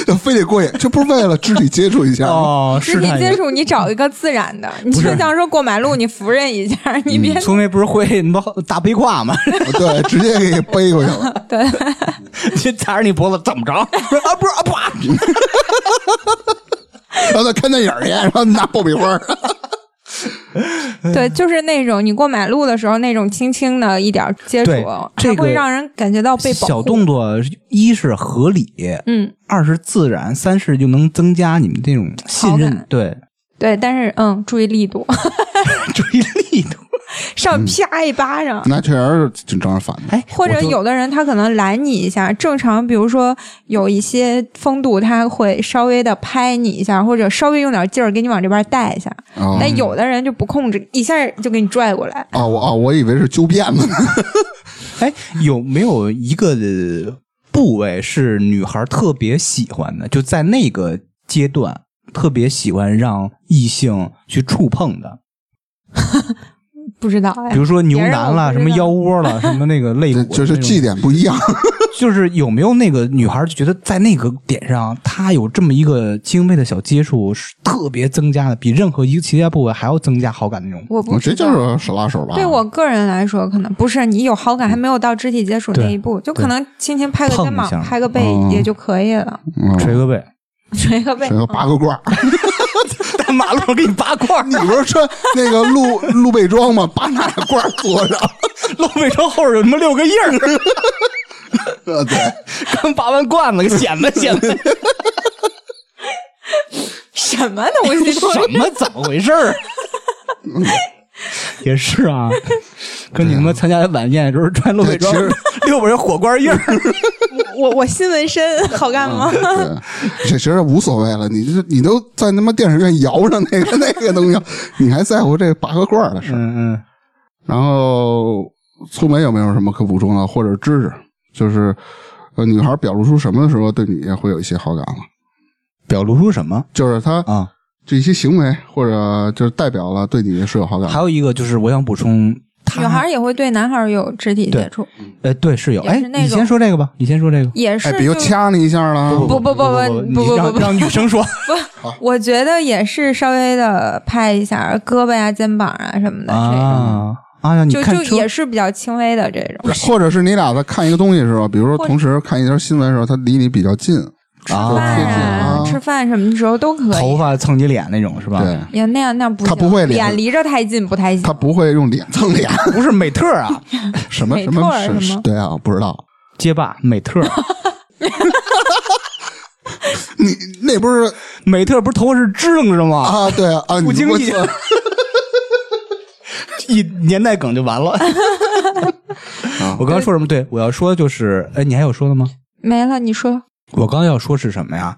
[SPEAKER 2] 就非得过瘾，这不是为了肢体接触一下吗？
[SPEAKER 1] 哦，
[SPEAKER 4] 肢
[SPEAKER 1] 试
[SPEAKER 4] 体
[SPEAKER 1] 探一
[SPEAKER 4] 接
[SPEAKER 1] 下。嗯
[SPEAKER 4] 触你找一个自然的，你
[SPEAKER 1] 不是嗯
[SPEAKER 4] 就像说过马路你扶人一下，你别
[SPEAKER 1] 聪梅不是会那大背胯吗？
[SPEAKER 2] 哦对，直接给背过去了。
[SPEAKER 4] 对。
[SPEAKER 1] [LAUGHS] 就踩着你脖子怎么着？啊不是啊不是，
[SPEAKER 2] 然后再看电影去，然后拿爆米花。
[SPEAKER 4] 对，就是那种你过马路的时候，那种轻轻的一点儿接触
[SPEAKER 1] 对，这
[SPEAKER 4] 它
[SPEAKER 1] 个
[SPEAKER 4] 会让人感觉到被保护。
[SPEAKER 1] 小动作一是合理，
[SPEAKER 4] 嗯，
[SPEAKER 1] 二是自然，三是就能增加你们这种信
[SPEAKER 4] 好
[SPEAKER 1] 任
[SPEAKER 4] 感，
[SPEAKER 1] 对， [LAUGHS]
[SPEAKER 4] 对，但是嗯，注意力度， [LAUGHS]
[SPEAKER 1] 注意力度。
[SPEAKER 4] 上啪一巴掌，
[SPEAKER 2] 那确实是挺招人烦的。
[SPEAKER 1] 哎，
[SPEAKER 4] 或者
[SPEAKER 1] 嗯我就
[SPEAKER 4] 有的人他可能拦你一下，正常，比如说有一些风度，他会稍微的拍你一下，或者稍微用点劲儿给你往这边带一下。
[SPEAKER 2] 哦
[SPEAKER 4] 但有的人就不控制，一下就给你拽过来。
[SPEAKER 2] 哦，我哦，我以为是揪辫子呢。
[SPEAKER 1] 哎，有没有一个呃部位是女孩特别喜欢的？就在那个阶段，特别喜欢让异性去触碰的，
[SPEAKER 4] 不知道哎
[SPEAKER 1] 比，如说牛腩啦，
[SPEAKER 4] 别人我不
[SPEAKER 1] 什么腰窝
[SPEAKER 4] 知道
[SPEAKER 1] 啦，什么那个肋骨
[SPEAKER 2] 就
[SPEAKER 1] 那种，
[SPEAKER 2] 就是祭点不一样，
[SPEAKER 1] 就是有没有那个女孩就觉得在那个点上，她有这么一个轻微的小接触，是特别增加的，比任何一个其他部位还要增加好感那种。
[SPEAKER 4] 我不
[SPEAKER 2] 我
[SPEAKER 4] 知
[SPEAKER 2] 这
[SPEAKER 4] 道。
[SPEAKER 2] 就是手拉手吧。
[SPEAKER 4] 对我个人来说，可能不是你有好感，还没有到肢体接触那一步，就可能轻轻拍个肩
[SPEAKER 1] 嗯碰一下
[SPEAKER 4] 膀、拍个背
[SPEAKER 2] 嗯
[SPEAKER 4] 也就可以了，
[SPEAKER 2] 嗯
[SPEAKER 1] 捶个背，
[SPEAKER 4] 捶个背
[SPEAKER 2] 谁。要拔个罐儿？
[SPEAKER 1] 在马路上给你扒块儿
[SPEAKER 2] 你不是穿那个露露背装吗？拔那俩罐儿坐着。
[SPEAKER 1] 露背窗后边有他妈六个印儿， [LAUGHS]
[SPEAKER 2] 呃 [LAUGHS] 对，
[SPEAKER 1] 刚拔完罐子，给显摆显摆。
[SPEAKER 4] 什么东
[SPEAKER 1] [LAUGHS]
[SPEAKER 4] 西？
[SPEAKER 1] 什么？怎么回事儿？ [LAUGHS] 也是啊，跟你们参加晚宴的时候穿露背装
[SPEAKER 2] 对
[SPEAKER 1] [LAUGHS]
[SPEAKER 2] 其，
[SPEAKER 1] 六个人火锅印儿，
[SPEAKER 4] 我我新纹身，好干吗？
[SPEAKER 1] 嗯
[SPEAKER 2] 对，这其实无所谓了。你这你都在他妈电影院摇上那个那个东西，你还在乎这拔个罐儿的事儿？
[SPEAKER 1] 嗯嗯，
[SPEAKER 2] 然后粗眉有没有什么可补充的，或者知识？就是呃，女孩表露出什么的时候，对你也会有一些好感了？
[SPEAKER 1] 表露出什么
[SPEAKER 2] 就是她
[SPEAKER 1] 啊？
[SPEAKER 2] 这些行为，或者就是代表了对你是有好感
[SPEAKER 1] 还
[SPEAKER 2] 的。
[SPEAKER 1] 有一个就是，我想补充，他
[SPEAKER 4] [LAUGHS] 女孩也会对男孩有肢体接触，
[SPEAKER 1] 呃对是有，
[SPEAKER 4] 也
[SPEAKER 1] 哎
[SPEAKER 4] 是，那
[SPEAKER 1] 你先
[SPEAKER 4] 种
[SPEAKER 1] 说这个吧，你先说这个。
[SPEAKER 4] 也是
[SPEAKER 2] 哎，
[SPEAKER 4] 就。
[SPEAKER 2] 比如掐你一下啦，
[SPEAKER 4] 不不不
[SPEAKER 1] 你
[SPEAKER 4] 不不
[SPEAKER 1] 让
[SPEAKER 4] 不
[SPEAKER 1] 让女生
[SPEAKER 4] [LAUGHS]
[SPEAKER 1] 说
[SPEAKER 4] 我觉得也是稍微的拍一下胳膊呀、肩膀啊什么的，
[SPEAKER 1] 啊啊！让你
[SPEAKER 4] 这
[SPEAKER 1] 看
[SPEAKER 4] 种就
[SPEAKER 1] 车
[SPEAKER 4] 就也是比较轻微的这种。
[SPEAKER 2] 或者是你俩在看一个东西的时候，比如说
[SPEAKER 4] 或
[SPEAKER 2] 同时看一条新闻的时候，它离你比较近，
[SPEAKER 4] 吃饭呀、
[SPEAKER 2] 啊
[SPEAKER 4] 吃饭什么时候都可
[SPEAKER 1] 头
[SPEAKER 4] 以。
[SPEAKER 1] 发蹭你脸那种是吧？
[SPEAKER 2] 对，
[SPEAKER 4] 也那样那不
[SPEAKER 2] 他不
[SPEAKER 4] 行，
[SPEAKER 2] 会脸
[SPEAKER 4] 脸离着太近不太行
[SPEAKER 2] 它。不会用脸蹭脸，
[SPEAKER 1] 不是美特啊， [LAUGHS]
[SPEAKER 2] 什么
[SPEAKER 4] 美
[SPEAKER 2] 什
[SPEAKER 4] 特
[SPEAKER 2] 么
[SPEAKER 4] 儿
[SPEAKER 2] 什
[SPEAKER 4] 什么
[SPEAKER 2] 对啊，不知道。
[SPEAKER 1] 街霸美
[SPEAKER 4] [LAUGHS]
[SPEAKER 1] 特，
[SPEAKER 2] 你那不是
[SPEAKER 1] 美特不是头发是支棱着吗？
[SPEAKER 2] 啊？对啊，啊
[SPEAKER 1] 不经
[SPEAKER 2] 你
[SPEAKER 1] 意
[SPEAKER 2] 给我
[SPEAKER 1] [LAUGHS] 一年代梗就完
[SPEAKER 4] [LAUGHS]
[SPEAKER 1] 了。我刚刚说什么？对我要说就是，哎，你还有说的吗？
[SPEAKER 4] 没了，你说，
[SPEAKER 1] 我刚刚要说是什么呀？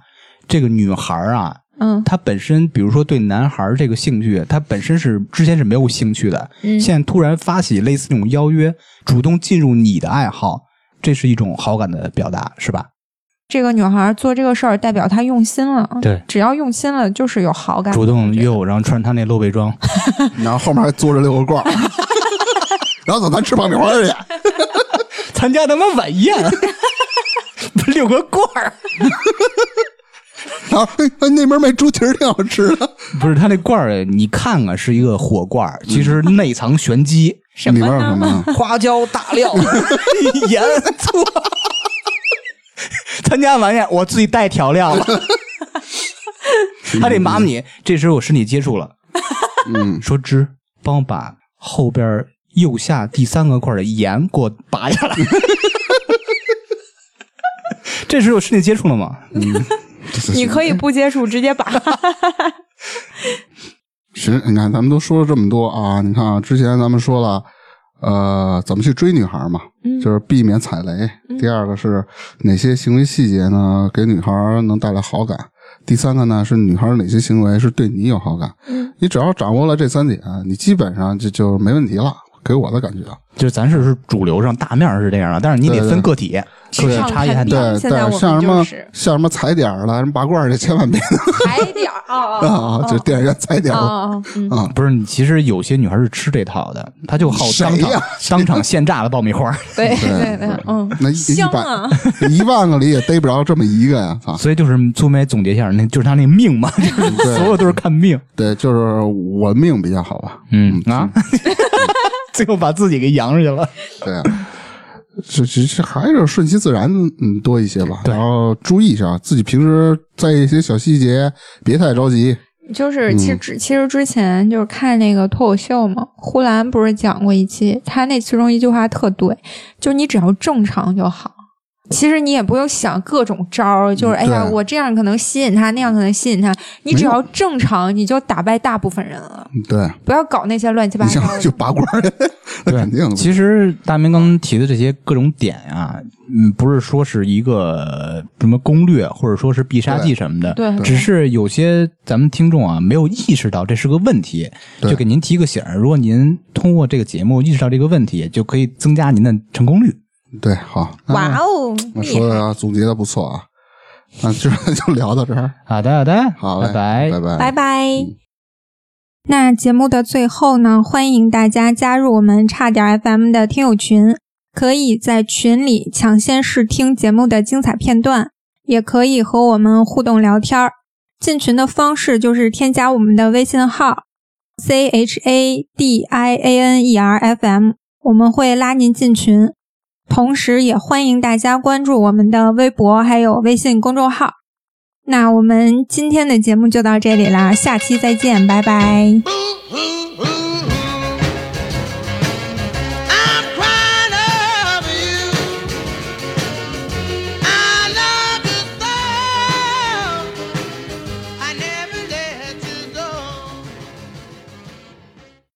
[SPEAKER 1] 这个女孩儿啊，
[SPEAKER 4] 嗯，
[SPEAKER 1] 她本身比如说对男孩儿这个兴趣，她本身是之前是没有兴趣的，
[SPEAKER 4] 嗯
[SPEAKER 1] 现在突然发起类似这种邀约，主动进入你的爱好，这是一种好感的表达，是吧？
[SPEAKER 4] 这个女孩做这个事儿代表她用心了，
[SPEAKER 1] 对，
[SPEAKER 4] 只要用心了就是有好感。
[SPEAKER 1] 主动约我，然后穿她那露背装，
[SPEAKER 2] 然后后面还嘬着六个罐儿， [LAUGHS] 然后走咱吃爆米花去。
[SPEAKER 1] [LAUGHS] 参加他妈晚 [LAUGHS] 宴，六个罐儿，
[SPEAKER 2] 然后嘿，那边卖猪蹄儿挺好吃的，
[SPEAKER 1] 不是他那罐儿，你看看是一个火罐儿，其实内藏玄机，
[SPEAKER 4] 什么
[SPEAKER 2] 里
[SPEAKER 4] 呢
[SPEAKER 2] 边有什
[SPEAKER 4] [LAUGHS]
[SPEAKER 2] 么呀？
[SPEAKER 1] [LAUGHS] 花椒、大
[SPEAKER 2] [LAUGHS]
[SPEAKER 1] 料、 [LAUGHS] 盐、醋。参加晚宴，我自己带调料了。他得麻烦你，这时候我身体接触了，
[SPEAKER 2] 嗯，
[SPEAKER 1] 说芝，帮我把后边右下第三个块的盐给我拔下来。 [LAUGHS] 这时候身体接触了吗？
[SPEAKER 4] 你可以不接触，直接把
[SPEAKER 2] 行，你看咱们都说了这么多啊，你看啊，之前咱们说了，呃，怎么去追女孩嘛，
[SPEAKER 4] 嗯
[SPEAKER 2] 就是避免踩雷。第二个是哪些行为细节呢，给女孩能带来好感。第三个呢是女孩哪些行为是对你有好感。
[SPEAKER 4] 嗯
[SPEAKER 2] 你只要掌握了这三点，你基本上就就没问题了。给我的感觉，
[SPEAKER 1] 就是咱是是主流上大面上是这样的，但是你得
[SPEAKER 2] 对对
[SPEAKER 1] 分个体，个
[SPEAKER 4] 职
[SPEAKER 1] 体
[SPEAKER 4] 场
[SPEAKER 1] 差异还
[SPEAKER 4] 看
[SPEAKER 1] 大
[SPEAKER 4] 病。
[SPEAKER 2] 对
[SPEAKER 4] 现
[SPEAKER 2] 对
[SPEAKER 4] 在我，们
[SPEAKER 2] 像什么
[SPEAKER 4] 就是哦
[SPEAKER 2] 像什么踩点儿了，什么拔罐儿的，千万别
[SPEAKER 4] 抬一点儿啊
[SPEAKER 2] 啊，就电影院踩点
[SPEAKER 4] 啊
[SPEAKER 2] 儿。
[SPEAKER 4] 啊！嗯
[SPEAKER 1] 不是，你其实有些女孩是吃这套的，她就好当
[SPEAKER 2] 谁
[SPEAKER 1] 场、
[SPEAKER 2] 呀
[SPEAKER 1] 当场现炸的爆米花，
[SPEAKER 4] 对对对，嗯，
[SPEAKER 2] 那一一
[SPEAKER 4] 香
[SPEAKER 2] 百、
[SPEAKER 4] 啊
[SPEAKER 2] [LAUGHS] 一万个里也逮不着这么一个呀！操，
[SPEAKER 1] 所以就是苏梅总结一下，那就是她那命
[SPEAKER 2] [LAUGHS]
[SPEAKER 1] 嘛，就是
[SPEAKER 2] 啊对
[SPEAKER 1] 所有都是看命，
[SPEAKER 2] 对，就是我命比较好吧。
[SPEAKER 1] 嗯啊， [LAUGHS] 最后把自己给扬出去了。
[SPEAKER 2] 对啊，这这这还是顺其自然，嗯，多一些吧。
[SPEAKER 1] 对
[SPEAKER 2] 然后注意一下自己平时在意一些小细节，别太着急。嗯
[SPEAKER 4] 就是其实之、其实之前就是看那个脱口秀嘛，呼兰不是讲过一期，他那其中一句话特对，就你只要正常就好。其实你也不用想各种招儿，就是哎呀，
[SPEAKER 2] 嗯对
[SPEAKER 4] 我这样可能吸引他，那样可能吸引他。你只要正常，你就打败大部分人了。
[SPEAKER 2] 对，
[SPEAKER 4] 不要搞那些乱七八
[SPEAKER 2] 你
[SPEAKER 4] 糟
[SPEAKER 2] 想就
[SPEAKER 4] 的。
[SPEAKER 2] 拔罐儿， [LAUGHS] 那 [LAUGHS] 肯定的。
[SPEAKER 1] 其实大明刚提的这些各种点啊，嗯，不是说是一个什么攻略，或者说是必杀技什么的，
[SPEAKER 4] 对对
[SPEAKER 1] 只是有些咱们听众啊没有意识到这是个问题，
[SPEAKER 2] 对
[SPEAKER 1] 就给您提个醒儿。如果您通过这个节目意识到这个问题，就可以增加您的成功率。
[SPEAKER 2] 对，好，
[SPEAKER 4] 哇哦，
[SPEAKER 2] 我
[SPEAKER 4] 厉
[SPEAKER 2] 说
[SPEAKER 4] 害！
[SPEAKER 2] 的啊总结的不错啊。那今儿就 [LAUGHS] 聊到这儿，
[SPEAKER 1] 好的，好的，
[SPEAKER 2] 好嘞，
[SPEAKER 1] 拜拜，
[SPEAKER 2] 拜拜，
[SPEAKER 4] 拜拜。那节目的最后呢，欢迎大家加入我们差点 FM 的听友群，可以在群里抢先试听节目的精彩片段，也可以和我们互动聊天儿。进群的方式就是添加我们的微信号 c h a d i a n e r f m，我们会拉您进群。同时，也欢迎大家关注我们的微博还有微信公众号。那我们今天的节目就到这里啦，下期再见，拜拜。
[SPEAKER 3] Boo hoo